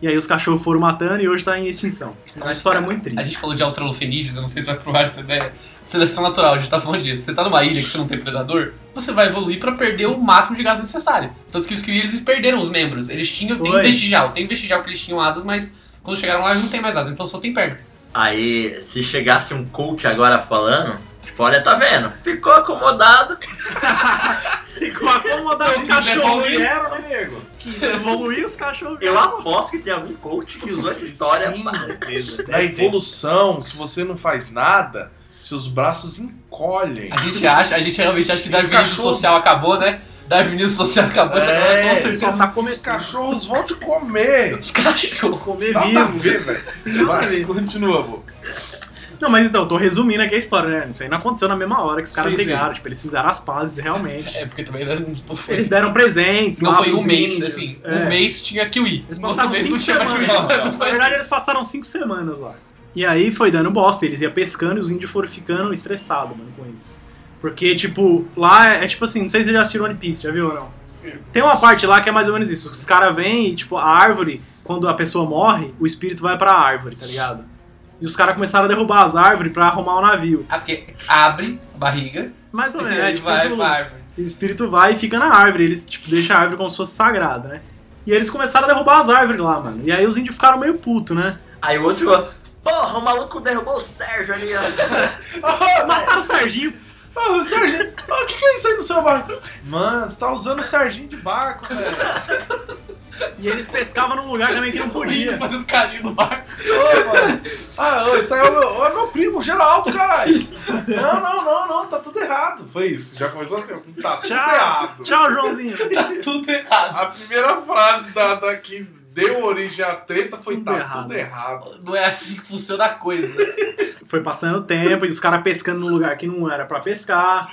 [SPEAKER 4] E aí os cachorros foram matando e hoje tá em extinção. Isso é uma história muito triste.
[SPEAKER 3] A gente falou de australofenídeos, eu não sei se vai provar essa ideia. Seleção natural, a gente tá falando disso. Você tá numa ilha que você não tem predador, você vai evoluir pra perder o máximo de gás necessário. Tanto que os kiwis eles perderam os membros. Eles tinham, tem
[SPEAKER 4] Foi.
[SPEAKER 3] vestigial, tem vestigial que eles tinham asas, mas quando chegaram lá eles não tem mais asas, então só tem perna.
[SPEAKER 1] Aí, se chegasse um coach agora falando, tipo, olha, tá vendo? Ficou acomodado.
[SPEAKER 4] Ficou acomodado os
[SPEAKER 3] Eles
[SPEAKER 4] cachorros
[SPEAKER 3] evoluíram.
[SPEAKER 4] vieram, né?
[SPEAKER 2] Era, nego.
[SPEAKER 4] Quis evoluir os cachorros
[SPEAKER 1] Eu
[SPEAKER 4] vieram.
[SPEAKER 1] aposto que tem algum coach que usou essa história.
[SPEAKER 2] Sim,
[SPEAKER 1] pra-
[SPEAKER 2] Na evolução, se você não faz nada, seus braços encolhem.
[SPEAKER 3] A gente acha, a gente realmente acha que
[SPEAKER 2] Os
[SPEAKER 3] darwinismo
[SPEAKER 2] cachorros-
[SPEAKER 3] social acabou, né? Darwinismo social acabou, essa galera
[SPEAKER 2] É,
[SPEAKER 3] gosta de
[SPEAKER 2] só
[SPEAKER 4] tá
[SPEAKER 2] os cachorros vão te comer.
[SPEAKER 3] os cachorros.
[SPEAKER 4] Comer
[SPEAKER 2] Nada a
[SPEAKER 4] vivo.
[SPEAKER 2] ver, velho. Vai, continua, vô.
[SPEAKER 4] Não, mas então, eu tô resumindo aqui a história, né? Isso aí não aconteceu na mesma hora que os caras
[SPEAKER 2] Sim, sim.
[SPEAKER 4] brigaram. Tipo, eles fizeram as pazes realmente.
[SPEAKER 3] É, porque também não não foi.
[SPEAKER 4] Eles deram presentes,
[SPEAKER 3] Não
[SPEAKER 4] lá
[SPEAKER 3] foi
[SPEAKER 4] pros
[SPEAKER 3] um mês,
[SPEAKER 4] índios.
[SPEAKER 3] assim.
[SPEAKER 4] É.
[SPEAKER 3] Um mês tinha Kiwi.
[SPEAKER 4] Eles
[SPEAKER 3] No outro
[SPEAKER 4] passaram
[SPEAKER 3] mês
[SPEAKER 4] cinco
[SPEAKER 3] não tinha mais Kiwi.
[SPEAKER 4] semanas. lá.
[SPEAKER 3] Não, não
[SPEAKER 4] Na
[SPEAKER 3] foi
[SPEAKER 4] verdade, eles passaram cinco semanas lá. E aí foi dando bosta, eles iam pescando e os índios foram ficando estressados, mano, com isso. Porque, tipo, lá é, é tipo assim, não sei se vocês já assistiram One Piece, já viu ou não? Tem uma parte lá que é mais ou menos isso. Os caras vêm e, tipo, a árvore, quando a pessoa morre, o espírito vai pra árvore, tá ligado? E os caras começaram a derrubar as árvores pra arrumar o navio.
[SPEAKER 3] Ah, porque abre a barriga
[SPEAKER 4] Mais ou
[SPEAKER 3] e
[SPEAKER 4] menos, é,
[SPEAKER 3] aí
[SPEAKER 4] tipo,
[SPEAKER 3] vai
[SPEAKER 4] esse
[SPEAKER 3] pra
[SPEAKER 4] louco.
[SPEAKER 3] árvore.
[SPEAKER 4] E o espírito vai e fica na árvore. Eles, tipo, deixam a árvore como se fosse sagrada, né? E eles começaram a derrubar as árvores lá, mano. E aí os índios ficaram meio puto, né?
[SPEAKER 1] Aí o outro ficou, porra, o maluco derrubou o Sérgio ali, ó.
[SPEAKER 4] Mataram o Serginho.
[SPEAKER 2] Ô, Serginho, ô, o que, que é isso aí no seu barco? Mano, você tá usando o Serginho de barco, velho.
[SPEAKER 4] E eles pescavam num lugar também que não
[SPEAKER 3] O índio
[SPEAKER 4] podia.
[SPEAKER 3] fazendo carinho no barco.
[SPEAKER 2] Ô, mano. Ah, ô, isso aí é o meu, ó, meu primo, Geraldo, caralho. Não, não, não, não, tá tudo errado. Foi isso, já começou assim, ó, tá tudo
[SPEAKER 4] Tchau,
[SPEAKER 2] errado.
[SPEAKER 4] tchau, Joãozinho.
[SPEAKER 3] Tá tudo errado.
[SPEAKER 2] A primeira frase da, da que deu origem à treta foi
[SPEAKER 4] Tudo
[SPEAKER 2] tá
[SPEAKER 4] errado."
[SPEAKER 2] tudo errado.
[SPEAKER 3] Não é assim que funciona a coisa.
[SPEAKER 4] Foi passando o tempo e os caras pescando num lugar que não era pra pescar.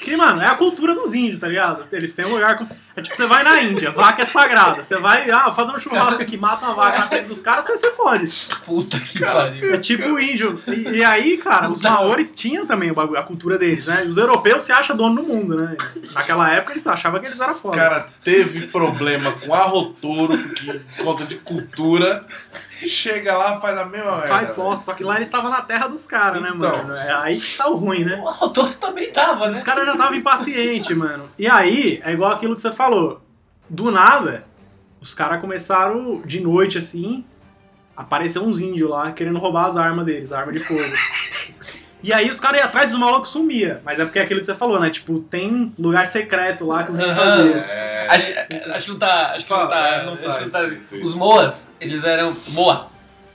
[SPEAKER 4] Que, mano, é a cultura dos índios, tá ligado? Eles têm um lugar. Com... É tipo, você vai na Índia, vaca é sagrada. Você vai, ah, fazer um churrasco aqui, mata uma vaca na frente dos caras, você se fode.
[SPEAKER 3] Puta que pariu.
[SPEAKER 4] É tipo índio. E, e aí, cara, os maori tinham também o bagulho- a cultura deles, né? E os europeus se acham dono do mundo, né? Eles- naquela época eles achavam que eles eram
[SPEAKER 2] Os
[SPEAKER 4] Tá foda.
[SPEAKER 2] cara teve problema com arrotouro, porque por conta de cultura. Chega lá, faz a mesma merda.
[SPEAKER 4] Faz
[SPEAKER 2] velho.
[SPEAKER 4] bosta, só que lá eles estavam na terra dos caras, né,
[SPEAKER 2] É, Então.
[SPEAKER 4] mano? É aí que tá o ruim, né?
[SPEAKER 3] O autor também tava, né?
[SPEAKER 4] Os caras já estavam impacientes, mano. E aí, é igual aquilo que você falou. Do nada, os caras começaram de noite assim. Apareceu uns índios lá querendo roubar as armas deles, a arma de fogo. E aí os caras iam atrás dos malucos sumia. Mas é porque é aquilo que você falou, né? Tipo, tem lugar secreto lá que os índios
[SPEAKER 3] Aham.
[SPEAKER 4] faziam isso.
[SPEAKER 2] É,
[SPEAKER 3] A gente, a gente não tá. Acho que não tá.
[SPEAKER 2] Fala, não tá
[SPEAKER 3] acho que não tá-
[SPEAKER 2] escrito
[SPEAKER 3] Os
[SPEAKER 2] isso.
[SPEAKER 3] Moas, eles eram. Moa,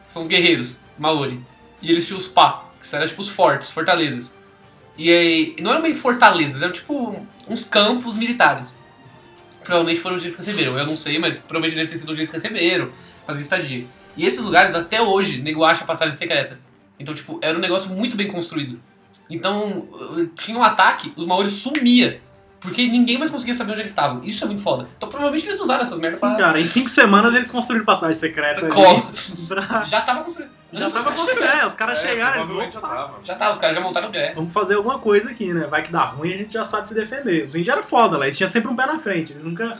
[SPEAKER 3] são os guerreiros, Maori. E eles tinham os Pá, que eram tipo os fortes, fortalezas. E aí. Não eram meio fortalezas, eram tipo uns campos militares. Provavelmente foram onde eles receberam. Eu não sei, mas provavelmente deve ter sido onde eles receberam, fazer estadia. E esses lugares, até hoje, nego acha passagem secreta. Então, tipo, era um negócio muito bem construído. Então, tinha um ataque, os Maori sumia. Porque ninguém mais conseguia saber onde eles estavam. Isso é muito foda. Então, provavelmente eles usaram essas merdas
[SPEAKER 4] Sim,
[SPEAKER 3] pra.
[SPEAKER 4] cara, em cinco semanas eles construíram passagem secreta. ali
[SPEAKER 3] Como?
[SPEAKER 4] pra-
[SPEAKER 3] Já tava construído.
[SPEAKER 4] Já tava construindo, é, os caras chegaram, eles
[SPEAKER 2] provavelmente já
[SPEAKER 4] "Opa,
[SPEAKER 2] tava.
[SPEAKER 3] Já tava, os caras já montaram o pé.
[SPEAKER 4] vamos fazer alguma coisa aqui, né? Vai que dá ruim, a gente já sabe se defender. Os índios eram foda lá, eles tinham sempre um pé na frente, eles nunca.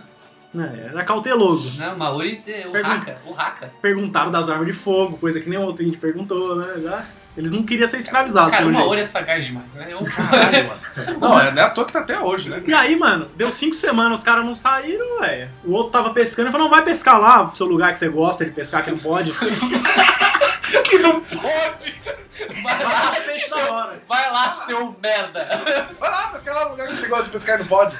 [SPEAKER 4] Né, era cauteloso.
[SPEAKER 3] Não, o Maori, é, o
[SPEAKER 4] Pergunta.
[SPEAKER 3] Haka, o Haka.
[SPEAKER 4] Perguntaram das armas de fogo, coisa que nem o outro índio perguntou, né? Já- Eles não queriam ser escravizados,
[SPEAKER 3] Cara, o
[SPEAKER 4] pelo jeito.
[SPEAKER 3] Maori é sagaz demais, né? Eu-
[SPEAKER 2] Caralho, mano. Não, é, não é à toa que tá até hoje, né?
[SPEAKER 4] E aí, mano, deu cinco semanas, os caras não saíram, velho. O outro tava pescando e falou: não, vai pescar lá, pro seu lugar que você gosta de pescar, que não pode.
[SPEAKER 3] que não pode! Vai lá,
[SPEAKER 4] Mas peixe da hora.
[SPEAKER 3] vai lá, seu merda!
[SPEAKER 2] Vai lá, pescar lá no lugar que você gosta de pescar e não pode.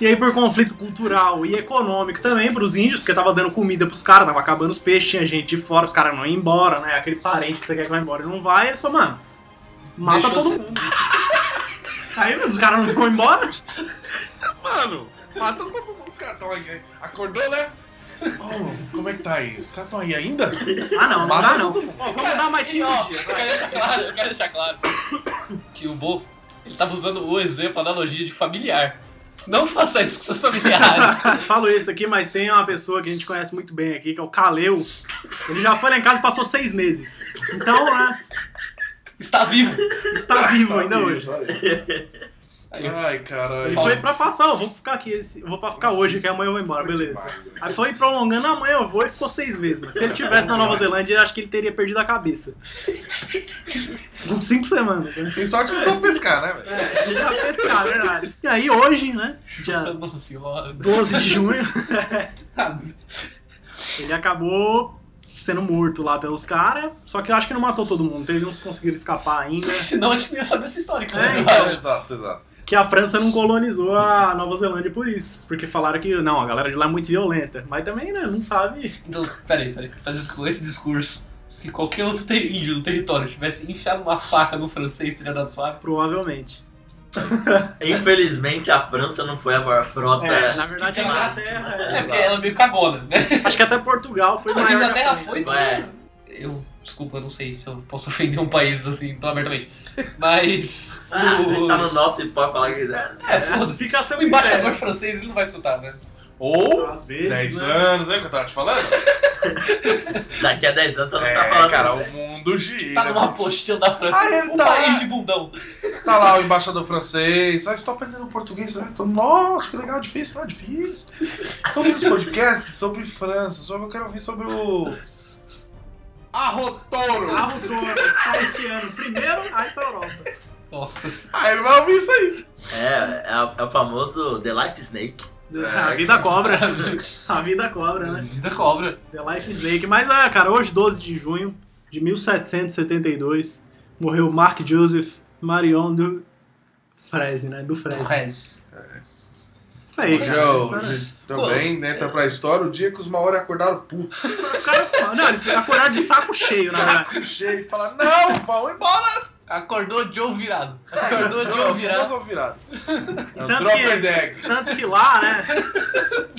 [SPEAKER 4] E aí, por conflito cultural e econômico também pros índios, porque tava dando comida pros caras, tava acabando os peixes, tinha gente de fora, os caras não iam embora, né? Aquele parente que você quer que vá embora e não vai, e eles falaram, mano, mata
[SPEAKER 3] Deixou
[SPEAKER 4] todo
[SPEAKER 3] você-
[SPEAKER 4] mundo. aí os caras não vão embora?
[SPEAKER 2] Mano, matando todo mundo. então tá Os caras estão aí. né? Acordou, né? Ô, como é que tá aí? Os caras estão aí ainda?
[SPEAKER 4] Ah, não, não dá
[SPEAKER 2] Mata
[SPEAKER 4] não.
[SPEAKER 2] todo mundo.
[SPEAKER 4] Ó, vamos dar mais
[SPEAKER 3] E,
[SPEAKER 4] cinco
[SPEAKER 3] ó,
[SPEAKER 4] dias.
[SPEAKER 3] Eu quero deixar claro, eu quero deixar claro que o Bo, ele tava usando o exemplo, a analogia de familiar. Não faça isso com seus familiares.
[SPEAKER 4] Falo isso aqui, mas tem uma pessoa que a gente conhece muito bem aqui, que é o Kaleu. Ele já foi lá em casa e passou seis meses. Então, né,
[SPEAKER 3] Está vivo.
[SPEAKER 4] está vivo ainda
[SPEAKER 2] Tá
[SPEAKER 4] hoje.
[SPEAKER 3] Aí, eu-
[SPEAKER 2] Ai, caralho.
[SPEAKER 4] Ele foi pra passar, ó, vou ficar aqui, esse- vou pra ficar hoje, que amanhã eu vou embora, beleza. Aí foi prolongando, amanhã eu vou e ficou seis meses. Mas se ele tivesse na Nova Zelândia, eu acho que ele teria perdido a cabeça. Com cinco semanas, né?
[SPEAKER 2] Tem sorte que não sabe pescar, né, velho?
[SPEAKER 4] Não sabe pescar, é verdade. E aí hoje, né, dia
[SPEAKER 3] Nossa senhora. Ah,
[SPEAKER 4] 12 de junho, ele acabou sendo morto lá pelos caras, só que eu acho que não matou todo mundo, teve uns que conseguiram escapar ainda,
[SPEAKER 3] Senão a gente não ia saber essa história, que você
[SPEAKER 4] É,
[SPEAKER 3] é,
[SPEAKER 4] então.
[SPEAKER 2] Exato, exato.
[SPEAKER 4] que a França não colonizou a Nova Zelândia por isso, porque falaram que, não, a galera de lá é muito violenta, mas também, né, não sabe
[SPEAKER 3] Então, peraí, peraí. Você tá dizendo que com esse discurso, se qualquer outro ter- índio no território tivesse enfiado uma faca no francês, teria dado suave?
[SPEAKER 4] Provavelmente.
[SPEAKER 1] Infelizmente a França não foi a maior frota.
[SPEAKER 4] É, na verdade, a
[SPEAKER 3] Que
[SPEAKER 4] Inglaterra.
[SPEAKER 3] É, porque ela é meio cagona, né?
[SPEAKER 4] Acho que até Portugal foi
[SPEAKER 3] Mas a
[SPEAKER 4] maior. que a
[SPEAKER 1] é,
[SPEAKER 3] Inglaterra
[SPEAKER 4] França.
[SPEAKER 3] foi.
[SPEAKER 1] Ué.
[SPEAKER 3] Eu Desculpa, eu não sei se eu posso ofender um país assim tão abertamente. Mas.
[SPEAKER 1] Ah, a gente
[SPEAKER 3] o-
[SPEAKER 1] tá no nosso e pode falar o que né? quiser.
[SPEAKER 3] É, foda-se.
[SPEAKER 4] Fica a seu
[SPEAKER 3] O embaixador
[SPEAKER 4] critério.
[SPEAKER 3] francês ele não vai escutar, né?
[SPEAKER 2] Ou
[SPEAKER 4] Às vezes,
[SPEAKER 2] 10
[SPEAKER 4] né?
[SPEAKER 2] anos, né? Que eu tava te falando.
[SPEAKER 1] Daqui a 10 anos tu não tá
[SPEAKER 2] É,
[SPEAKER 1] falando.
[SPEAKER 2] cara,
[SPEAKER 1] isso, né?
[SPEAKER 2] o mundo gira.
[SPEAKER 3] Tá numa apostila da França.
[SPEAKER 2] Ah, ele
[SPEAKER 3] um
[SPEAKER 2] tá lá.
[SPEAKER 3] país de bundão.
[SPEAKER 2] Tá lá o embaixador francês, só estou aprendendo português, né? Tô, nossa, que legal, difícil, não é difícil. Tô ouvindo os podcasts sobre França, só que eu quero ouvir sobre o. Arrotouro!
[SPEAKER 4] Arrotouro, haitiano. Primeiro, aí pra Europa.
[SPEAKER 3] Nossa.
[SPEAKER 2] Ah, ele vai ouvir isso aí.
[SPEAKER 1] É, é, a- é o famoso The Life Snake.
[SPEAKER 2] É.
[SPEAKER 4] A vida cobra. A vida cobra, né?
[SPEAKER 3] Vida cobra.
[SPEAKER 4] The Life Snake. Mas, ah, cara, hoje, 12 de junho de 1772, morreu Mark Joseph Marion do Freze, né? Do
[SPEAKER 3] Do
[SPEAKER 4] Freze.
[SPEAKER 3] Rez.
[SPEAKER 4] Isso aí, cara.
[SPEAKER 2] Joe,
[SPEAKER 4] Isso, né?
[SPEAKER 2] também, né? Tá pra história o dia que os Maori acordaram puto.
[SPEAKER 4] O cara, é não, eles acordaram de saco cheio, né? na verdade.
[SPEAKER 2] Saco cheio, e falaram, não, vão embora!
[SPEAKER 3] Acordou Joe virado. Acordou Joe virado.
[SPEAKER 2] Nós virado. É o
[SPEAKER 4] Tanto
[SPEAKER 2] Drop
[SPEAKER 4] que-
[SPEAKER 2] and Egg.
[SPEAKER 4] Tanto que lá, né?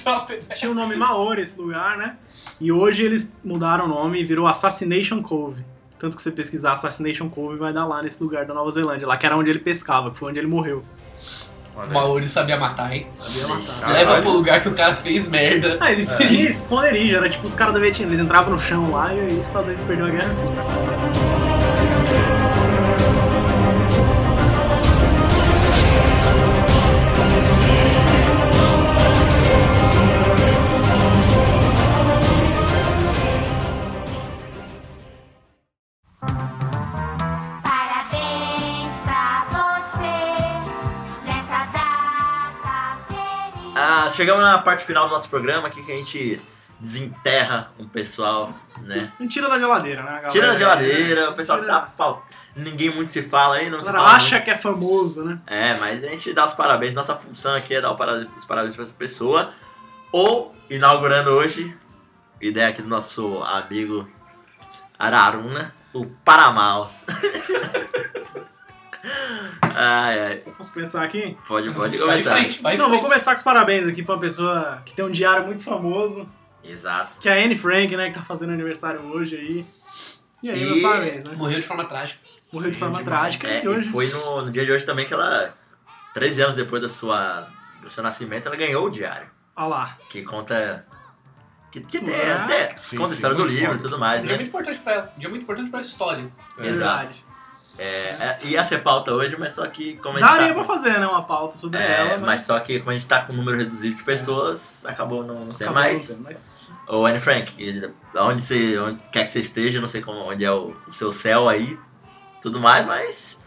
[SPEAKER 3] Top.
[SPEAKER 4] Tinha o nome Maori esse lugar, né? E hoje eles mudaram o nome e virou Assassination Cove. Tanto que você pesquisar Assassination Cove vai dar lá nesse lugar da Nova Zelândia, lá que era onde ele pescava, que foi onde ele morreu.
[SPEAKER 3] O
[SPEAKER 2] Olha aí.
[SPEAKER 3] Maori sabia matar, hein?
[SPEAKER 4] Sabia matar.
[SPEAKER 2] Caralho.
[SPEAKER 3] Leva pro lugar que o cara fez merda.
[SPEAKER 4] Ah,
[SPEAKER 1] É.
[SPEAKER 4] eles tinham esconderijo, era tipo os caras da Vietnã, eles entravam no chão lá e aí os Estados Unidos perdeu a guerra assim.
[SPEAKER 8] Parabéns pra você nessa data feliz.
[SPEAKER 1] Ah, chegamos na parte final do nosso programa aqui que a gente desenterra um pessoal, né?
[SPEAKER 4] Não tira da geladeira,
[SPEAKER 3] É
[SPEAKER 4] né? a galera?
[SPEAKER 1] Tira da geladeira, o pessoal que
[SPEAKER 4] Tira.
[SPEAKER 1] tá. fal- Ninguém muito se fala aí, não
[SPEAKER 4] A
[SPEAKER 1] se
[SPEAKER 4] galera
[SPEAKER 1] fala.
[SPEAKER 4] acha que é famoso, né?
[SPEAKER 1] muito. É, mas a gente dá os parabéns. Nossa função aqui é dar o para- os parabéns pra essa pessoa. Ou, inaugurando hoje, ideia aqui do nosso amigo Araruna, o Paramaus. ai, ai.
[SPEAKER 4] Posso começar aqui?
[SPEAKER 1] Pode, pode
[SPEAKER 3] Vai em
[SPEAKER 1] começar.
[SPEAKER 3] frente, vai em
[SPEAKER 4] Não, vou
[SPEAKER 3] frente.
[SPEAKER 4] começar com os parabéns aqui pra uma pessoa que tem um diário muito famoso,
[SPEAKER 1] Exato.
[SPEAKER 4] que é a Anne Frank, né? Que tá fazendo aniversário hoje aí. E aí,
[SPEAKER 1] E-
[SPEAKER 4] meus parabéns, né?
[SPEAKER 3] Morreu de forma trágica.
[SPEAKER 4] Morreu de
[SPEAKER 1] Sim,
[SPEAKER 4] forma
[SPEAKER 1] demais.
[SPEAKER 4] trágica
[SPEAKER 1] É,
[SPEAKER 4] e hoje.
[SPEAKER 1] foi no, no dia de hoje também que ela, 13 anos depois da sua, do seu nascimento, ela ganhou o diário.
[SPEAKER 4] Olha lá.
[SPEAKER 1] Que conta. Que, que tem,
[SPEAKER 4] Ah,
[SPEAKER 1] até
[SPEAKER 2] sim,
[SPEAKER 1] conta a
[SPEAKER 2] sim,
[SPEAKER 1] história do
[SPEAKER 2] muito
[SPEAKER 1] livro e
[SPEAKER 2] foda.
[SPEAKER 1] tudo
[SPEAKER 3] Um
[SPEAKER 1] mais,
[SPEAKER 3] dia
[SPEAKER 1] né?
[SPEAKER 3] muito importante pra ela. Um dia muito importante pra história.
[SPEAKER 1] Exato.
[SPEAKER 4] Verdade.
[SPEAKER 1] É, é, ia ser pauta hoje, mas só que como a gente
[SPEAKER 4] Daria
[SPEAKER 1] tá
[SPEAKER 4] pra
[SPEAKER 1] com-
[SPEAKER 4] fazer, né? Uma pauta sobre
[SPEAKER 1] é,
[SPEAKER 4] ela.
[SPEAKER 1] mas... só que como a gente tá com um número reduzido de pessoas, acabou não, não sendo
[SPEAKER 4] Acabou
[SPEAKER 1] é mais.
[SPEAKER 4] não tendo, mas-
[SPEAKER 1] Ô Anne Frank, onde você. Onde quer que você esteja, não sei como, onde é o, o seu céu aí, tudo mais, mas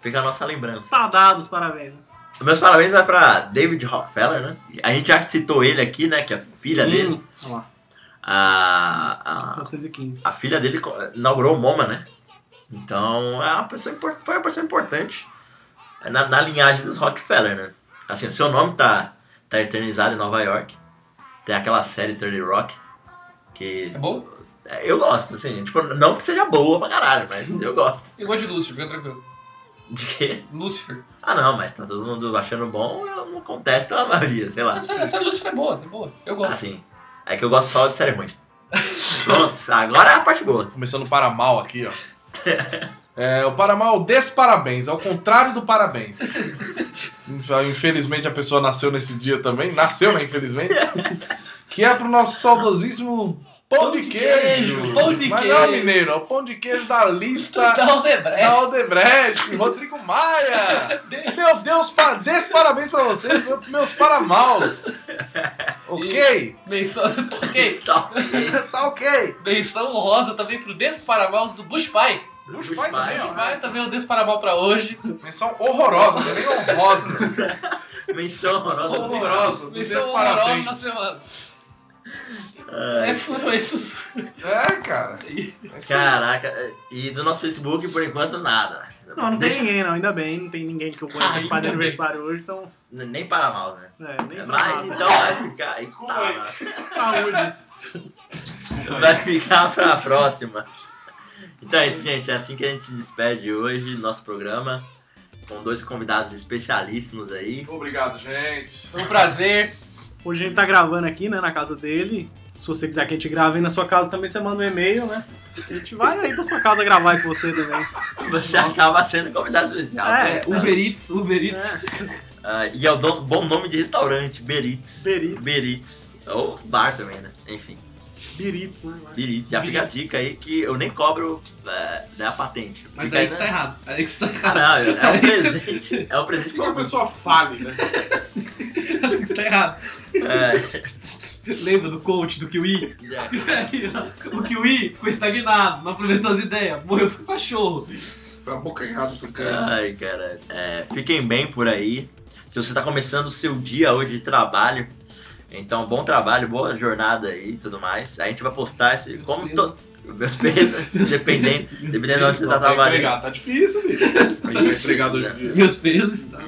[SPEAKER 1] fica a nossa lembrança.
[SPEAKER 4] Tá dado os parabéns.
[SPEAKER 1] Meus parabéns vai pra David Rockefeller, né? A gente já citou ele aqui, né? Que a filha
[SPEAKER 4] Sim.
[SPEAKER 1] dele. Ah.
[SPEAKER 4] Olha lá,
[SPEAKER 1] A, a,
[SPEAKER 4] 915.
[SPEAKER 1] a filha dele co- inaugurou o MoMA, né? Então é uma pessoa, impor- foi uma pessoa importante na, na linhagem dos Rockefeller, né? Assim, o seu nome tá, tá eternizado em Nova York. Tem aquela série 30 Rock. Que
[SPEAKER 3] É bom?
[SPEAKER 1] é, eu gosto, assim. Tipo, não que seja boa pra caralho, mas eu gosto.
[SPEAKER 3] Eu gosto de Lúcifer, fica tranquilo.
[SPEAKER 1] De que.
[SPEAKER 3] Lúcifer.
[SPEAKER 1] Ah, não, mas tá todo mundo achando bom, eu não contesto a maioria, sei lá.
[SPEAKER 3] Essa, essa Lúcifer é boa, é boa. Eu gosto.
[SPEAKER 1] Assim, é que eu gosto só de série ruim. Pronto, agora é a parte boa.
[SPEAKER 2] Começando para mal aqui, ó. É, o para mal, desparabéns, ao contrário do parabéns. Infelizmente a pessoa nasceu nesse dia também, nasceu, né, infelizmente. Que é pro nosso saudosíssimo pão de queijo.
[SPEAKER 3] Pão de
[SPEAKER 2] Mas
[SPEAKER 3] queijo.
[SPEAKER 2] não, mineiro, é o pão de queijo da lista
[SPEAKER 3] Dá um Lebrecht.
[SPEAKER 2] da Odebrecht, Rodrigo Maia. Meu Deus, pa- desparabéns pra você, meu- meus paramaus. Ok,
[SPEAKER 3] Menção. Ok.
[SPEAKER 1] Tá.
[SPEAKER 2] tá ok.
[SPEAKER 3] Menção honrosa também pro Desparamaus do Bush Pai.
[SPEAKER 2] Bush Pai também,
[SPEAKER 3] Bush Pai também é o Desparamal pra hoje.
[SPEAKER 2] ó. Menção horrorosa, não é nem honrosa.
[SPEAKER 1] Menção honrosa.
[SPEAKER 2] Horroroso, me desse
[SPEAKER 3] Menção honrosa
[SPEAKER 2] parabéns.
[SPEAKER 3] na semana.
[SPEAKER 1] Ai,
[SPEAKER 3] É, foram esses.
[SPEAKER 2] É, cara.
[SPEAKER 1] Caraca, e do nosso Facebook, por enquanto, nada.
[SPEAKER 4] Não, não
[SPEAKER 1] Deixa-
[SPEAKER 4] tem ninguém, não. Ainda bem, não tem ninguém que eu conheço que
[SPEAKER 3] Ainda
[SPEAKER 4] faz
[SPEAKER 3] bem.
[SPEAKER 4] aniversário hoje, então.
[SPEAKER 1] Nem para mal, né?
[SPEAKER 4] É, nem pra
[SPEAKER 1] Mas
[SPEAKER 4] nada.
[SPEAKER 1] então vai ficar. Eita,
[SPEAKER 4] aí. Saúde. é?
[SPEAKER 1] vai ficar pra próxima. Então é isso, gente. É assim que a gente se despede hoje do nosso programa. Com dois convidados especialíssimos aí.
[SPEAKER 2] Obrigado, gente.
[SPEAKER 3] Foi um prazer.
[SPEAKER 4] Hoje a gente tá gravando aqui, né, na casa dele. Se você quiser que a gente grave aí na sua casa também, você manda um e-mail, né? A gente vai aí pra sua casa gravar aí com você também.
[SPEAKER 1] Você acaba sendo convidado especial.
[SPEAKER 4] É,
[SPEAKER 1] né?
[SPEAKER 3] Uber Eats, Uber Eats.
[SPEAKER 1] Ah, e é o dono- bom nome de restaurante, Beritz.
[SPEAKER 4] Beritz.
[SPEAKER 1] Beritz. Ou bar também, né? Enfim,
[SPEAKER 4] Birites, né? Vai.
[SPEAKER 1] Beritz. Já fica a dica aí que eu nem cobro é, né, a patente.
[SPEAKER 3] Mas
[SPEAKER 1] Fica
[SPEAKER 3] aí que você tá
[SPEAKER 1] né?
[SPEAKER 3] errado. Aí que você tá
[SPEAKER 1] Ah,
[SPEAKER 3] errado.
[SPEAKER 1] não, é um
[SPEAKER 3] Aí você-
[SPEAKER 1] presente. É um presente
[SPEAKER 7] Assim que a
[SPEAKER 1] comum.
[SPEAKER 7] pessoa fale, né?
[SPEAKER 3] Aí que você tá errado.
[SPEAKER 1] É,
[SPEAKER 3] Lembra do coach, do Kiwi? Aí, ó, o Kiwi ficou estagnado, não aproveitou as ideias, morreu pro cachorro.
[SPEAKER 7] Foi abocanhado por câncer.
[SPEAKER 1] ai, cara. É, fiquem bem por aí. Se você tá começando o seu dia hoje de trabalho, então bom trabalho, boa jornada aí e tudo mais. A gente vai postar esse. como to... Meus pesos, dependendo, dependendo de onde você tá
[SPEAKER 7] Tá
[SPEAKER 1] trabalhando.
[SPEAKER 7] empregado, tá difícil, bicho. Tá empregado hoje em dia.
[SPEAKER 3] Meus pesos, tá?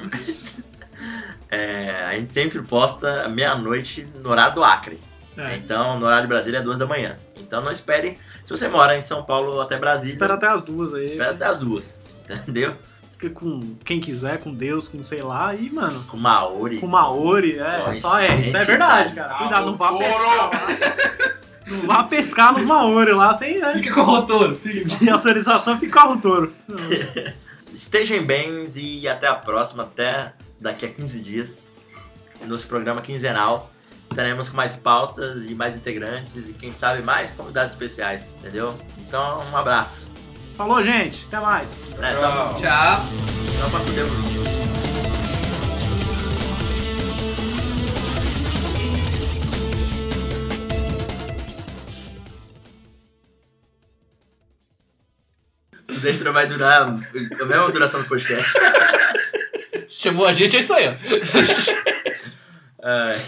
[SPEAKER 1] É, a gente sempre posta meia-noite no horário do Acre.
[SPEAKER 4] É.
[SPEAKER 1] Então, no horário de Brasília é duas da manhã. Então não espere. Se você mora em São Paulo ou até Brasília,
[SPEAKER 4] Espera até as duas aí.
[SPEAKER 1] espera até as duas. Entendeu?
[SPEAKER 4] Fica com quem quiser, com Deus, com sei lá. E, mano,
[SPEAKER 1] Com Maori.
[SPEAKER 4] com Maori, é,
[SPEAKER 1] Nossa,
[SPEAKER 4] só é. Isso
[SPEAKER 1] gente,
[SPEAKER 4] é
[SPEAKER 1] tá
[SPEAKER 4] verdade,
[SPEAKER 1] cara.
[SPEAKER 4] cara. Cuidado, não vá
[SPEAKER 7] Ouro!
[SPEAKER 4] pescar. Não vá pescar nos Maori lá sem é,
[SPEAKER 3] Fica com o rotor, fica.
[SPEAKER 4] de autorização ficar o touro.
[SPEAKER 1] Estejam bem e até a próxima. Até daqui a 15 dias. Nosso programa quinzenal. Teremos com mais pautas e mais integrantes e quem sabe mais convidados especiais, entendeu? Então, um abraço.
[SPEAKER 4] Falou, gente. Até mais.
[SPEAKER 1] É, só,
[SPEAKER 3] Tchau.
[SPEAKER 1] só pra fuder o vídeo. Os extras vai durar a mesma duração do podcast.
[SPEAKER 3] Chamou a gente, é isso aí, ó.
[SPEAKER 1] Ai.